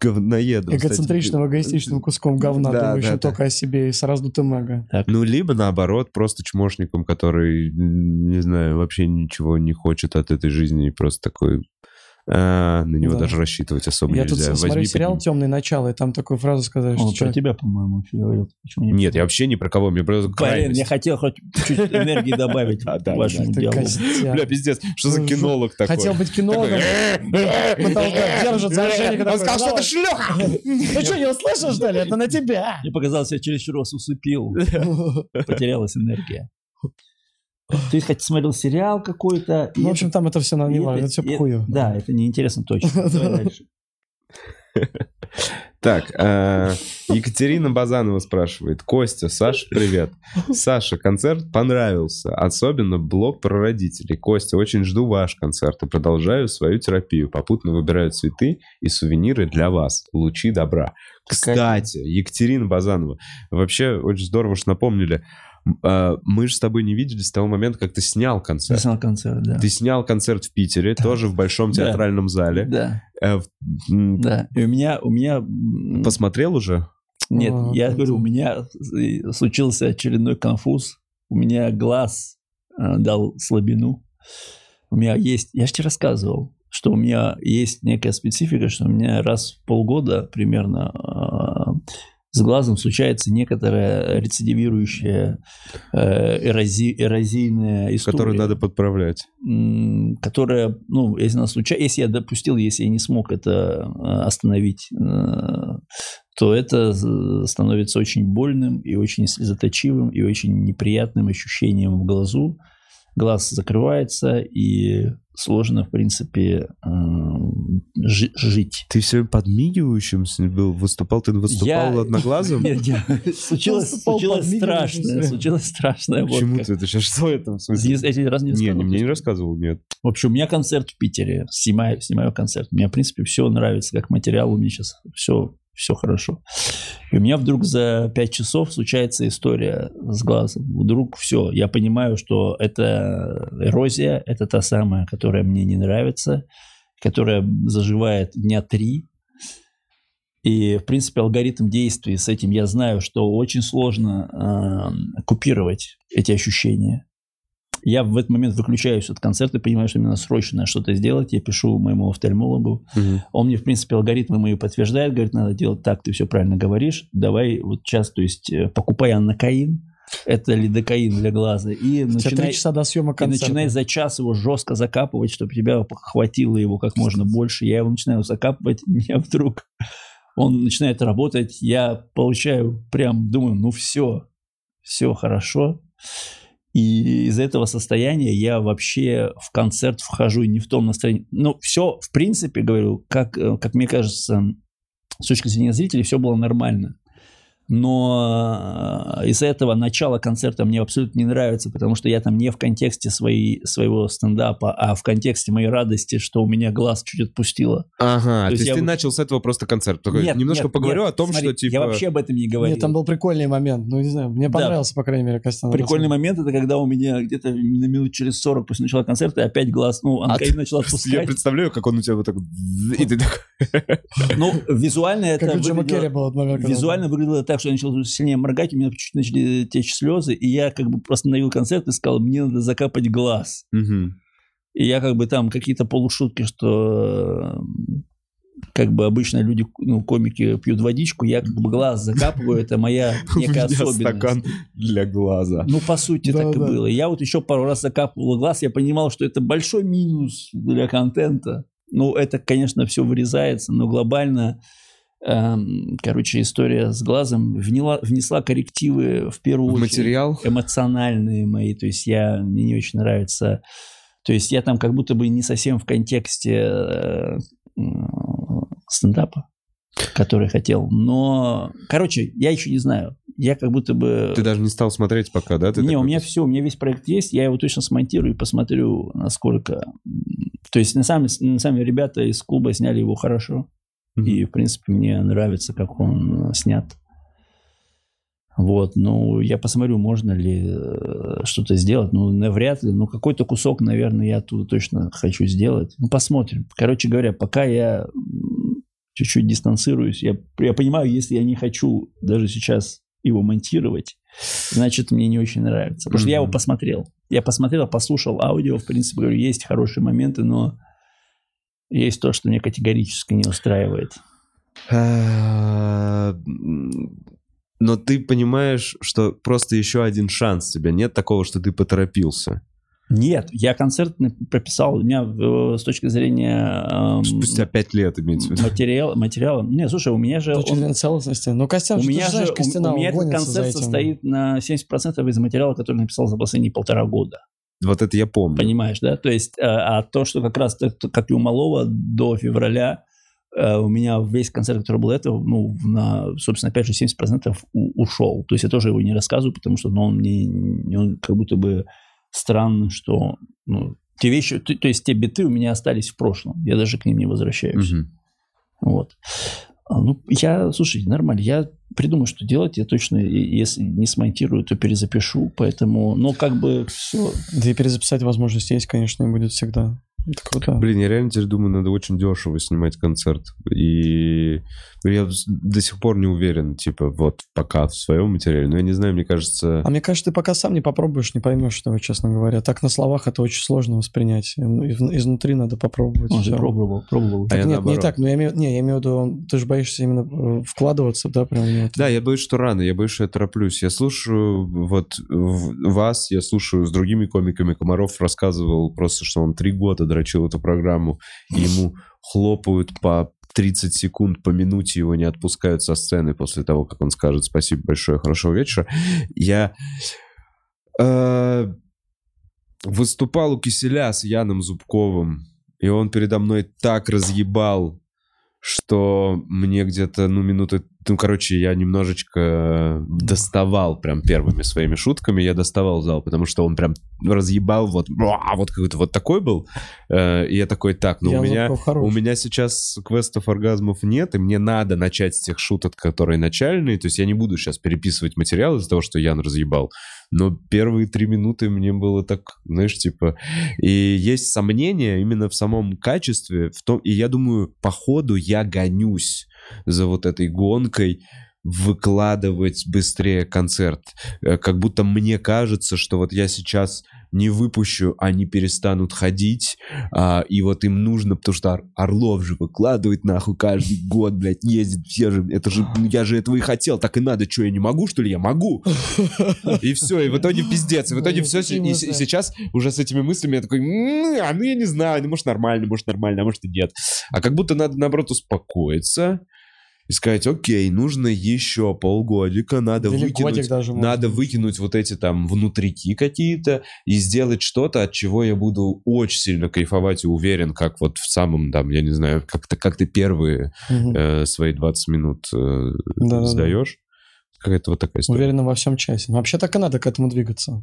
[SPEAKER 1] говноедом. стать-
[SPEAKER 2] Эгоцентричным, эгоистичным куском говна,
[SPEAKER 1] Да,
[SPEAKER 2] думающим
[SPEAKER 1] да, да.
[SPEAKER 2] только о себе и с раздутым эго.
[SPEAKER 1] Ну, либо наоборот, просто чмошником, который, м, не знаю, вообще ничего не хочет от этой жизни и просто такой... «А, на него
[SPEAKER 2] Да.
[SPEAKER 1] даже рассчитывать особо
[SPEAKER 2] Я тут
[SPEAKER 1] нельзя.
[SPEAKER 2] смотрю
[SPEAKER 1] Возьми,
[SPEAKER 2] сериал
[SPEAKER 1] подними».
[SPEAKER 2] «Темное начало», и там такую фразу сказали,
[SPEAKER 3] Он
[SPEAKER 2] что
[SPEAKER 3] про
[SPEAKER 2] человек...
[SPEAKER 3] тебя, по-моему, вообще говорил. Почему не
[SPEAKER 1] Нет, я вообще ни про кого, мне просто
[SPEAKER 3] Блин,
[SPEAKER 1] крайность.
[SPEAKER 3] я хотел хоть чуть энергии добавить
[SPEAKER 1] Да, да,
[SPEAKER 3] к вашему
[SPEAKER 2] Ты
[SPEAKER 3] диалогу.
[SPEAKER 2] костяк.
[SPEAKER 1] Бля, пиздец, что за
[SPEAKER 2] Жу-
[SPEAKER 1] кинолог такой?
[SPEAKER 2] Хотел быть кинологом. Потому что держит за ошейник и такой,
[SPEAKER 1] Он сказал, что
[SPEAKER 2] «Давай».
[SPEAKER 1] это шлюха!
[SPEAKER 2] *laughs* Ты «Ну что, не услышал, что ли? Это на тебя.
[SPEAKER 3] Мне показалось, я чересчур вас усыпил. Потерялась энергия. Ты хоть смотрел сериал какой-то. и
[SPEAKER 2] Ну, в общем,
[SPEAKER 3] это-
[SPEAKER 2] там это все нам
[SPEAKER 3] и
[SPEAKER 2] не важно,
[SPEAKER 3] это-
[SPEAKER 2] это все
[SPEAKER 3] и-
[SPEAKER 2] похую.
[SPEAKER 3] Да, это неинтересно точно. Давай дальше.
[SPEAKER 1] Так, э, Екатерина Базанова спрашивает. Костя, Саша, привет. Саша, концерт понравился. Особенно блог про родителей. Костя, очень жду ваш концерт и продолжаю свою терапию. Попутно выбираю цветы и сувениры для вас. Лучи добра. Кстати, Екатерина Базанова, вообще очень здорово, что напомнили. М, э, Мы же с тобой не виделись с того момента, как ты снял концерт.
[SPEAKER 3] Записал концерт, да.
[SPEAKER 1] Ты снял концерт в Питере, тоже в Большом
[SPEAKER 3] Да.
[SPEAKER 1] театральном зале.
[SPEAKER 3] Да,
[SPEAKER 1] Э, в- м,
[SPEAKER 3] да. И у меня, у меня, м,
[SPEAKER 1] Посмотрел уже?
[SPEAKER 3] нет,
[SPEAKER 2] А,
[SPEAKER 3] я
[SPEAKER 2] круто.
[SPEAKER 3] говорю, у меня э, случился очередной конфуз. У меня глаз э, дал слабину. У меня есть, я же тебе рассказывал, что у меня есть некая специфика, что у меня раз в полгода примерно э, с глазом случается некоторая рецидивирующая э, эрози- эрозийная история.
[SPEAKER 1] Который надо подправлять.
[SPEAKER 3] м, которая, ну, если она случается, если я допустил, если я не смог это э, остановить, э, то это з- становится очень больным и очень слезоточивым и очень неприятным ощущением в глазу. Глаз закрывается и сложно, в принципе, э, жи- жить.
[SPEAKER 1] Ты все подмигивающим с ним был, выступал, ты выступал *laughs*
[SPEAKER 3] Я-
[SPEAKER 1] одноглазым?
[SPEAKER 3] Нет, я- Случилось
[SPEAKER 2] Наступал
[SPEAKER 3] случилось
[SPEAKER 2] подмигивание
[SPEAKER 3] страшное,
[SPEAKER 2] после.
[SPEAKER 3] случилось страшное. вот
[SPEAKER 1] Почему
[SPEAKER 3] как.
[SPEAKER 1] ты это сейчас? Что это в
[SPEAKER 3] Я
[SPEAKER 1] смысле?
[SPEAKER 3] тебе раз не
[SPEAKER 1] Не, не, мне
[SPEAKER 3] рассказывал
[SPEAKER 1] не
[SPEAKER 3] эту историю?
[SPEAKER 1] рассказывал, нет.
[SPEAKER 3] В общем, у меня концерт в Питере. Снимаю, снимаю концерт. Мне, в принципе, все нравится, как материал. У меня сейчас все, все хорошо. И у меня вдруг за 5 часов случается история с глазом. Вдруг все. Я понимаю, что это эрозия. Это та самая, которая мне не нравится. Которая заживает дня 3. И, в принципе, алгоритм действий с этим я знаю, что очень сложно эм, купировать эти э, ощущения. Я в этот момент выключаюсь от концерта, понимаю, что мне надо срочно что-то сделать. Я пишу моему офтальмологу.
[SPEAKER 1] Мгм.
[SPEAKER 3] Он мне, в принципе, алгоритмы мои подтверждает. Говорит, надо делать так, ты все правильно говоришь. Давай вот сейчас, то есть, э, покупай анакаин. Это лидокаин для глаза. И
[SPEAKER 2] У тебя
[SPEAKER 3] начинай,
[SPEAKER 2] три часа до съемок
[SPEAKER 3] и
[SPEAKER 2] концерта.
[SPEAKER 3] начинай за час его жестко закапывать, чтобы тебя хватило его как можно больше. Я его начинаю закапывать, *laughs* меня вдруг он начинает работать. Я получаю прям, думаю, ну все, все хорошо. И из этого состояния я вообще в концерт вхожу не в том настроении. Ну, все, в принципе, говорю, как, э, как мне кажется, с точки зрения зрителей, все было нормально. Но э, из-за этого начало концерта мне абсолютно не нравится, потому что я там не в контексте своей, своего стендапа, а в контексте моей радости, что у меня глаз чуть отпустило.
[SPEAKER 1] Ага,
[SPEAKER 3] То
[SPEAKER 1] то
[SPEAKER 3] есть
[SPEAKER 1] есть
[SPEAKER 3] я
[SPEAKER 1] ты
[SPEAKER 3] бы-
[SPEAKER 1] начал с этого просто концерт. Такой,
[SPEAKER 3] Нет,
[SPEAKER 1] немножко
[SPEAKER 3] нет,
[SPEAKER 1] поговорю
[SPEAKER 3] нет,
[SPEAKER 1] о том,
[SPEAKER 3] смотри,
[SPEAKER 1] что типа...
[SPEAKER 3] Я вообще об этом не говорил.
[SPEAKER 2] Нет, там был прикольный момент. Ну, не знаю, мне
[SPEAKER 3] Да.
[SPEAKER 2] понравился, по крайней мере, Костян.
[SPEAKER 3] Прикольный момент это когда у меня где-то на минут через 40 после начала концерта опять глаз, ну, Анкаин
[SPEAKER 1] *laughs*
[SPEAKER 3] начал
[SPEAKER 1] А Я
[SPEAKER 3] отпускать.
[SPEAKER 1] представляю, как он у тебя вот так... вот «З», И ты такой...
[SPEAKER 3] Ну, визуально это
[SPEAKER 2] Как у Джима
[SPEAKER 3] выглядело-
[SPEAKER 2] Керри был этот момент. когда-
[SPEAKER 3] Визуально выглядело так, что я начал сильнее моргать, у меня чуть начали течь слезы, и я как бы остановил концерт и сказал, мне надо закапать глаз.
[SPEAKER 1] *laughs* *laughs* Мгм.
[SPEAKER 3] И я как бы там какие-то полушутки, что э, как бы обычно люди, ну, комики пьют водичку, я как бы глаз закапываю, это моя
[SPEAKER 1] *laughs* У
[SPEAKER 3] некая
[SPEAKER 1] меня
[SPEAKER 3] особенность.
[SPEAKER 1] стакан для глаза.
[SPEAKER 3] Ну, по сути, так и
[SPEAKER 2] Да-да.
[SPEAKER 3] было. Я вот еще пару раз закапывал глаз, я понимал, что это большой минус для контента. Ну, это, конечно, все вырезается, но глобально, эм, короче, история с глазом вняла- внесла коррективы в первую
[SPEAKER 1] В
[SPEAKER 3] очередь
[SPEAKER 1] материал?
[SPEAKER 3] эмоциональные мои. То есть я, мне не очень нравится. То есть я там как будто бы не совсем в контексте э, м, стендапа, который хотел. Но, короче, я еще не знаю. Я как будто бы...
[SPEAKER 1] Ты даже не стал смотреть пока, да? Ты
[SPEAKER 3] Не, у
[SPEAKER 1] такой,
[SPEAKER 3] меня все, у меня весь проект есть, я его точно смонтирую и посмотрю, насколько... м, То есть, на самом, на самом деле, ребята из клуба сняли его хорошо.
[SPEAKER 1] Мгм.
[SPEAKER 3] И, в принципе, мне нравится, как он э, снят. Вот, ну, я посмотрю, можно ли э, что-то сделать. Ну, навряд ли. Ну, какой-то кусок, наверное, я оттуда точно хочу сделать. Ну, посмотрим. Короче говоря, пока я м, чуть-чуть дистанцируюсь, я, я понимаю, если я не хочу даже сейчас его монтировать, значит, мне не очень нравится. Потому что я его
[SPEAKER 1] Мгм.
[SPEAKER 3] посмотрел. Я посмотрел, послушал аудио, в принципе, говорю, есть хорошие моменты, но есть то, что меня категорически не устраивает.
[SPEAKER 1] А, м, Но ты понимаешь, что просто еще один шанс тебе. Нет такого, что ты поторопился.
[SPEAKER 3] Нет, я концерт на- прописал, у меня э, с точки зрения эм,
[SPEAKER 1] Ну, Спустя пять лет, имеется в виду.
[SPEAKER 3] материал, материала... Не, слушай, у меня же...
[SPEAKER 2] С
[SPEAKER 3] он-
[SPEAKER 2] точки зрения целостности. Ну, Костян,
[SPEAKER 3] у
[SPEAKER 2] же, ты же
[SPEAKER 3] меня же
[SPEAKER 2] знаешь,
[SPEAKER 3] у-
[SPEAKER 2] Костяна,
[SPEAKER 3] у меня
[SPEAKER 2] он
[SPEAKER 3] этот
[SPEAKER 2] гонится за
[SPEAKER 3] концерт
[SPEAKER 2] этим.
[SPEAKER 3] состоит на 70% из материала, который написал за последние полтора года.
[SPEAKER 1] Вот это я помню.
[SPEAKER 3] Понимаешь, да? То есть, э, а то, что как раз, так, как и у Малова, до февраля э, у меня весь концерт, который был до этого, ну, на, собственно, опять же, 70% у- ушел. То есть я тоже его не рассказываю, потому что ну, он мне он как будто бы странно, что ну, те вещи, то, то есть те биты у меня остались в прошлом. Я даже к ним не возвращаюсь.
[SPEAKER 1] Мгм.
[SPEAKER 3] Вот. А, Ну, я, слушай, нормально, я придумаю, что делать, я точно, и- если не смонтирую, то перезапишу, поэтому, но как бы все,
[SPEAKER 2] Да и перезаписать возможность есть, конечно, и будет всегда. Это круто.
[SPEAKER 1] Блин, я реально теперь думаю, надо очень дешево снимать концерт. И я с- до сих пор не уверен, типа, вот пока в своем материале. Но я не знаю, мне кажется...
[SPEAKER 2] А мне кажется, ты пока сам не попробуешь, не поймешь этого, честно говоря. Так на словах это очень сложно воспринять. Ну, из- Изнутри надо попробовать.
[SPEAKER 3] Он же
[SPEAKER 2] всё.
[SPEAKER 3] ну, пробовал, пробовал.
[SPEAKER 1] А я
[SPEAKER 2] Нет,
[SPEAKER 1] наоборот.
[SPEAKER 2] не так, но я имею, не, я имею в виду, он- ты же боишься именно э, вкладываться, да, прям в это.
[SPEAKER 1] Да, я боюсь, что рано, я боюсь, что я тороплюсь. Я слушаю вот в- вас, я слушаю с другими комиками. Комаров рассказывал просто, что он три года дрочил эту программу, и ему хлопают по 30 секунд, по минуте его не отпускают со сцены после того, как он скажет «Спасибо большое, хорошего вечера». Я э, выступал у Киселя с Яном Зубковым, и он передо мной так разъебал что мне где-то, ну, минуты... Ну, короче, я немножечко э, доставал прям первыми своими шутками, я доставал зал, потому что он прям разъебал, вот, «Бра!» вот какой-то вот такой был, Э, и я такой, так, ну,
[SPEAKER 2] Ян
[SPEAKER 1] у меня...
[SPEAKER 2] Зубков хорош.
[SPEAKER 1] У меня сейчас квестов оргазмов нет, и мне надо начать с тех шуток, которые начальные. То есть я не буду сейчас переписывать материал из-за того, что Ян разъебал. Но первые три минуты мне было так, знаешь, типа... И есть сомнения именно в самом качестве. В том... И я думаю, по ходу я гонюсь за вот этой гонкой выкладывать быстрее концерт. Э, Как будто мне кажется, что вот я сейчас не выпущу, они перестанут ходить, а, и вот им нужно, потому что Ор- Орлов же выкладывает нахуй каждый год, блядь, ездит, все же, это же, ну, я же этого и хотел, так и надо, что, я не могу, что ли? Я могу. И все, и в итоге пиздец, и в итоге
[SPEAKER 2] Блин,
[SPEAKER 1] все,
[SPEAKER 2] какие
[SPEAKER 1] и
[SPEAKER 2] мы
[SPEAKER 1] с- и
[SPEAKER 2] знаем.
[SPEAKER 1] сейчас уже с этими мыслями я такой, «М, а ну я не знаю, ну может нормально, может нормально, а может и нет. А как будто надо, наоборот, успокоиться и сказать, окей, нужно еще полгодика, надо
[SPEAKER 2] Или
[SPEAKER 1] выкинуть
[SPEAKER 2] годик даже может
[SPEAKER 1] надо
[SPEAKER 2] быть.
[SPEAKER 1] выкинуть вот эти там внутрики какие-то и сделать что-то, от чего я буду очень сильно кайфовать и уверен, как вот в самом, там, я не знаю, как-то как ты первые
[SPEAKER 2] Мгм.
[SPEAKER 1] э, свои 20 минут э,
[SPEAKER 2] Да-да-да.
[SPEAKER 1] сдаешь. Какая-то вот такая история.
[SPEAKER 2] Уверенно во всем часе. Но вообще так и надо к этому двигаться.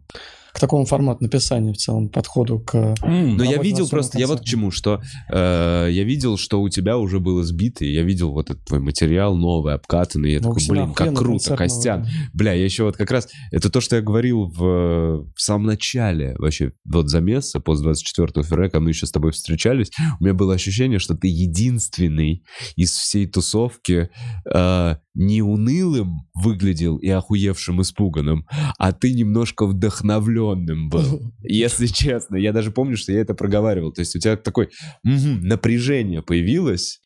[SPEAKER 2] К такому формату написания в целом, подходу к...
[SPEAKER 1] Но я
[SPEAKER 2] Работать
[SPEAKER 1] видел
[SPEAKER 2] над своим
[SPEAKER 1] просто, я вот к
[SPEAKER 2] концертом.
[SPEAKER 1] чему, что э, я видел, что у тебя уже было сбито, и я видел вот этот твой материал новый, обкатанный, и я
[SPEAKER 2] Ну,
[SPEAKER 1] такой,
[SPEAKER 2] всегда
[SPEAKER 1] блин, как
[SPEAKER 2] охуенно
[SPEAKER 1] круто,
[SPEAKER 2] концертного,
[SPEAKER 1] Костян.
[SPEAKER 2] да.
[SPEAKER 1] Бля, я еще вот как раз... Это то, что я говорил в, э, в самом начале вообще вот замеса после 24 февраля, когда мы еще с тобой встречались. У меня было ощущение, что ты единственный из всей тусовки э, не унылым выглядел и охуевшим испуганным, а ты немножко вдохновленным был. Если *laughs* честно, я даже помню, что я это проговаривал. То есть у тебя такое мгм, напряжение появилось,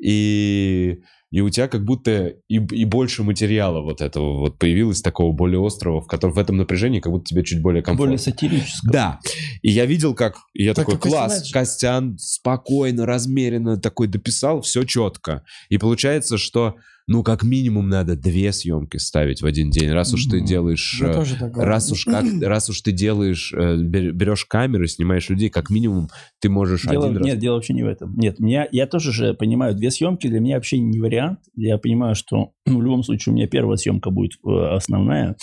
[SPEAKER 1] и и у тебя как будто и, и больше материала вот этого вот появилось, такого более острого, в котором в этом напряжении как будто тебе чуть более комфортно.
[SPEAKER 3] Более сатирическое.
[SPEAKER 1] Да. И я видел, как... И я
[SPEAKER 2] Так
[SPEAKER 1] такой,
[SPEAKER 2] и Костян
[SPEAKER 1] класс,
[SPEAKER 2] Иванович.
[SPEAKER 1] Костян спокойно, размеренно такой дописал, все четко. И получается, что, ну, как минимум надо две съемки ставить в один день, раз уж ты
[SPEAKER 3] Мгм.
[SPEAKER 1] делаешь...
[SPEAKER 2] Я
[SPEAKER 1] э,
[SPEAKER 2] Ну, тоже так говорю.
[SPEAKER 1] Раз уж, как,
[SPEAKER 3] *clears throat*
[SPEAKER 1] раз уж ты делаешь, э, бер- берешь камеры, снимаешь людей, как минимум ты можешь
[SPEAKER 3] Дело,
[SPEAKER 1] один раз...
[SPEAKER 3] нет, дело вообще не в этом. Нет, меня, я тоже же понимаю, две съемки для меня вообще не вариант. Я понимаю, что ну, в любом случае у меня первая съемка будет э, основная,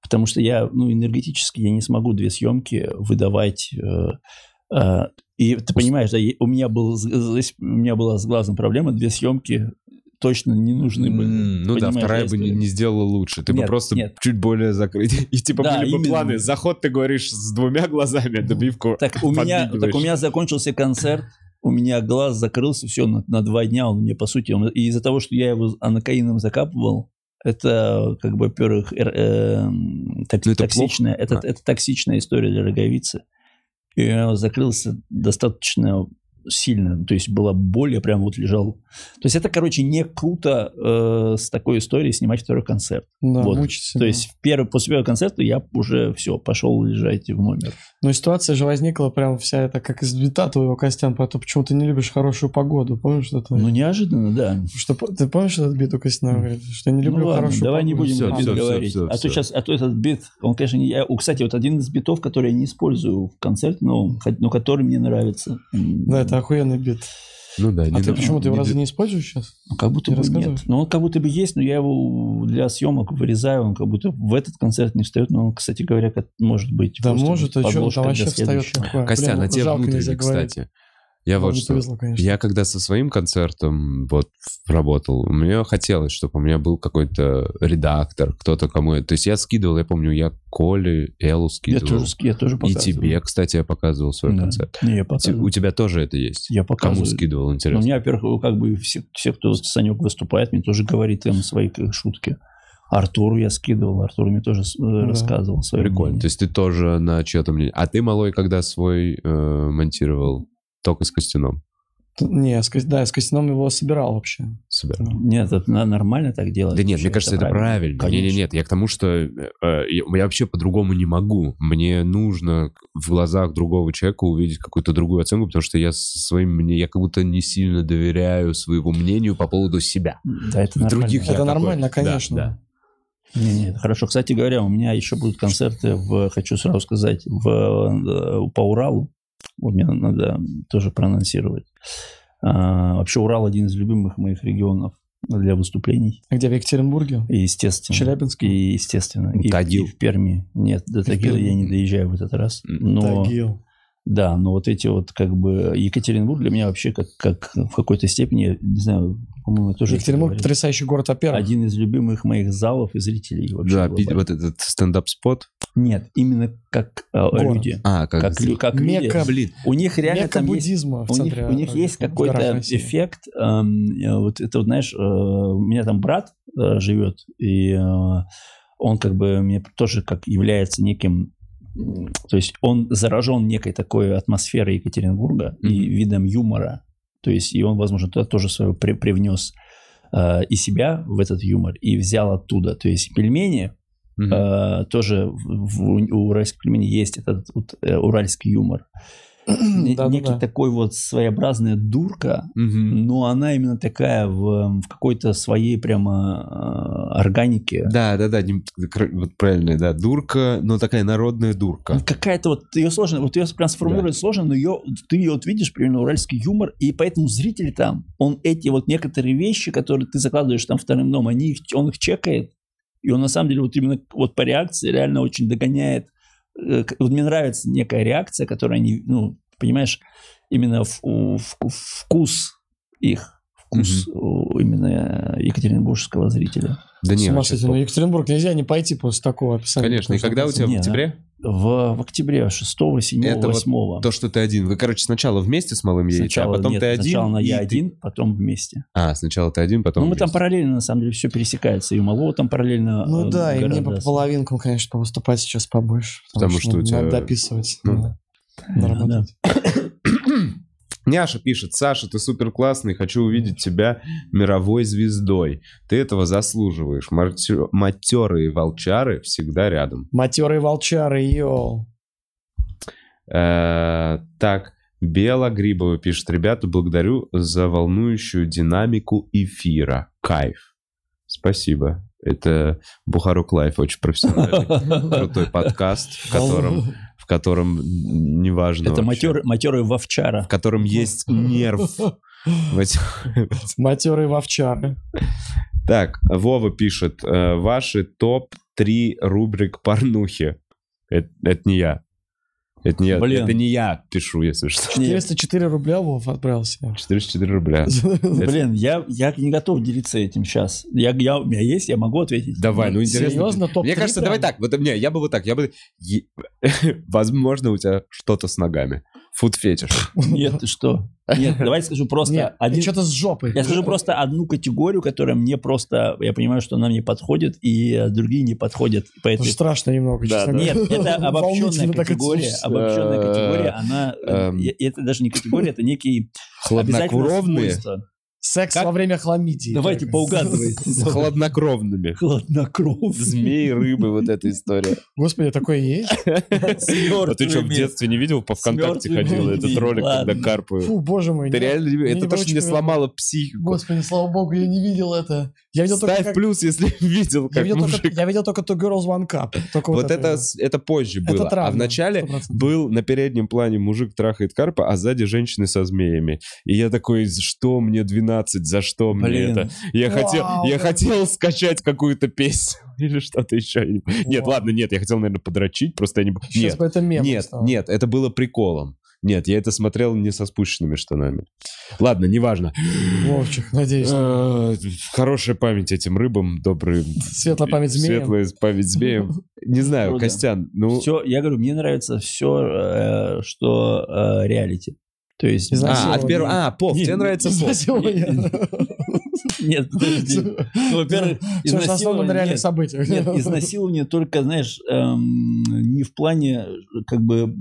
[SPEAKER 3] потому что я, ну, энергетически я не смогу две съемки выдавать. э, э, и ты понимаешь, да, и у меня, был, с- с- у меня была с глазом проблема, две съемки точно не нужны были.
[SPEAKER 1] М, Ну да,
[SPEAKER 3] Понимаешь,
[SPEAKER 1] вторая
[SPEAKER 3] да,
[SPEAKER 1] бы не,
[SPEAKER 3] история?
[SPEAKER 1] не сделала лучше. Ты бы
[SPEAKER 3] Нет,
[SPEAKER 1] просто
[SPEAKER 3] нет.
[SPEAKER 1] чуть более закрыть. *laughs* И типа
[SPEAKER 3] Да,
[SPEAKER 1] были бы
[SPEAKER 3] именно. Ну,
[SPEAKER 1] планы. Заход ты говоришь с двумя глазами, а добивку
[SPEAKER 3] Так у, меня, так у меня закончился концерт, у меня глаз закрылся, все, на, на два дня он мне, по сути, он- и из-за того, что я его анакаином закапывал, это, как бы, во-первых, эр- эм, ток-
[SPEAKER 1] Ну, это
[SPEAKER 3] токсичная, это,
[SPEAKER 1] Да.
[SPEAKER 3] это токсичная история для роговицы. И он закрылся достаточно сильно, то есть была боль, я прям вот лежал. То есть это, короче, не круто э, с такой историей снимать второй концерт.
[SPEAKER 2] Да,
[SPEAKER 3] вот.
[SPEAKER 2] мучиться,
[SPEAKER 3] То
[SPEAKER 2] да.
[SPEAKER 3] есть в первый, после первого концерта я уже все, пошел лежать в номер.
[SPEAKER 2] Но ситуация же возникла прям вся эта, как из бита твоего, Костян, про то, почему ты не любишь хорошую погоду. Помнишь это?
[SPEAKER 3] Ну, неожиданно, да.
[SPEAKER 2] Что, по- ты помнишь этот бит у Костяна? говорит, Что я не люблю
[SPEAKER 3] Ну ладно,
[SPEAKER 2] хорошую
[SPEAKER 3] давай
[SPEAKER 2] погоду.
[SPEAKER 3] не будем
[SPEAKER 1] Всё,
[SPEAKER 3] про бит
[SPEAKER 1] всё, всё,
[SPEAKER 3] говорить.
[SPEAKER 1] всё,
[SPEAKER 3] а
[SPEAKER 1] всё.
[SPEAKER 3] то сейчас, а то этот бит, он, конечно, не... я- о, Кстати, вот один из битов, который я не использую в концерте, но, хоть- но который мне нравится.
[SPEAKER 2] Да, это охуенный бит.
[SPEAKER 1] Ну да,
[SPEAKER 2] А
[SPEAKER 1] не
[SPEAKER 2] ты
[SPEAKER 1] надо.
[SPEAKER 2] почему, ты его
[SPEAKER 1] Не
[SPEAKER 2] разве
[SPEAKER 1] д-
[SPEAKER 2] не используешь сейчас?
[SPEAKER 3] Ну, Как будто
[SPEAKER 2] не
[SPEAKER 3] бы нет.
[SPEAKER 2] рассказываешь?
[SPEAKER 3] Но он как будто бы есть, но я его для съемок вырезаю, он как будто в этот концерт не встает, но он, кстати говоря, как- может быть.
[SPEAKER 2] Да
[SPEAKER 3] просто
[SPEAKER 2] может, а что,
[SPEAKER 3] подложкой
[SPEAKER 2] там
[SPEAKER 3] для
[SPEAKER 2] вообще встает
[SPEAKER 3] следующего.
[SPEAKER 2] такое.
[SPEAKER 1] Костян,
[SPEAKER 2] Блин,
[SPEAKER 1] а тебе
[SPEAKER 2] жалко, нельзя
[SPEAKER 1] внутренне,
[SPEAKER 2] говорить.
[SPEAKER 1] кстати. Я
[SPEAKER 2] Вам
[SPEAKER 1] вот
[SPEAKER 2] не
[SPEAKER 1] что.
[SPEAKER 2] повезло, конечно.
[SPEAKER 1] Я когда со своим концертом вот работал, мне хотелось, чтобы у меня был какой-то редактор, кто-то кому... То есть я скидывал, я помню, я Коле, Эллу
[SPEAKER 3] Я
[SPEAKER 1] скидывал.
[SPEAKER 3] тоже, я тоже
[SPEAKER 1] И
[SPEAKER 3] показываю.
[SPEAKER 1] тебе, кстати, я показывал свой
[SPEAKER 3] Да.
[SPEAKER 1] концерт.
[SPEAKER 3] Не, я
[SPEAKER 1] Те- У
[SPEAKER 3] показываю.
[SPEAKER 1] тебя тоже это есть?
[SPEAKER 3] Я
[SPEAKER 1] Кому
[SPEAKER 3] показываю.
[SPEAKER 1] скидывал,
[SPEAKER 3] Ну,
[SPEAKER 1] интересно?
[SPEAKER 3] мне, во-первых, как бы все, все, кто Санек выступает, мне тоже говорит им свои как, шутки. Артуру я скидывал, Артур мне тоже с- э, рассказывал свои.
[SPEAKER 1] Прикольно. То есть ты тоже на чье-то мнение. А ты, малой, когда свой э, монтировал? Только с Костяном
[SPEAKER 2] Не, с Кост- да, я с Костяном его собирал вообще.
[SPEAKER 1] собирал.
[SPEAKER 3] Нет, это на- нормально так делать.
[SPEAKER 1] Да нет,
[SPEAKER 3] вообще,
[SPEAKER 1] мне кажется, это правильно. Не, не,
[SPEAKER 3] Конечно.
[SPEAKER 1] нет, я к тому, что э, э, я я вообще по-другому не могу. Мне нужно в глазах другого человека увидеть какую-то другую оценку, потому что я со своим мне я как будто не сильно доверяю своему мнению по поводу себя.
[SPEAKER 3] Да, это нормально.
[SPEAKER 1] Других я
[SPEAKER 2] это
[SPEAKER 1] такой.
[SPEAKER 2] нормально,
[SPEAKER 1] Да,
[SPEAKER 2] конечно.
[SPEAKER 1] да.
[SPEAKER 3] Не, не, это хорошо. Кстати говоря, у меня еще будут концерты, в, хочу сразу сказать, в, э, по Уралу. Вот мне надо тоже проанонсировать. А, вообще Урал один из любимых моих регионов для выступлений.
[SPEAKER 2] А где, в Екатеринбурге?
[SPEAKER 3] И естественно.
[SPEAKER 2] Челябинск?
[SPEAKER 3] И естественно. И, в-
[SPEAKER 1] Тагил.
[SPEAKER 3] и в Перми. Нет, до Тагила
[SPEAKER 2] Перми.
[SPEAKER 3] я не доезжаю в этот раз.
[SPEAKER 1] Ну,
[SPEAKER 3] Но,
[SPEAKER 2] Тагил.
[SPEAKER 3] Да, но вот эти вот как бы... Екатеринбург для меня вообще как, как в какой-то степени, не знаю, по-моему, я тоже... это
[SPEAKER 2] Екатеринбург
[SPEAKER 3] говорил.
[SPEAKER 2] потрясающий город, во-первых.
[SPEAKER 3] один из любимых моих залов и зрителей вообще.
[SPEAKER 1] Да,
[SPEAKER 3] глобально.
[SPEAKER 1] пи- вот этот стендап-спот.
[SPEAKER 3] Нет, именно как э,
[SPEAKER 2] Город.
[SPEAKER 3] люди.
[SPEAKER 1] А, как...
[SPEAKER 3] Как, лю- как люди.
[SPEAKER 2] Мекка.
[SPEAKER 1] Блин,
[SPEAKER 3] У них реально
[SPEAKER 2] Мекка
[SPEAKER 3] там есть
[SPEAKER 2] буддизма в
[SPEAKER 3] у них,
[SPEAKER 2] центре
[SPEAKER 3] у них
[SPEAKER 2] России,
[SPEAKER 3] есть
[SPEAKER 2] в горах
[SPEAKER 3] какой-то
[SPEAKER 2] России.
[SPEAKER 3] эффект. эм, э, вот это, вот, знаешь, э, у меня там брат э, живет, и э, он как бы мне тоже как является неким то есть он заражен некой такой атмосферой Екатеринбурга
[SPEAKER 1] Мгм.
[SPEAKER 3] и видом юмора. То есть, и он, возможно, туда тоже свое при- привнес э, и себя в этот юмор, и взял оттуда. То есть пельмени,
[SPEAKER 1] Мгм.
[SPEAKER 3] э, тоже в- в- у уральских пельменей есть этот вот, э, уральский юмор. Н-
[SPEAKER 2] Да-да-да.
[SPEAKER 3] Некий такой вот своеобразная дурка,
[SPEAKER 1] Мгм.
[SPEAKER 3] но она именно такая в, в какой-то своей прямо э, органике.
[SPEAKER 1] Да, да, да, не- кр- вот правильно, да, дурка, но такая народная
[SPEAKER 3] Ну,
[SPEAKER 1] дурка.
[SPEAKER 3] Какая-то вот ее сложно, вот ее прям сформулировать сложно, но ее ты ее вот видишь примерно уральский юмор, и поэтому зритель там, он эти вот некоторые вещи, которые ты закладываешь там вторым дном, они их, он их чекает, и он на самом деле вот именно вот по реакции реально очень догоняет. Э, к- Вот мне нравится некая реакция, которая не, ну понимаешь, именно в- у- в- у- вкус их вкус у именно э, екатеринбургского зрителя.
[SPEAKER 1] Да не, вообще
[SPEAKER 2] Сумасшедший.
[SPEAKER 1] топ.
[SPEAKER 2] Ну, Екатеринбург нельзя не пойти после такого описания.
[SPEAKER 1] Конечно, и
[SPEAKER 2] Потому
[SPEAKER 1] когда у
[SPEAKER 2] что-
[SPEAKER 1] тебя в
[SPEAKER 3] Не, да.
[SPEAKER 1] октябре?
[SPEAKER 3] В, в октябре 6, 7,
[SPEAKER 1] Это вот
[SPEAKER 3] 8.
[SPEAKER 1] То, что ты один. Вы, короче, сначала вместе с малым едете, а потом
[SPEAKER 3] нет,
[SPEAKER 1] ты один.
[SPEAKER 3] Сначала на
[SPEAKER 1] и
[SPEAKER 3] я
[SPEAKER 1] ты-
[SPEAKER 3] один, потом вместе.
[SPEAKER 1] А, сначала ты один, потом
[SPEAKER 3] ну, мы там
[SPEAKER 1] вместе.
[SPEAKER 3] параллельно, на самом деле, все пересекается. И у Малого там параллельно.
[SPEAKER 2] Ну
[SPEAKER 3] э,
[SPEAKER 2] да, и мне
[SPEAKER 3] города.
[SPEAKER 2] бы по половинкам, конечно, повыступать сейчас побольше.
[SPEAKER 1] Потому что у тебя-
[SPEAKER 2] Надо дописывать.
[SPEAKER 1] Ну
[SPEAKER 2] да.
[SPEAKER 3] Да,
[SPEAKER 2] Доработать.
[SPEAKER 1] *clears throat* Няша пишет, Саша, ты супер классный, хочу увидеть тебя мировой звездой. Ты этого заслуживаешь. Мартё- Матерые волчары всегда рядом.
[SPEAKER 2] Матерые волчары, йоу.
[SPEAKER 1] Э, так, Бела Грибова пишет, ребята, благодарю за волнующую динамику эфира. Кайф. Спасибо. Это Бухарок Лайф, очень
[SPEAKER 3] *laughs*
[SPEAKER 1] профессиональный,
[SPEAKER 3] да.
[SPEAKER 1] крутой подкаст, в котором, в котором м, неважно
[SPEAKER 3] Это
[SPEAKER 1] вообще,
[SPEAKER 3] матеры, матеры
[SPEAKER 1] в
[SPEAKER 3] Вовчара.
[SPEAKER 1] котором
[SPEAKER 3] *laughs*
[SPEAKER 1] есть нерв. В этих-
[SPEAKER 2] Матерые вовчары.
[SPEAKER 1] Так, Вова пишет, э, ваши топ-3 рубрик порнухи. Это, это не я. Это не я,
[SPEAKER 3] Блин.
[SPEAKER 1] это не я пишу, если что.
[SPEAKER 3] Нет,
[SPEAKER 2] 404 рубля Вов отправил себе.
[SPEAKER 1] 44 рубля.
[SPEAKER 3] Блин, я, я не готов делиться этим сейчас. Я, я, у меня есть, я могу ответить.
[SPEAKER 1] Давай, ну интересно.
[SPEAKER 2] Серьезно, топ
[SPEAKER 1] Мне кажется, давай так. Вот мне, я бы вот так, я бы. Е- *laughs* Возможно, у тебя что-то с ногами. Фуд фетиш.
[SPEAKER 3] Нет, ты что? Нет, давай скажу просто
[SPEAKER 2] Нет,
[SPEAKER 3] один.
[SPEAKER 2] что-то с жопой.
[SPEAKER 3] Я скажу просто одну категорию, которая мне просто, я понимаю, что она мне подходит, и э, другие не подходят. По этой
[SPEAKER 2] Потому что Страшно немного,
[SPEAKER 1] Да,
[SPEAKER 2] честно
[SPEAKER 1] да. *laughs*
[SPEAKER 3] Нет,
[SPEAKER 2] *laughs* Волнительно
[SPEAKER 3] это обобщенная
[SPEAKER 2] так это
[SPEAKER 3] категория.
[SPEAKER 2] слушать.
[SPEAKER 3] Обобщенная
[SPEAKER 1] Э,
[SPEAKER 3] категория, она... э,
[SPEAKER 1] эм.
[SPEAKER 3] и Это даже не категория, это некий обязательный
[SPEAKER 1] Хладнокровные.
[SPEAKER 3] свойство.
[SPEAKER 2] Секс
[SPEAKER 1] Как-
[SPEAKER 2] во время хламидии.
[SPEAKER 3] Давайте поугадывайте.
[SPEAKER 1] *laughs* С хладнокровными.
[SPEAKER 3] Хладнокровные. *laughs*
[SPEAKER 1] Змеи, рыбы, вот эта
[SPEAKER 2] *laughs*
[SPEAKER 1] история.
[SPEAKER 2] *laughs* Господи, такое есть?
[SPEAKER 1] А ты что, в
[SPEAKER 3] мертвыми.
[SPEAKER 1] детстве не видел? По ВКонтакте
[SPEAKER 3] мертвыми
[SPEAKER 1] ходил этот
[SPEAKER 3] людьми,
[SPEAKER 1] ролик, когда
[SPEAKER 3] ладно.
[SPEAKER 1] карпаю.
[SPEAKER 2] Фу, боже мой.
[SPEAKER 1] Ты
[SPEAKER 2] нет.
[SPEAKER 1] реально не- Это
[SPEAKER 2] не
[SPEAKER 1] то, что мне
[SPEAKER 2] выручка.
[SPEAKER 1] сломало психику.
[SPEAKER 2] Господи, слава богу, я не видел это. Я видел только...
[SPEAKER 1] Ставь
[SPEAKER 2] как-
[SPEAKER 1] плюс, *laughs* если видел,
[SPEAKER 2] Я
[SPEAKER 1] как
[SPEAKER 2] видел,
[SPEAKER 1] мужик.
[SPEAKER 2] только, я видел только Two Girls One Cup. Только
[SPEAKER 1] Вот это
[SPEAKER 2] это,
[SPEAKER 1] с- это позже
[SPEAKER 2] это
[SPEAKER 1] было. А
[SPEAKER 2] травма,
[SPEAKER 1] в начале
[SPEAKER 2] 100%.
[SPEAKER 1] был на переднем плане мужик трахает карпа, а сзади женщины со змеями. И я такой, что мне 12, за что мне
[SPEAKER 3] Блин.
[SPEAKER 1] это? Я
[SPEAKER 2] Вау,
[SPEAKER 1] хотел, я
[SPEAKER 2] да.
[SPEAKER 1] хотел скачать какую-то песню *laughs* или что-то еще. Я не- Нет,
[SPEAKER 2] Вау.
[SPEAKER 1] ладно, нет, я хотел, наверное, подрочить, просто я не...
[SPEAKER 2] Сейчас
[SPEAKER 1] Нет,
[SPEAKER 2] бы это мем
[SPEAKER 1] нет,
[SPEAKER 2] стало.
[SPEAKER 1] нет, это было приколом. Нет, я это смотрел не со спущенными штанами. Ладно, неважно.
[SPEAKER 2] Вовчик, надеюсь.
[SPEAKER 1] Э, Хорошая память этим рыбам, добрый...
[SPEAKER 2] Светлая память змеям.
[SPEAKER 1] Светлая память змеям. Не знаю,
[SPEAKER 3] Круто.
[SPEAKER 1] Костян, ну...
[SPEAKER 3] Все, я говорю, мне нравится все, что э, реалити. То есть...
[SPEAKER 2] Не знаю,
[SPEAKER 3] а,
[SPEAKER 1] А,
[SPEAKER 2] Изнасилование.
[SPEAKER 1] от первого... А, Пов,
[SPEAKER 3] Не,
[SPEAKER 1] тебе
[SPEAKER 3] не-
[SPEAKER 2] *laughs*
[SPEAKER 1] нравится Пов?
[SPEAKER 3] *laughs* Нет, подожди.
[SPEAKER 2] *laughs*
[SPEAKER 3] Ну, Во-первых,
[SPEAKER 2] Все же основано на
[SPEAKER 3] изнасилование-
[SPEAKER 2] реальных событиях. *laughs*
[SPEAKER 3] Нет, изнасилование только, знаешь, эм, не в плане, как бы,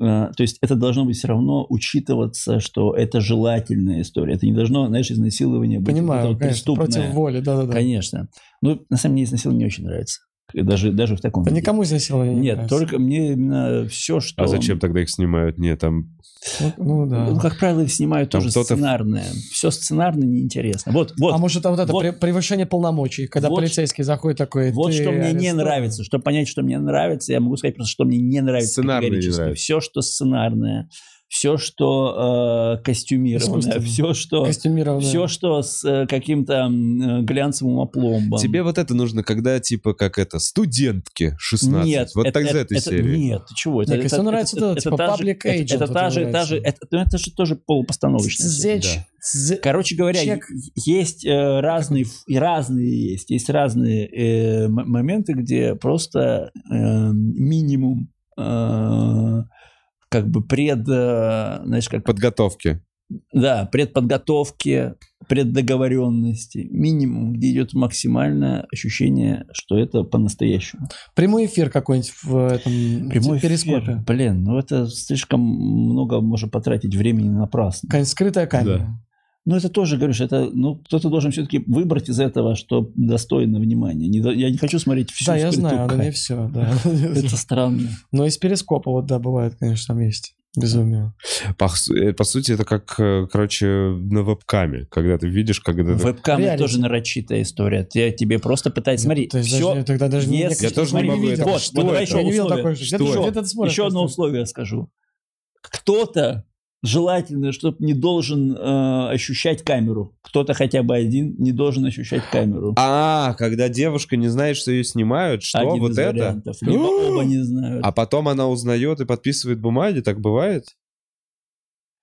[SPEAKER 3] э, то есть это должно быть все равно учитываться, что это желательная история. Это не должно, знаешь, изнасилование быть вот это
[SPEAKER 2] Понимаю,
[SPEAKER 3] вот
[SPEAKER 2] конечно, против
[SPEAKER 3] преступное.
[SPEAKER 2] воли, да-да-да.
[SPEAKER 3] Конечно. Ну, на самом деле, изнасилование не очень нравится. Даже, даже в таком
[SPEAKER 2] Да
[SPEAKER 3] виде.
[SPEAKER 2] никому изнасилование не
[SPEAKER 3] Нет,
[SPEAKER 2] нравится.
[SPEAKER 3] только мне именно все, что...
[SPEAKER 1] А зачем тогда их снимают? Не, там...
[SPEAKER 2] Ну ну
[SPEAKER 3] Ну,
[SPEAKER 2] да.
[SPEAKER 3] как правило, их снимают
[SPEAKER 1] Там
[SPEAKER 3] тоже
[SPEAKER 1] кто-то-
[SPEAKER 3] сценарное. Все сценарное неинтересно. Вот, вот.
[SPEAKER 2] А может, а вот это
[SPEAKER 3] вот-
[SPEAKER 2] пре- превышение полномочий, когда
[SPEAKER 3] вот-
[SPEAKER 2] полицейский заходит такой...
[SPEAKER 3] Вот
[SPEAKER 2] Э, «Ты
[SPEAKER 3] что мне не
[SPEAKER 2] арестован».
[SPEAKER 3] нравится. Чтобы понять, что мне нравится, я могу сказать просто, что мне не нравится.
[SPEAKER 1] Сценарное не нравится.
[SPEAKER 3] Все, что сценарное, все, что э, костюмированное,
[SPEAKER 2] Искусственно.
[SPEAKER 3] все, что,
[SPEAKER 2] Костюмированное.
[SPEAKER 3] все, что с э, каким-то м, э, глянцевым опломбом.
[SPEAKER 1] Тебе вот это нужно, когда, типа, как это, студентки 16.
[SPEAKER 3] нет,
[SPEAKER 1] вот
[SPEAKER 3] это-
[SPEAKER 1] так из
[SPEAKER 3] это-
[SPEAKER 1] этой
[SPEAKER 3] это-
[SPEAKER 1] серии.
[SPEAKER 3] Нет, ты чего?
[SPEAKER 2] Мне кажется, нравится это, типа,
[SPEAKER 3] та же-
[SPEAKER 2] public
[SPEAKER 3] это-
[SPEAKER 2] agent,
[SPEAKER 3] Это
[SPEAKER 2] вот
[SPEAKER 3] та
[SPEAKER 2] это
[SPEAKER 3] же, та
[SPEAKER 2] нравится.
[SPEAKER 3] же, это, ну, это же тоже полупостановочная серия.
[SPEAKER 2] Зечь. Зе-
[SPEAKER 3] Короче говоря,
[SPEAKER 2] Чек.
[SPEAKER 3] е- есть э, разные, ф- и разные есть, есть разные э, м- моменты, где просто э, минимум э, как бы пред, э, знаешь, как
[SPEAKER 1] Подготовки.
[SPEAKER 3] да, предподготовки, преддоговоренности, минимум, где идет максимальное ощущение, что это по-настоящему.
[SPEAKER 2] Прямой эфир какой-нибудь в этом
[SPEAKER 3] Прямой эфир,
[SPEAKER 2] перископе.
[SPEAKER 3] блин, ну это слишком много можно потратить времени напрасно.
[SPEAKER 2] Какая-нибудь скрытая камера.
[SPEAKER 1] Да.
[SPEAKER 3] Но это тоже, говоришь, это, ну, кто-то должен все-таки выбрать из этого, что достойно внимания. Не до- я не хочу смотреть всю
[SPEAKER 2] Да, я
[SPEAKER 3] скрытую
[SPEAKER 2] знаю, но
[SPEAKER 3] кайф.
[SPEAKER 2] не все, да.
[SPEAKER 3] *laughs* Это странно.
[SPEAKER 2] Но из перископа, вот да, бывает, конечно, там есть безумие.
[SPEAKER 1] По, су- э, по сути, это как, э, короче, на вебкаме, когда ты видишь, когда ты...
[SPEAKER 3] Вебкам это
[SPEAKER 2] Реалити.
[SPEAKER 3] тоже нарочитая история. Я тебе просто пытаюсь... Смотри,
[SPEAKER 2] Ну, То есть даже
[SPEAKER 3] все...
[SPEAKER 2] не- тогда даже не-
[SPEAKER 3] если-
[SPEAKER 2] мне кажется,
[SPEAKER 1] Я тоже не
[SPEAKER 2] смотри,
[SPEAKER 1] могу
[SPEAKER 2] видел.
[SPEAKER 1] этого-
[SPEAKER 3] Вот,
[SPEAKER 1] Что
[SPEAKER 3] вот давай
[SPEAKER 1] это?
[SPEAKER 3] еще
[SPEAKER 2] Я не видел
[SPEAKER 3] условие.
[SPEAKER 2] такое же. Где
[SPEAKER 1] Что
[SPEAKER 2] ты-
[SPEAKER 1] это?
[SPEAKER 2] где ты это смотришь?
[SPEAKER 3] Еще одно условие скажу. Кто-то желательно, чтобы не должен э, ощущать камеру. Кто-то хотя бы один не должен ощущать камеру.
[SPEAKER 1] А, когда девушка не знает, что ее снимают,
[SPEAKER 2] А
[SPEAKER 1] что
[SPEAKER 3] Один
[SPEAKER 1] вот
[SPEAKER 3] из
[SPEAKER 1] это?
[SPEAKER 3] вариантов. Либо
[SPEAKER 2] *gasps*
[SPEAKER 3] оба не знают.
[SPEAKER 1] А потом она узнает и подписывает бумаги, так бывает?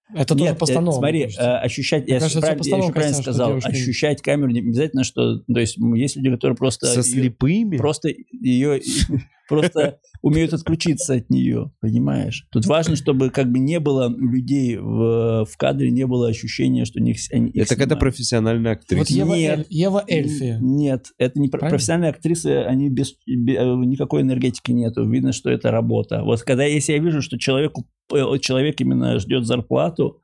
[SPEAKER 2] Это
[SPEAKER 3] Нет,
[SPEAKER 2] тоже
[SPEAKER 3] э,
[SPEAKER 2] постанова.
[SPEAKER 3] Смотри,
[SPEAKER 2] мне
[SPEAKER 3] э,
[SPEAKER 2] кажется.
[SPEAKER 3] ощущать, я,
[SPEAKER 2] кажется, это
[SPEAKER 3] правильно, я еще
[SPEAKER 2] постановка,
[SPEAKER 3] правильно
[SPEAKER 2] Саша, что
[SPEAKER 3] сказал,
[SPEAKER 2] девушка не-
[SPEAKER 3] ощущать камеру не обязательно, что, то есть м, есть люди, которые просто
[SPEAKER 1] Со
[SPEAKER 3] её-
[SPEAKER 1] слепыми?
[SPEAKER 3] просто ее *laughs* просто умеют отключиться от нее, понимаешь? Тут важно, чтобы как бы не было у людей в, в кадре не было ощущения, что них, они их
[SPEAKER 1] это когда
[SPEAKER 3] снимают.
[SPEAKER 1] профессиональная
[SPEAKER 3] э,
[SPEAKER 2] Вот
[SPEAKER 1] актриса.
[SPEAKER 2] Ева,
[SPEAKER 3] нет.
[SPEAKER 2] Эль- Ева Эльфи.
[SPEAKER 3] Нет, это не про-
[SPEAKER 2] Правильно?
[SPEAKER 3] профессиональные актрисы, они без, бе- э, никакой энергетики нету. Видно, что это работа. Вот когда если я вижу, что человеку э, человек именно ждет зарплату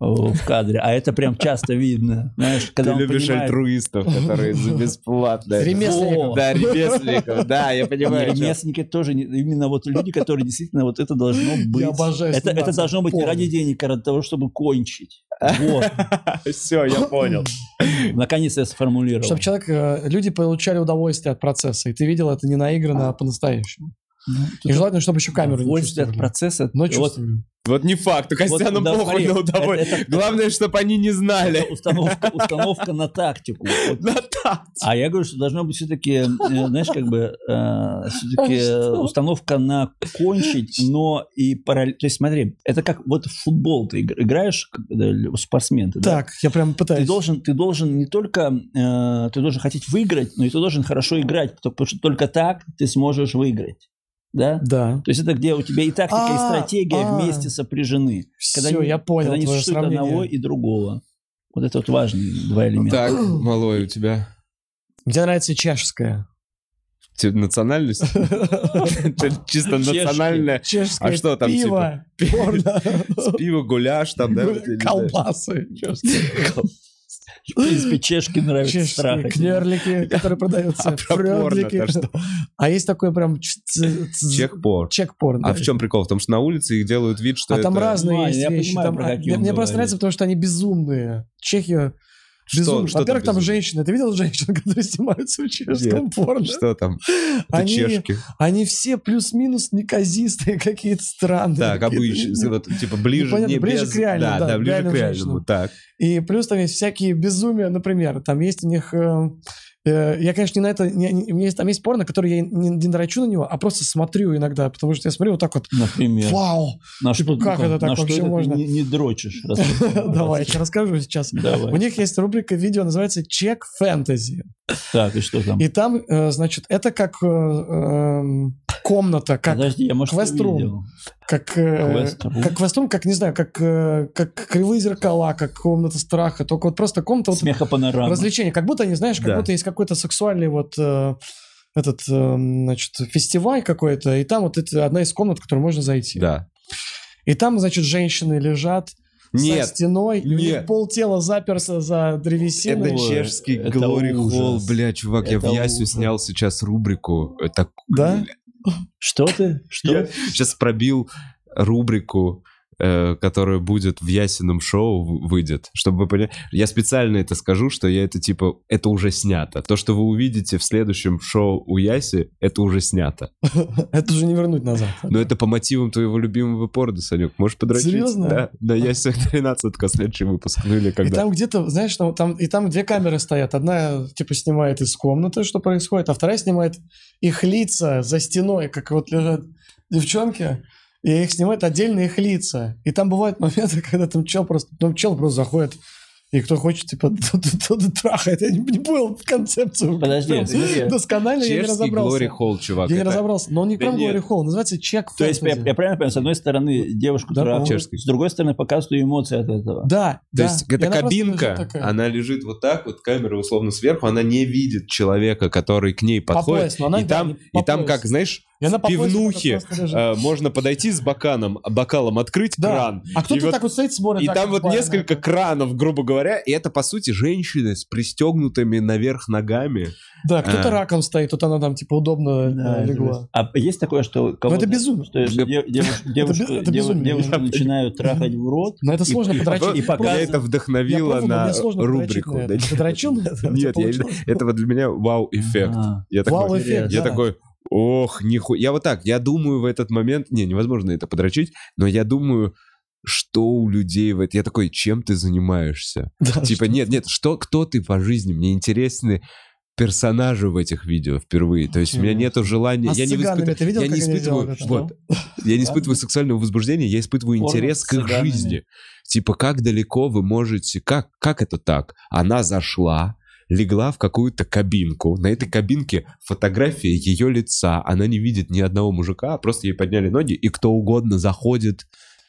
[SPEAKER 3] э, в кадре, а это прям часто видно, знаешь, когда
[SPEAKER 1] ты
[SPEAKER 3] он
[SPEAKER 1] любишь
[SPEAKER 3] понимает,
[SPEAKER 1] альтруистов, которые за бесплатно.
[SPEAKER 3] *laughs*
[SPEAKER 1] это-
[SPEAKER 2] Ремесленников.
[SPEAKER 1] Да, ремесленников. Да, я
[SPEAKER 3] Не,
[SPEAKER 1] понимаю. о чём.
[SPEAKER 3] ремесленники тоже не- именно вот люди, которые действительно вот это должно быть.
[SPEAKER 2] обожаю
[SPEAKER 3] это, это
[SPEAKER 2] сниматься
[SPEAKER 3] должно
[SPEAKER 2] в
[SPEAKER 3] быть не
[SPEAKER 2] порно.
[SPEAKER 3] ради денег, а ради того, чтобы кончить. Вот,
[SPEAKER 1] Все, я понял.
[SPEAKER 3] наконец я сформулировал.
[SPEAKER 2] Чтобы человек, э, люди получали удовольствие от процесса. И ты видел это не наигранно, а по-настоящему.
[SPEAKER 3] Ну,
[SPEAKER 2] И желательно, чтобы еще камеру не
[SPEAKER 3] Удовольствие от
[SPEAKER 2] чувствовали.
[SPEAKER 3] процесса.
[SPEAKER 2] Но
[SPEAKER 3] Вот
[SPEAKER 2] чувствовали.
[SPEAKER 1] Вот не факт, у Костяна
[SPEAKER 3] Вот, да,
[SPEAKER 1] похуй
[SPEAKER 3] смотри,
[SPEAKER 1] на
[SPEAKER 3] это-
[SPEAKER 1] удовольствие. Главное, чтобы они не
[SPEAKER 3] это
[SPEAKER 1] знали.
[SPEAKER 3] установка, установка на тактику. Вот.
[SPEAKER 1] Да, да.
[SPEAKER 3] А я говорю, что должно быть все-таки, знаешь, как бы
[SPEAKER 2] А
[SPEAKER 3] все-таки установка на кончить, но и параллельно. То есть смотри, это как вот в футбол ты игр- играешь, как, да, л- спортсмен ты, да?
[SPEAKER 2] Так, я прям
[SPEAKER 3] ты
[SPEAKER 2] пытаюсь.
[SPEAKER 3] должен, ты должен не только, э, ты должен хотеть выиграть, но и ты должен хорошо играть, потому потому что только так ты сможешь выиграть, да?
[SPEAKER 2] Да.
[SPEAKER 3] То есть это где у тебя и тактика, и
[SPEAKER 2] А,
[SPEAKER 3] стратегия
[SPEAKER 2] а.
[SPEAKER 3] вместе сопряжены.
[SPEAKER 2] Все,
[SPEAKER 3] не-
[SPEAKER 2] я понял
[SPEAKER 3] Когда не
[SPEAKER 2] твое
[SPEAKER 3] существует
[SPEAKER 2] сравнение.
[SPEAKER 3] одного и другого. Вот это вот важные два элемента.
[SPEAKER 1] Так, малой, у тебя
[SPEAKER 2] Мне нравится чешская.
[SPEAKER 1] тебе *laughs* национальность? Это Чисто
[SPEAKER 3] Чешки.
[SPEAKER 1] национальная.
[SPEAKER 2] Чешское
[SPEAKER 1] А что там,
[SPEAKER 2] пиво, порно,
[SPEAKER 1] Пиво, гуляш там, да? вот я не знаю.
[SPEAKER 2] колбасы. чешские.
[SPEAKER 3] В принципе, чешки нравится страх.
[SPEAKER 2] Чешские кнерлики, которые продаются.
[SPEAKER 1] А про порно-то
[SPEAKER 2] фрёдлики.
[SPEAKER 1] что?
[SPEAKER 2] А есть такой прям ч- ц- ц-
[SPEAKER 1] Чекпор.
[SPEAKER 2] чек-порн.
[SPEAKER 1] А
[SPEAKER 2] да.
[SPEAKER 1] в чем прикол? В том, что на улице их делают вид, что
[SPEAKER 2] А там
[SPEAKER 1] это-
[SPEAKER 2] разные
[SPEAKER 3] Понимаю,
[SPEAKER 2] есть
[SPEAKER 3] я
[SPEAKER 2] вещи.
[SPEAKER 3] понимаю,
[SPEAKER 2] там,
[SPEAKER 3] про
[SPEAKER 2] а,
[SPEAKER 3] какие
[SPEAKER 2] мне,
[SPEAKER 3] он
[SPEAKER 2] мне просто
[SPEAKER 3] говорит.
[SPEAKER 2] нравится, потому что они безумные. Чехия
[SPEAKER 1] Что-
[SPEAKER 2] безумная.
[SPEAKER 1] что там
[SPEAKER 2] Во-первых, там
[SPEAKER 1] безумно?
[SPEAKER 2] женщины. Ты видел женщин, *laughs* которые снимаются в чешском порно?
[SPEAKER 1] Что там? Это
[SPEAKER 2] Они-
[SPEAKER 1] чешки.
[SPEAKER 2] Они все плюс-минус неказистые, *laughs* какие-то странные.
[SPEAKER 1] Так,
[SPEAKER 2] какие-то.
[SPEAKER 1] обычно. вот, Типа ближе
[SPEAKER 2] ну, понятно,
[SPEAKER 1] не
[SPEAKER 2] ближе
[SPEAKER 1] без-
[SPEAKER 2] к реальному,
[SPEAKER 1] Да,
[SPEAKER 2] да,
[SPEAKER 1] да,
[SPEAKER 2] к
[SPEAKER 1] ближе к
[SPEAKER 2] реальным
[SPEAKER 1] реальному.
[SPEAKER 2] женщинам.
[SPEAKER 1] Так.
[SPEAKER 2] И плюс там есть всякие безумия, например, там есть у них... э, э, Я, конечно, не на это... не- не- у меня есть- там есть порно, которое я не, не нарочу на него, а просто смотрю иногда, потому что я смотрю вот так вот,
[SPEAKER 3] Например.
[SPEAKER 2] вау!
[SPEAKER 3] На
[SPEAKER 2] Типа,
[SPEAKER 3] что,
[SPEAKER 2] как
[SPEAKER 3] ну,
[SPEAKER 2] это так
[SPEAKER 3] на что
[SPEAKER 2] вообще
[SPEAKER 3] это ты
[SPEAKER 2] можно?
[SPEAKER 3] Не, не дрочишь.
[SPEAKER 2] *laughs*
[SPEAKER 3] раз-
[SPEAKER 2] Давай, я тебе расскажу сейчас.
[SPEAKER 3] Давай.
[SPEAKER 2] У них есть рубрика видео, называется «Чек фэнтези».
[SPEAKER 3] Так, и что там?
[SPEAKER 2] И там, э, значит, это как э, эм, комната, как,
[SPEAKER 3] Подожди, я, может,
[SPEAKER 2] квест-рум.
[SPEAKER 3] увидел.
[SPEAKER 2] как, э,
[SPEAKER 3] Квест-рум.
[SPEAKER 2] как квеструм, как, не знаю, как, э, как кривые зеркала, как комната страха, только вот просто комната вот
[SPEAKER 3] Смеха панорама.
[SPEAKER 2] развлечения. Как будто, не знаешь, как
[SPEAKER 1] Да.
[SPEAKER 2] будто есть какой-то сексуальный вот э, этот, эм, значит, фестиваль какой-то, и там вот это одна из комнат, в которую можно зайти.
[SPEAKER 1] Да.
[SPEAKER 2] И там, значит, женщины лежат со
[SPEAKER 1] Нет,
[SPEAKER 2] стеной, и у них
[SPEAKER 1] Нет.
[SPEAKER 2] полтела заперто за древесину.
[SPEAKER 1] это
[SPEAKER 3] Ой,
[SPEAKER 1] чешский
[SPEAKER 3] это
[SPEAKER 1] Glory Hall,
[SPEAKER 3] ужас.
[SPEAKER 1] бля, чувак, я в
[SPEAKER 3] Это
[SPEAKER 1] Ясю
[SPEAKER 3] ужас.
[SPEAKER 1] снял сейчас рубрику, э, так,
[SPEAKER 2] Да?
[SPEAKER 3] Что ты? Что?
[SPEAKER 1] Я сейчас пробил рубрику, э, которая будет в Ясином шоу в- выйдет, чтобы вы поняли. Я специально это скажу, что я это типа, это уже снято. То, что вы увидите в следующем шоу у Яси, это уже снято.
[SPEAKER 2] *laughs* Это же не вернуть назад.
[SPEAKER 1] Но это по мотивам твоего любимого порно, Санек. Можешь подрочить?
[SPEAKER 2] Серьезно? А.
[SPEAKER 1] Да, на Ясе *laughs* 13 только следующий выпуск. Ну или
[SPEAKER 2] И
[SPEAKER 1] когда.
[SPEAKER 2] там где-то, знаешь, там, там- и там две камеры стоят. Одна, типа, снимает из комнаты, что происходит, а вторая снимает их лица за стеной, как вот лежат девчонки, и *laughs* их снимают отдельно их лица. И там бывают моменты, когда там чел просто, там чел просто заходит, и И кто хочет, типа, *laughs* тот, тот и трахает. Я не, не понял концепцию.
[SPEAKER 3] Подожди,
[SPEAKER 2] Прям
[SPEAKER 3] смотри.
[SPEAKER 2] Досконально я не
[SPEAKER 1] Чешский
[SPEAKER 2] разобрался.
[SPEAKER 1] Глори Холл, чувак.
[SPEAKER 2] я не
[SPEAKER 1] это-
[SPEAKER 2] разобрался. Но он не
[SPEAKER 1] Да
[SPEAKER 2] прям
[SPEAKER 1] нет.
[SPEAKER 2] Глори Холл, он называется чек
[SPEAKER 3] То есть, я, я правильно понимаю, с одной стороны, девушку
[SPEAKER 2] Да,
[SPEAKER 3] трахают,
[SPEAKER 1] по-моему.
[SPEAKER 3] с другой стороны, показывают эмоции от этого.
[SPEAKER 2] Да,
[SPEAKER 1] То
[SPEAKER 2] да.
[SPEAKER 1] есть
[SPEAKER 2] И
[SPEAKER 1] это
[SPEAKER 2] она просто лежит
[SPEAKER 1] кабинка,
[SPEAKER 2] такая.
[SPEAKER 1] она лежит вот так, вот камера условно сверху, она не видит человека, который к ней подходит.
[SPEAKER 2] пояс, но она,
[SPEAKER 1] и
[SPEAKER 2] да,
[SPEAKER 1] там,
[SPEAKER 2] не по
[SPEAKER 1] и там
[SPEAKER 2] пояс.
[SPEAKER 1] как, знаешь,
[SPEAKER 2] И она
[SPEAKER 1] в
[SPEAKER 2] по поясу вот так
[SPEAKER 1] пивнухе
[SPEAKER 2] просто лежит.
[SPEAKER 1] э, можно подойти с баканом, бокалом открыть
[SPEAKER 2] Да.
[SPEAKER 1] кран.
[SPEAKER 2] А
[SPEAKER 1] и
[SPEAKER 2] кто-то
[SPEAKER 1] вот-
[SPEAKER 2] так вот стоит, смотрит.
[SPEAKER 1] И
[SPEAKER 2] так
[SPEAKER 1] там вот
[SPEAKER 2] буквально.
[SPEAKER 1] несколько кранов, грубо говоря, и это, по сути, женщины с пристегнутыми наверх ногами.
[SPEAKER 2] Да, кто-то
[SPEAKER 1] А.
[SPEAKER 2] раком стоит, вот она там, типа, удобно
[SPEAKER 3] Да,
[SPEAKER 2] э,
[SPEAKER 3] это
[SPEAKER 2] легла.
[SPEAKER 3] жесть. А есть такое, что
[SPEAKER 2] Но
[SPEAKER 3] кого-то-
[SPEAKER 2] это безумие.
[SPEAKER 3] что если де- девуш- девушку-
[SPEAKER 2] это
[SPEAKER 3] деву-
[SPEAKER 2] безумие.
[SPEAKER 3] девушку
[SPEAKER 2] Я-
[SPEAKER 3] начинают трахать в рот,
[SPEAKER 2] Но это
[SPEAKER 3] И-
[SPEAKER 2] сложно
[SPEAKER 3] и
[SPEAKER 2] подрочить.
[SPEAKER 3] и
[SPEAKER 1] А Меня
[SPEAKER 3] показывает-
[SPEAKER 1] это вдохновило
[SPEAKER 2] Я пробовал,
[SPEAKER 1] на
[SPEAKER 2] мне сложно подрочить
[SPEAKER 1] рубрику.
[SPEAKER 2] на это.
[SPEAKER 1] да.
[SPEAKER 2] Ты подрочил на это? У тебя
[SPEAKER 1] Нет, я не-
[SPEAKER 2] получилось?
[SPEAKER 1] этого для меня вау-эффект.
[SPEAKER 3] А.
[SPEAKER 1] Я такой,
[SPEAKER 2] Вау-эффект,
[SPEAKER 1] Я
[SPEAKER 2] да.
[SPEAKER 1] такой, ох, нихуя. Я вот так, я думаю в этот момент, не, невозможно это подрочить, но я думаю, что у людей в это... Я такой, чем ты занимаешься?
[SPEAKER 2] Да.
[SPEAKER 1] Типа, нет, нет, что, кто ты по жизни? Мне интересны персонажи в этих видео впервые. То есть у меня
[SPEAKER 3] Интересно.
[SPEAKER 1] нету желания...
[SPEAKER 2] А
[SPEAKER 1] я
[SPEAKER 2] с
[SPEAKER 1] не
[SPEAKER 2] цыганами
[SPEAKER 1] испытываю-
[SPEAKER 2] ты видел,
[SPEAKER 1] я
[SPEAKER 2] как
[SPEAKER 1] не
[SPEAKER 2] они
[SPEAKER 1] испытываю,
[SPEAKER 2] делают это?
[SPEAKER 1] вот, я не испытываю сексуального возбуждения, я испытываю
[SPEAKER 3] Порно
[SPEAKER 1] интерес
[SPEAKER 3] с
[SPEAKER 1] к их
[SPEAKER 3] цыганами.
[SPEAKER 1] жизни. Типа, как далеко вы можете... Как, как это так? Она зашла, легла в какую-то кабинку. На этой кабинке фотография ее лица. Она не видит ни одного мужика, а просто ей подняли ноги, и кто угодно заходит.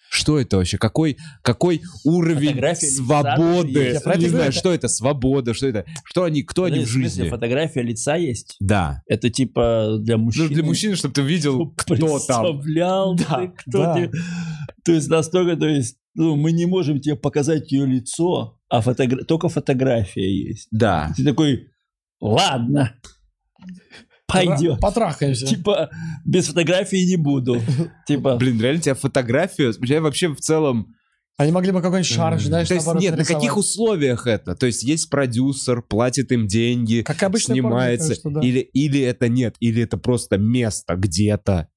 [SPEAKER 1] Что это вообще? Какой, какой уровень
[SPEAKER 3] Фотография лица даже
[SPEAKER 1] свободы?
[SPEAKER 3] есть.
[SPEAKER 2] Я про это
[SPEAKER 1] не
[SPEAKER 2] говорю,
[SPEAKER 1] знаю,
[SPEAKER 2] это- Ну,
[SPEAKER 1] что это свобода, что это... Что они, кто они
[SPEAKER 3] Подожди,
[SPEAKER 1] в
[SPEAKER 3] в смысле,
[SPEAKER 1] жизни?
[SPEAKER 3] фотография лица есть?
[SPEAKER 1] Да.
[SPEAKER 3] Это типа для мужчин.
[SPEAKER 1] Ну, для мужчины, чтобы ты видел, кто там.
[SPEAKER 3] Представлял ты,
[SPEAKER 1] Да,
[SPEAKER 3] кто
[SPEAKER 2] да.
[SPEAKER 3] ты. То есть настолько, то есть, ну, мы не можем тебе показать ее лицо, а фотогра- только фотография есть.
[SPEAKER 1] Да.
[SPEAKER 3] Ты такой, ладно, пойдет.
[SPEAKER 2] Потрахаемся.
[SPEAKER 3] Типа, без фотографии не буду. Типа,
[SPEAKER 1] Блин, реально тебя фотографию... Я вообще в целом...
[SPEAKER 2] Они могли бы какой-нибудь шар, знаешь,
[SPEAKER 1] То есть
[SPEAKER 2] наоборот,
[SPEAKER 1] нет, на
[SPEAKER 2] нарисовать.
[SPEAKER 1] каких условиях это? То есть есть продюсер, платит им деньги,
[SPEAKER 2] Как обычно
[SPEAKER 1] снимается, или, или это нет, или это просто место где-то.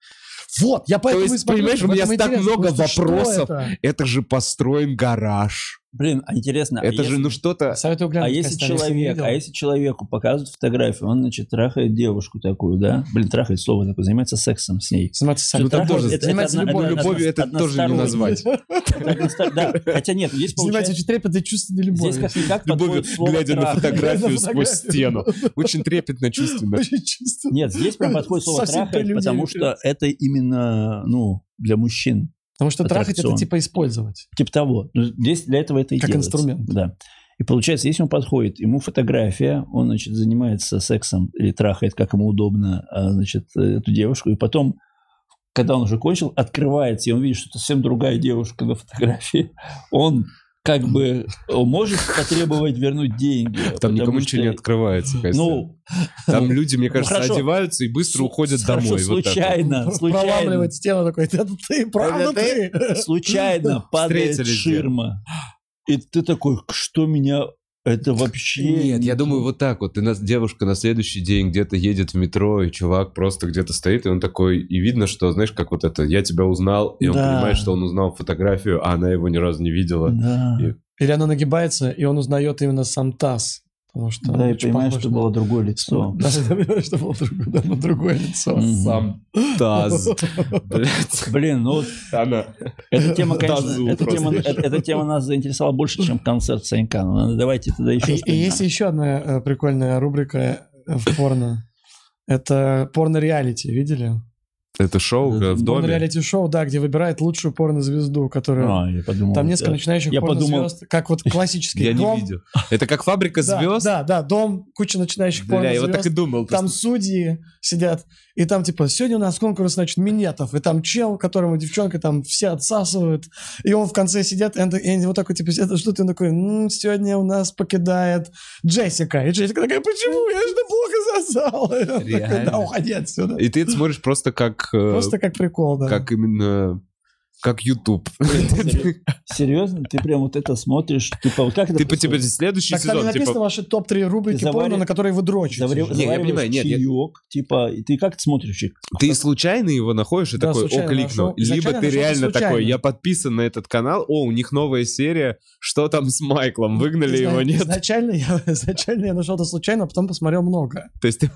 [SPEAKER 2] Вот, я поэтому
[SPEAKER 1] есть,
[SPEAKER 2] и смотрю,
[SPEAKER 1] понимаешь, у
[SPEAKER 2] в
[SPEAKER 1] меня
[SPEAKER 2] этом
[SPEAKER 1] так
[SPEAKER 2] интересно,
[SPEAKER 1] много
[SPEAKER 2] потому что что
[SPEAKER 1] вопросов.
[SPEAKER 2] это?
[SPEAKER 1] Это же построен гараж.
[SPEAKER 3] блин, а интересно, а
[SPEAKER 1] это
[SPEAKER 3] если-
[SPEAKER 1] же, ну что-то...
[SPEAKER 2] Советую глянуть.
[SPEAKER 3] а если
[SPEAKER 2] Костя, не
[SPEAKER 3] человек,
[SPEAKER 2] видел.
[SPEAKER 3] а если человеку показывают фотографию, он, значит, трахает девушку такую, да? Блин, трахает слово такое, занимается сексом с
[SPEAKER 1] *laughs*
[SPEAKER 3] ней.
[SPEAKER 2] Заниматься
[SPEAKER 1] Ну,
[SPEAKER 2] сальто.
[SPEAKER 1] там
[SPEAKER 3] трахать-
[SPEAKER 1] тоже
[SPEAKER 3] это- это
[SPEAKER 1] занимается
[SPEAKER 3] одна-
[SPEAKER 1] любовью,
[SPEAKER 3] это
[SPEAKER 1] любовью это
[SPEAKER 3] одна-
[SPEAKER 1] тоже не
[SPEAKER 3] односторонняя.
[SPEAKER 1] *laughs* назвать.
[SPEAKER 3] ну, Да, хотя нет, ну, здесь
[SPEAKER 2] Заниматься
[SPEAKER 3] получается...
[SPEAKER 2] очень трепетной чувственной
[SPEAKER 3] Здесь
[SPEAKER 2] любовью.
[SPEAKER 3] как-никак
[SPEAKER 1] Любовью,
[SPEAKER 3] подходит слово
[SPEAKER 1] глядя на
[SPEAKER 3] «трах».
[SPEAKER 1] фотографию
[SPEAKER 2] На
[SPEAKER 1] сквозь стену.
[SPEAKER 3] *laughs*
[SPEAKER 2] фотографию.
[SPEAKER 1] Очень трепетно, чувственно.
[SPEAKER 2] Очень чувственно.
[SPEAKER 3] Нет, здесь прям подходит слово
[SPEAKER 2] Совсем про
[SPEAKER 3] «трахать»,
[SPEAKER 2] людей
[SPEAKER 3] потому
[SPEAKER 2] это.
[SPEAKER 3] что это именно, ну, для мужчин.
[SPEAKER 2] Потому что трахать это
[SPEAKER 3] Аттракцион.
[SPEAKER 2] типа использовать.
[SPEAKER 3] Типа того. Ну, Здесь для этого это и
[SPEAKER 2] Как
[SPEAKER 3] делается.
[SPEAKER 2] инструмент.
[SPEAKER 3] Да. И получается, если он подходит, ему фотография, он, значит, занимается сексом или трахает, как ему удобно, а, значит, эту девушку, и потом, когда он уже кончил, открывается, и он видит, что это совсем другая девушка на фотографии, он как бы может потребовать вернуть деньги.
[SPEAKER 1] Там
[SPEAKER 3] потому
[SPEAKER 1] никому
[SPEAKER 3] что-
[SPEAKER 1] ничего не открывается, Костя.
[SPEAKER 3] Ну,
[SPEAKER 1] Там люди, мне
[SPEAKER 3] ну,
[SPEAKER 1] кажется,
[SPEAKER 3] хорошо.
[SPEAKER 1] одеваются и быстро
[SPEAKER 3] Су-
[SPEAKER 1] уходят
[SPEAKER 3] хорошо,
[SPEAKER 1] домой. вот так вот.
[SPEAKER 3] случайно, случайно,
[SPEAKER 2] Проламливает стену такой, это ты, правда ты? *laughs*
[SPEAKER 3] случайно падает
[SPEAKER 1] Встретились
[SPEAKER 3] ширма. И ты такой, что меня... Это вообще...
[SPEAKER 1] Нет, я
[SPEAKER 3] не
[SPEAKER 1] думаю,
[SPEAKER 3] то».
[SPEAKER 1] вот так вот. И нас, девушка на следующий день где-то едет в метро, и чувак просто где-то стоит, и он такой, и видно, что, знаешь, как вот это, я тебя узнал, и он
[SPEAKER 3] Да.
[SPEAKER 1] понимает, что он узнал фотографию, а она его ни разу не видела.
[SPEAKER 3] Да.
[SPEAKER 1] И-
[SPEAKER 2] Или она нагибается, и он узнает именно сам таз. Потому что
[SPEAKER 3] Да, и
[SPEAKER 2] очень
[SPEAKER 3] понимаешь,
[SPEAKER 2] похож
[SPEAKER 3] что
[SPEAKER 2] на- *laughs*
[SPEAKER 3] было другое лицо.
[SPEAKER 2] Да, да, понимаешь, что было другое, да, на другое лицо. *laughs*
[SPEAKER 3] Мгм.
[SPEAKER 1] Сам таз. *laughs* Блядь,
[SPEAKER 3] Блин, ну вот
[SPEAKER 1] она...
[SPEAKER 2] *laughs*
[SPEAKER 3] эта тема,
[SPEAKER 1] Тазу
[SPEAKER 3] конечно, эта
[SPEAKER 1] просто.
[SPEAKER 3] тема, э- эта тема нас заинтересовала больше, чем концерт Санькана. Ну, Давайте тогда еще
[SPEAKER 2] А, И, и
[SPEAKER 3] что-нибудь.
[SPEAKER 2] есть еще одна э, прикольная рубрика э, в порно. Это порно-реалити, видели?
[SPEAKER 1] Это шоу э, в доме?
[SPEAKER 2] Порно-реалити-шоу, да, где выбирает лучшую порно-звезду, которая...
[SPEAKER 3] А, я подумал,
[SPEAKER 2] Там несколько
[SPEAKER 3] да.
[SPEAKER 2] начинающих
[SPEAKER 3] Я подумал-
[SPEAKER 2] порнозвезд, как
[SPEAKER 3] *laughs*
[SPEAKER 2] вот классический
[SPEAKER 1] Я
[SPEAKER 2] дом.
[SPEAKER 1] не видел. Это как фабрика
[SPEAKER 2] Да,
[SPEAKER 1] звезд?
[SPEAKER 2] Да, да, дом, куча начинающих
[SPEAKER 1] Бля, я вот
[SPEAKER 2] порнозвезд.
[SPEAKER 1] так и думал.
[SPEAKER 2] Там судьи сидят, и там типа, сегодня у нас конкурс, значит, минетов, и там чел, которому девчонка там все отсасывают, и он в конце сидит, и, он, так- и они вот такой, типа, это что ты такой, «М, сегодня у нас покидает Джессика. И Джессика такая, почему? Я же так плохо сосала. И он такой,
[SPEAKER 1] Реально?
[SPEAKER 2] да, уходи отсюда.
[SPEAKER 1] И ты это смотришь просто как... э,
[SPEAKER 2] Просто как прикол, да.
[SPEAKER 1] Как именно... Как YouTube.
[SPEAKER 3] *laughs* Серьез- Серьезно? Ты прям вот это смотришь? Типа, как это
[SPEAKER 1] Типа, типа,
[SPEAKER 3] происходит?
[SPEAKER 1] следующий
[SPEAKER 2] Так там не
[SPEAKER 1] сезон,
[SPEAKER 2] написано
[SPEAKER 1] типа...
[SPEAKER 2] ваши топ-3 рубрики
[SPEAKER 3] Завари-
[SPEAKER 2] порно, на которые вы дрочите.
[SPEAKER 3] Завари-
[SPEAKER 1] Не, я
[SPEAKER 3] завариваешь
[SPEAKER 1] понимаю, нет, я-
[SPEAKER 3] чаек, типа, и ты как это смотришь?
[SPEAKER 1] Ты случайно его находишь и
[SPEAKER 2] Да,
[SPEAKER 1] такой, о,
[SPEAKER 2] случайно
[SPEAKER 1] кликнул.
[SPEAKER 2] нашел. Изначально
[SPEAKER 1] Либо ты
[SPEAKER 2] нашел
[SPEAKER 1] реально
[SPEAKER 2] случайно.
[SPEAKER 1] такой, я подписан на этот канал, о, у них новая серия, что там с Майклом, выгнали
[SPEAKER 2] Изна-
[SPEAKER 1] его, нет?
[SPEAKER 2] Изначально я, *laughs* изначально я нашел это случайно, а потом посмотрел много.
[SPEAKER 1] То есть ты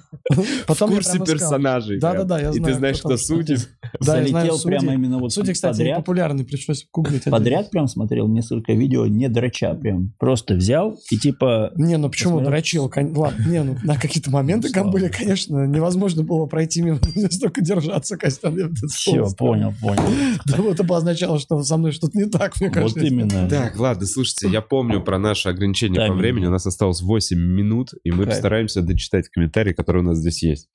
[SPEAKER 2] Потом
[SPEAKER 1] в
[SPEAKER 2] я
[SPEAKER 1] курсе *laughs*
[SPEAKER 2] прям искал.
[SPEAKER 1] персонажей. прям.
[SPEAKER 2] Да-да-да, я
[SPEAKER 1] И ты
[SPEAKER 2] знаю,
[SPEAKER 1] знаешь,
[SPEAKER 2] кто там
[SPEAKER 1] что
[SPEAKER 2] что
[SPEAKER 1] судит.
[SPEAKER 2] Да, я знаю,
[SPEAKER 3] Залетел
[SPEAKER 2] судьи-
[SPEAKER 3] прямо именно вот
[SPEAKER 2] Судя, кстати,
[SPEAKER 3] подряд.
[SPEAKER 2] популярный, пришлось гуглить. отдельно.
[SPEAKER 3] Подряд прям смотрел несколько видео, не драча прям. Просто взял и типа...
[SPEAKER 2] Не, ну почему
[SPEAKER 3] Посмотрел.
[SPEAKER 2] дрочил? Кон- Ладно, не, ну на какие-то моменты
[SPEAKER 3] Ну,
[SPEAKER 2] там
[SPEAKER 3] слава
[SPEAKER 2] были,
[SPEAKER 3] богу.
[SPEAKER 2] конечно, невозможно было пройти мимо, *laughs* столько держаться, Костян. я это
[SPEAKER 3] Все,
[SPEAKER 2] слышал.
[SPEAKER 3] понял, понял.
[SPEAKER 2] Да, *laughs* вот это обозначало, что со мной что-то не так, мне
[SPEAKER 3] Вот
[SPEAKER 2] кажется. *laughs*
[SPEAKER 3] именно.
[SPEAKER 1] Так, ладно, слушайте, я помню про наше ограничение по
[SPEAKER 3] Тайминг.
[SPEAKER 1] времени. У нас осталось 8 минут, и мы
[SPEAKER 3] Кайф.
[SPEAKER 1] постараемся дочитать комментарии, которые у нас здесь есть.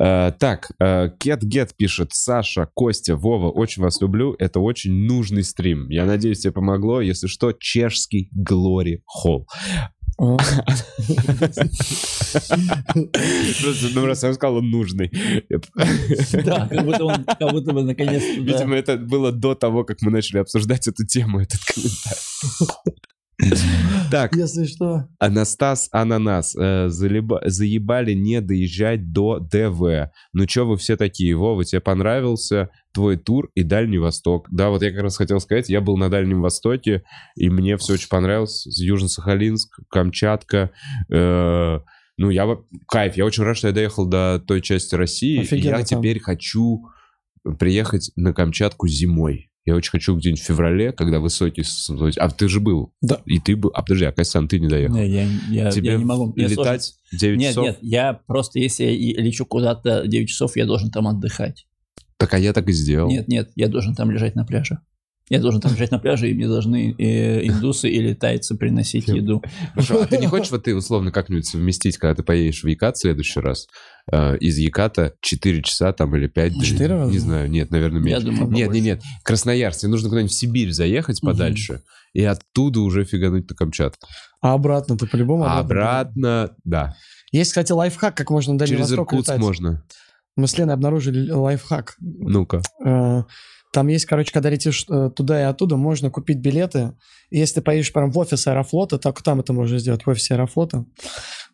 [SPEAKER 1] Э, Так, Кет Гет пишет. Саша, Костя, Вова, очень вас люблю. Это очень нужный стрим. Я надеюсь, тебе помогло. Если что, чешский Глори Холл.
[SPEAKER 2] А,
[SPEAKER 1] Просто ну, раз я сказал, он нужный.
[SPEAKER 3] *laughs* Да, как будто он, как будто бы наконец
[SPEAKER 1] Видимо, это было до того, как мы начали обсуждать эту тему, этот комментарий. Так,
[SPEAKER 2] Если что.
[SPEAKER 1] Анастас Ананас. э, залеба- Заебали не доезжать до ДВ. Ну чё вы все такие? Вова, тебе понравился твой тур и Дальний Восток? Да, вот я как раз хотел сказать, я был на Дальнем Востоке, и мне все очень понравилось. Южно-Сахалинск, Камчатка, э, ну, я во- кайф, я очень рад, что я доехал до той части России. и
[SPEAKER 2] Офигенно
[SPEAKER 1] я
[SPEAKER 2] там.
[SPEAKER 1] теперь хочу приехать на Камчатку зимой. Я очень хочу где-нибудь в феврале, когда высокий... с- с- А ты же был.
[SPEAKER 2] Да.
[SPEAKER 1] И ты был... А подожди, а Костян, ты не доехал.
[SPEAKER 3] Не, я, А, я- я
[SPEAKER 1] Тебе
[SPEAKER 3] не могу. Мне сложно.
[SPEAKER 1] Летать 9
[SPEAKER 3] Нет,
[SPEAKER 1] часов?
[SPEAKER 3] нет, я просто, если я и лечу куда-то 9 часов, я должен там отдыхать.
[SPEAKER 1] Так, а я так и сделал.
[SPEAKER 3] Нет, нет, я должен там лежать на пляже. Я должен там лежать на пляже, и мне должны э, индусы или тайцы приносить
[SPEAKER 1] Фиг.
[SPEAKER 3] еду.
[SPEAKER 1] Хорошо, а ты не хочешь вот ты условно как-нибудь совместить, когда ты поедешь в Якат в следующий раз? э, из Яката 4 часа там или 5?
[SPEAKER 2] Четыре раза?
[SPEAKER 1] Не знаю, нет, наверное,
[SPEAKER 3] Я
[SPEAKER 1] меньше.
[SPEAKER 3] думаю,
[SPEAKER 1] Нет,
[SPEAKER 3] побольше.
[SPEAKER 1] нет, нет, Красноярск. Тебе нужно куда-нибудь в Сибирь заехать
[SPEAKER 3] Мгм.
[SPEAKER 1] подальше и оттуда уже фигануть на Камчатку.
[SPEAKER 2] А обратно-то по-любому.
[SPEAKER 1] А
[SPEAKER 2] обратно.
[SPEAKER 1] обратно, да.
[SPEAKER 2] Есть, кстати, лайфхак, как можно на Дальний
[SPEAKER 1] Через
[SPEAKER 2] Восток
[SPEAKER 1] Иркутск
[SPEAKER 2] летать.
[SPEAKER 1] можно.
[SPEAKER 2] Мы с Леной обнаружили лайфхак.
[SPEAKER 1] Ну-ка.
[SPEAKER 2] Э, Там есть, короче, когда летишь э, туда и оттуда, можно купить билеты. И Если ты поедешь прям в офис Аэрофлота, так там это можно сделать, в офисе Аэрофлота.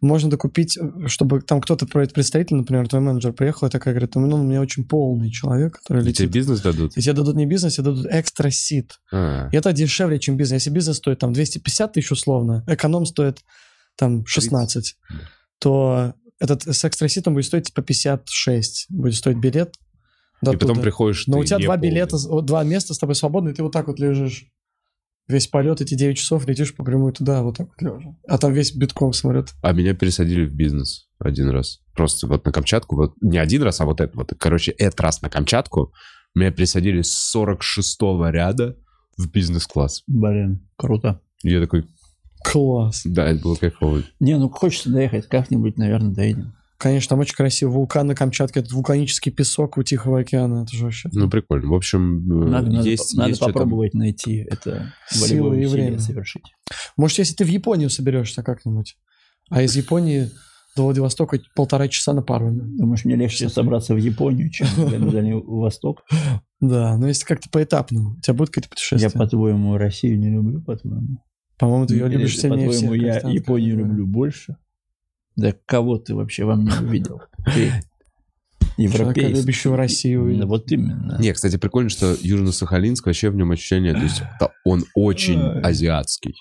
[SPEAKER 2] Можно докупить, э, чтобы там кто-то проводит представитель, например, твой менеджер приехал и такая говорит, ну, у меня очень полный человек, который
[SPEAKER 1] И тебе
[SPEAKER 2] летит.
[SPEAKER 1] бизнес дадут?
[SPEAKER 2] И тебе дадут не бизнес, тебе дадут экстра сит.
[SPEAKER 1] А,
[SPEAKER 2] И это дешевле, чем бизнес. Если бизнес стоит там 250 тысяч условно, эконом стоит там 16,
[SPEAKER 1] Да.
[SPEAKER 2] то этот с экстраситом будет стоить типа 56. Будет стоить билет. до
[SPEAKER 1] И потом
[SPEAKER 2] туда.
[SPEAKER 1] приходишь
[SPEAKER 2] Но
[SPEAKER 1] ты
[SPEAKER 2] у тебя
[SPEAKER 1] не
[SPEAKER 2] два
[SPEAKER 1] полный.
[SPEAKER 2] билета, вот два места с тобой свободны, и ты вот так вот лежишь. Весь полет, эти 9 часов летишь по прямой туда, вот так вот лежа. А там весь битком самолет.
[SPEAKER 1] А меня пересадили в бизнес один раз. Просто вот на Камчатку, вот не один раз, а вот это вот. Короче, этот раз на Камчатку меня пересадили с 46-го ряда в бизнес-класс.
[SPEAKER 3] Блин, круто.
[SPEAKER 1] И Я такой,
[SPEAKER 2] Класс.
[SPEAKER 1] да, это было кайфово.
[SPEAKER 3] Не, ну хочется доехать как-нибудь, наверное, доедем.
[SPEAKER 2] Конечно, там очень красиво. Вулкан на Камчатке, этот вулканический песок у Тихого океана. Это же вообще
[SPEAKER 1] Ну, прикольно. В общем, э,
[SPEAKER 3] Надо, надо-
[SPEAKER 1] есть,
[SPEAKER 3] надо
[SPEAKER 1] есть что там.
[SPEAKER 3] попробовать найти это
[SPEAKER 2] Силы
[SPEAKER 3] волевое
[SPEAKER 2] и
[SPEAKER 3] усилие
[SPEAKER 2] время.
[SPEAKER 3] совершить.
[SPEAKER 2] Может, если ты в Японию соберешься как-нибудь, а из Японии до Владивостока полтора часа на пару.
[SPEAKER 3] Думаешь, мне легче собраться в Японию, чем блин, на
[SPEAKER 2] *laughs*
[SPEAKER 3] Дальний Восток?
[SPEAKER 2] Да, но если как-то поэтапно, у тебя будет какое-то
[SPEAKER 3] Я,
[SPEAKER 2] путешествие.
[SPEAKER 3] по-твоему, Россию не люблю, по-твоему.
[SPEAKER 2] По-моему, ты ее
[SPEAKER 3] Или,
[SPEAKER 2] любишь сильнее всех.
[SPEAKER 3] По-твоему, я
[SPEAKER 2] Констант.
[SPEAKER 3] Японию люблю больше? Да кого ты вообще во мне увидел? Ты
[SPEAKER 2] *laughs* Человека,
[SPEAKER 3] европейский.
[SPEAKER 2] любящего Россию.
[SPEAKER 3] Да, Вот именно.
[SPEAKER 1] Не, кстати, прикольно, что Южно-Сахалинск вообще в нем ощущение, то есть та- он очень
[SPEAKER 3] Ай.
[SPEAKER 1] азиатский.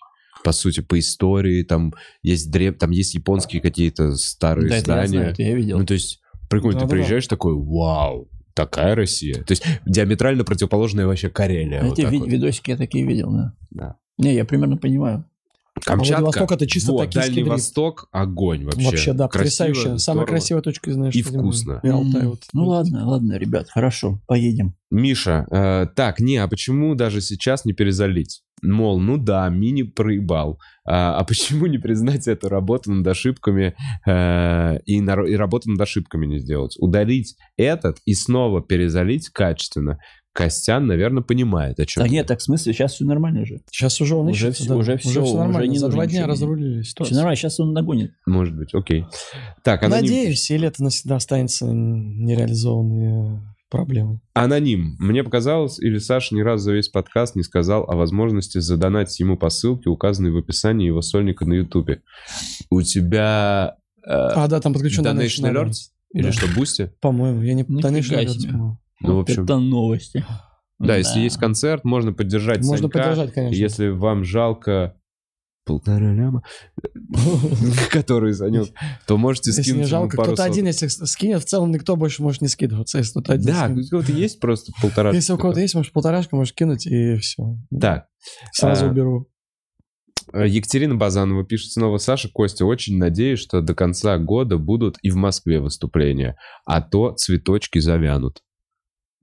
[SPEAKER 1] По сути, по истории, там есть древ... там есть японские какие-то старые
[SPEAKER 3] Да, это я
[SPEAKER 1] здания.
[SPEAKER 3] знаю, это я видел.
[SPEAKER 1] Ну, то есть, прикольно, ты
[SPEAKER 2] Да-да-да.
[SPEAKER 1] приезжаешь такой, вау, такая Россия. То есть, диаметрально противоположная вообще
[SPEAKER 2] А
[SPEAKER 1] Карелия. вот
[SPEAKER 3] Эти
[SPEAKER 1] так
[SPEAKER 3] ви-
[SPEAKER 1] вот.
[SPEAKER 3] видосики я такие видел, да.
[SPEAKER 1] Да.
[SPEAKER 3] Не, я примерно понимаю.
[SPEAKER 2] А
[SPEAKER 1] Камчатка,
[SPEAKER 2] Владивосток это чисто
[SPEAKER 1] вот,
[SPEAKER 2] токийский
[SPEAKER 1] Дальний
[SPEAKER 2] дрифт.
[SPEAKER 1] Восток, огонь вообще.
[SPEAKER 2] Вообще, да,
[SPEAKER 1] Красиво,
[SPEAKER 2] потрясающе. Самая
[SPEAKER 1] здорово.
[SPEAKER 2] красивая точка, знаешь.
[SPEAKER 1] И
[SPEAKER 2] на Земле.
[SPEAKER 1] вкусно.
[SPEAKER 2] И Алтай
[SPEAKER 3] М,
[SPEAKER 2] вот.
[SPEAKER 3] Ну ладно, ладно, ребят, хорошо, поедем.
[SPEAKER 1] Миша, э, так, не, а почему даже сейчас не перезалить? Мол, ну да, мини проебал. А, а почему не признать эту работу над ошибками э, и, на- и работу над ошибками не сделать? Удалить этот и снова перезалить качественно. Костян, наверное, понимает, о чем.
[SPEAKER 3] Так нет, так в смысле, сейчас все нормально же.
[SPEAKER 2] Сейчас уже он
[SPEAKER 3] Уже
[SPEAKER 2] ищется,
[SPEAKER 3] всё-
[SPEAKER 2] да.
[SPEAKER 3] уже всё,
[SPEAKER 2] всё
[SPEAKER 3] уже
[SPEAKER 2] нормально.
[SPEAKER 3] не
[SPEAKER 2] За
[SPEAKER 3] нужно
[SPEAKER 2] два дня
[SPEAKER 3] ничего
[SPEAKER 2] разорулили
[SPEAKER 3] Все
[SPEAKER 2] ситуацию.
[SPEAKER 3] нормально, сейчас он нагонит.
[SPEAKER 1] Может быть, окей. Так, аноним.
[SPEAKER 2] Надеюсь, или это навсегда останется нереализованные проблемы.
[SPEAKER 1] Аноним. Мне показалось, или Саша ни разу за весь подкаст не сказал о возможности задонать ему по ссылке, указанной в описании его сольника на Ютубе. У тебя э,
[SPEAKER 2] А, да, там подключен
[SPEAKER 1] Donation
[SPEAKER 2] Donation
[SPEAKER 1] Alert?
[SPEAKER 2] Alert.
[SPEAKER 1] или
[SPEAKER 2] да.
[SPEAKER 1] что, Бусти?
[SPEAKER 2] По-моему, я не...
[SPEAKER 3] Нифига
[SPEAKER 2] Donation Alert,
[SPEAKER 3] себе.
[SPEAKER 2] по-моему.
[SPEAKER 1] Ну, в
[SPEAKER 3] Вот
[SPEAKER 1] общем,
[SPEAKER 3] Это новости.
[SPEAKER 1] Да, если есть концерт, можно поддержать
[SPEAKER 2] Можно
[SPEAKER 1] Санька.
[SPEAKER 2] поддержать, конечно.
[SPEAKER 1] Если вам жалко полтора
[SPEAKER 2] *laughs*
[SPEAKER 1] ляма, который занес, то можете
[SPEAKER 2] Если не
[SPEAKER 1] скинуть ему
[SPEAKER 2] жалко,
[SPEAKER 1] пару
[SPEAKER 2] кто-то
[SPEAKER 1] сотен.
[SPEAKER 2] один, если с- скинет, в целом никто больше может не скидываться, если кто-то один
[SPEAKER 1] Да,
[SPEAKER 2] скинет.
[SPEAKER 1] у кого-то есть просто полтора.
[SPEAKER 2] Если у кого-то есть, может, полторашка, можешь кинуть, и все.
[SPEAKER 1] Так,
[SPEAKER 2] Сразу
[SPEAKER 1] а,
[SPEAKER 2] уберу.
[SPEAKER 1] Э, Екатерина Базанова пишет снова Саша, Костя, очень надеюсь, что до конца года будут и в Москве выступления, а то цветочки завянут.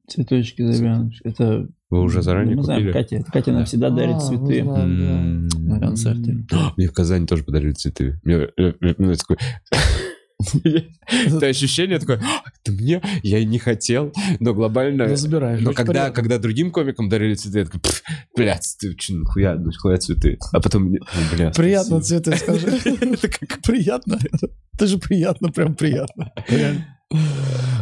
[SPEAKER 3] Цветочки завянут. Это...
[SPEAKER 1] Вы уже заранее
[SPEAKER 3] мы знаем,
[SPEAKER 1] купили?
[SPEAKER 3] Катя, Катя нам всегда дарит
[SPEAKER 2] А,
[SPEAKER 3] цветы
[SPEAKER 2] мы знаем.
[SPEAKER 1] М,
[SPEAKER 3] на концерте.
[SPEAKER 1] *gasps* Мне в Казани тоже подарили цветы. Мне- э, э, ну, я такой, *laughs* Это ощущение такое, «А, это мне, я и не хотел, но глобально...
[SPEAKER 2] Ну, забираешь.
[SPEAKER 1] Но
[SPEAKER 2] Очень
[SPEAKER 1] когда,
[SPEAKER 2] приятно.
[SPEAKER 1] когда другим комикам дарили цветы, я такой, «Пф, блядь, ты че, нахуя, нахуя цветы? А потом, мне, «Ну, бля,
[SPEAKER 2] Приятно,
[SPEAKER 1] спасибо». *laughs*
[SPEAKER 2] цветы скажи. Это как приятно. Это же приятно, прям приятно. Реально.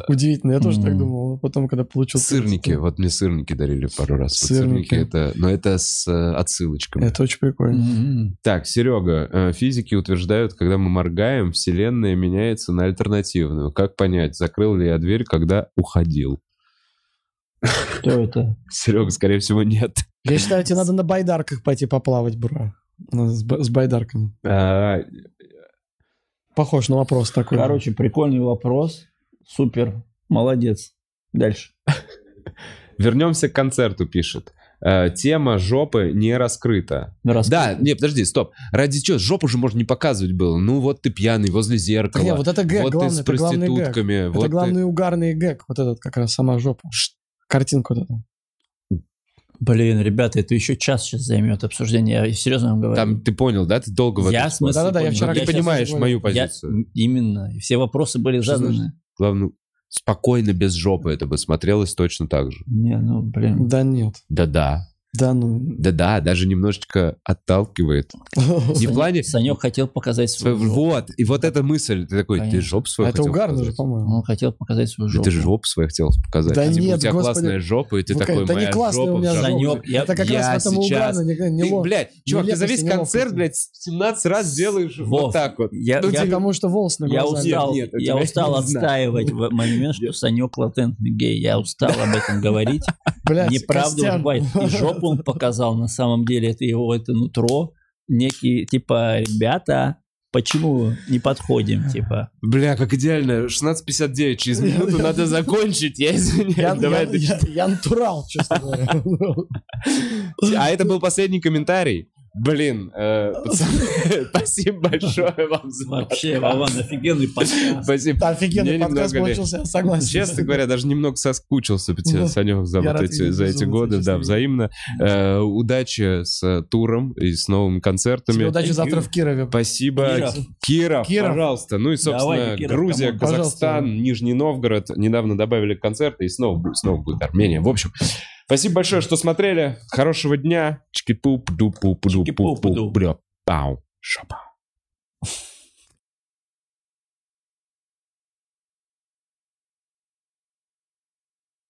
[SPEAKER 2] Удивительно, я тоже так
[SPEAKER 3] М.
[SPEAKER 2] думал. а Потом, когда получил...
[SPEAKER 1] Сырники, вот мне сырники дарили пару раз. Вот
[SPEAKER 2] Сырники.
[SPEAKER 1] сырники это, но это с э, отсылочками.
[SPEAKER 2] Это очень прикольно.
[SPEAKER 3] М.
[SPEAKER 1] Так, Серега, э, физики утверждают, когда мы моргаем, вселенная меняется на альтернативную. Как понять, закрыл ли я дверь, когда уходил?
[SPEAKER 3] Что это?
[SPEAKER 1] Серега, скорее всего, нет.
[SPEAKER 2] Я считаю, тебе надо на байдарках пойти поплавать, бро. Надо С ба- с байдарками.
[SPEAKER 1] А,
[SPEAKER 2] Похож на вопрос такой.
[SPEAKER 3] Короче, прикольный вопрос. Супер. Молодец. Дальше.
[SPEAKER 1] Вернемся к концерту, пишет. Э, Тема жопы не раскрыта.
[SPEAKER 3] Раз-
[SPEAKER 1] Да, не, подожди, стоп. Ради чего? Жопу же можно не показывать было. Ну вот ты пьяный возле
[SPEAKER 2] Так
[SPEAKER 1] зеркала.
[SPEAKER 2] не, вот это гэг,
[SPEAKER 1] вот ты
[SPEAKER 2] главное,
[SPEAKER 1] с
[SPEAKER 2] это главный гэг.
[SPEAKER 1] проститутками. вот
[SPEAKER 2] Это
[SPEAKER 1] ты-
[SPEAKER 2] главный угарный гэг, вот этот как раз сама жопа. Картинку вот эту.
[SPEAKER 3] Блин, ребята, это еще час сейчас займет обсуждение. Я серьезно вам говорю.
[SPEAKER 1] Там ты понял, да? Ты долго в
[SPEAKER 3] я
[SPEAKER 1] этом.
[SPEAKER 3] в смысле
[SPEAKER 2] Да-да-да, я
[SPEAKER 3] понял.
[SPEAKER 2] вчера
[SPEAKER 1] Ну, Ты
[SPEAKER 2] щас
[SPEAKER 3] щас-
[SPEAKER 1] понимаешь
[SPEAKER 2] говорю.
[SPEAKER 1] мою
[SPEAKER 3] я-
[SPEAKER 1] позицию.
[SPEAKER 3] Именно. И Все вопросы были
[SPEAKER 1] Что
[SPEAKER 3] заданы.
[SPEAKER 1] значит? Главное, спокойно, без жопы это бы смотрелось точно так же.
[SPEAKER 3] Не, ну, блин.
[SPEAKER 2] Да нет.
[SPEAKER 1] Да-да. *laughs*
[SPEAKER 2] Да ну.
[SPEAKER 1] Да-да, даже немножечко отталкивает. Не в плане...
[SPEAKER 3] Санек хотел показать свою жопу.
[SPEAKER 1] Вот, и вот эта мысль. Ты такой, ты
[SPEAKER 3] Конечно.
[SPEAKER 1] жоп свою
[SPEAKER 2] А Это
[SPEAKER 1] хотел
[SPEAKER 2] угарно же,
[SPEAKER 1] показать?
[SPEAKER 2] по-моему.
[SPEAKER 3] Он хотел показать свою
[SPEAKER 1] Да
[SPEAKER 3] жопу.
[SPEAKER 1] ты жопу свою хотел показать.
[SPEAKER 2] Да
[SPEAKER 1] Типа,
[SPEAKER 2] нет,
[SPEAKER 1] у тебя
[SPEAKER 2] господи.
[SPEAKER 1] классная жопа, и ты
[SPEAKER 2] Ну,
[SPEAKER 1] такой,
[SPEAKER 2] да не
[SPEAKER 1] моя
[SPEAKER 2] классная у
[SPEAKER 1] жопа,
[SPEAKER 2] меня
[SPEAKER 1] в
[SPEAKER 2] жопа.
[SPEAKER 1] жопу».
[SPEAKER 3] Санек, я-
[SPEAKER 2] это как
[SPEAKER 1] я
[SPEAKER 2] раз потому
[SPEAKER 1] сейчас-
[SPEAKER 2] угарно, не,
[SPEAKER 1] Ты,
[SPEAKER 2] не
[SPEAKER 1] блядь, чувак, ты
[SPEAKER 2] Нелепость
[SPEAKER 1] за весь
[SPEAKER 2] и неловкость.
[SPEAKER 1] концерт, блядь, 17 раз делаешь вот
[SPEAKER 3] Вов,
[SPEAKER 1] так вот.
[SPEAKER 3] Я,
[SPEAKER 1] Ну,
[SPEAKER 3] я-
[SPEAKER 1] тебе-
[SPEAKER 2] Потому что волос на
[SPEAKER 3] я
[SPEAKER 2] глазах.
[SPEAKER 3] устал,
[SPEAKER 1] Нет, у тебя
[SPEAKER 3] я устал
[SPEAKER 1] не знаю.
[SPEAKER 3] отстаивать в момент, что Санек латентный гей. Я устал об этом говорить.
[SPEAKER 2] Блядь,
[SPEAKER 3] Неправда,
[SPEAKER 2] Костян.
[SPEAKER 3] уже бывает. И жопу он показал, на самом деле, это его это нутро. Некие, типа, ребята, почему не подходим, типа.
[SPEAKER 1] Бля, как идеально, 16.59, через минуту
[SPEAKER 2] *laughs*
[SPEAKER 1] надо закончить, я
[SPEAKER 2] Я,
[SPEAKER 1] извиняюсь, давай.
[SPEAKER 2] я-
[SPEAKER 1] ты-
[SPEAKER 2] я- я натурал,
[SPEAKER 1] *laughs*
[SPEAKER 2] честно говоря.
[SPEAKER 1] А это был последний комментарий. Блин, э,
[SPEAKER 2] *laughs*
[SPEAKER 1] пацаны, спасибо большое вам за
[SPEAKER 3] Вообще, Вован, офигенный подкаст.
[SPEAKER 1] Спасибо.
[SPEAKER 2] Офигенный
[SPEAKER 1] Мне
[SPEAKER 2] подкаст
[SPEAKER 1] немного лень.
[SPEAKER 2] получился, я согласен.
[SPEAKER 1] Честно говоря, даже немного соскучился, Петя
[SPEAKER 2] Да.
[SPEAKER 1] Санек, за,
[SPEAKER 2] Ну, Я
[SPEAKER 1] вот
[SPEAKER 2] рад
[SPEAKER 1] эти,
[SPEAKER 2] видеть,
[SPEAKER 1] за эти
[SPEAKER 2] безумно,
[SPEAKER 1] годы. Да,
[SPEAKER 2] честно.
[SPEAKER 1] взаимно. Э, удачи с э, туром и с новыми
[SPEAKER 2] Тебе
[SPEAKER 1] концертами.
[SPEAKER 2] удачи завтра в Кирове.
[SPEAKER 1] Спасибо.
[SPEAKER 3] Киров.
[SPEAKER 1] Киров,
[SPEAKER 2] Киров.
[SPEAKER 1] пожалуйста. Ну и, собственно,
[SPEAKER 3] Давайте, Киров,
[SPEAKER 1] Грузия,
[SPEAKER 3] камон,
[SPEAKER 1] Казахстан,
[SPEAKER 2] пожалуйста.
[SPEAKER 1] Нижний Новгород. Недавно добавили концерты, и снова, бу- снова будет Армения. В общем, спасибо большое, что смотрели. Хорошего дня. чики пуп ду пу пу ду пу пу
[SPEAKER 3] Чики-пу-пу-ду.
[SPEAKER 1] брё. Пау. Шапа.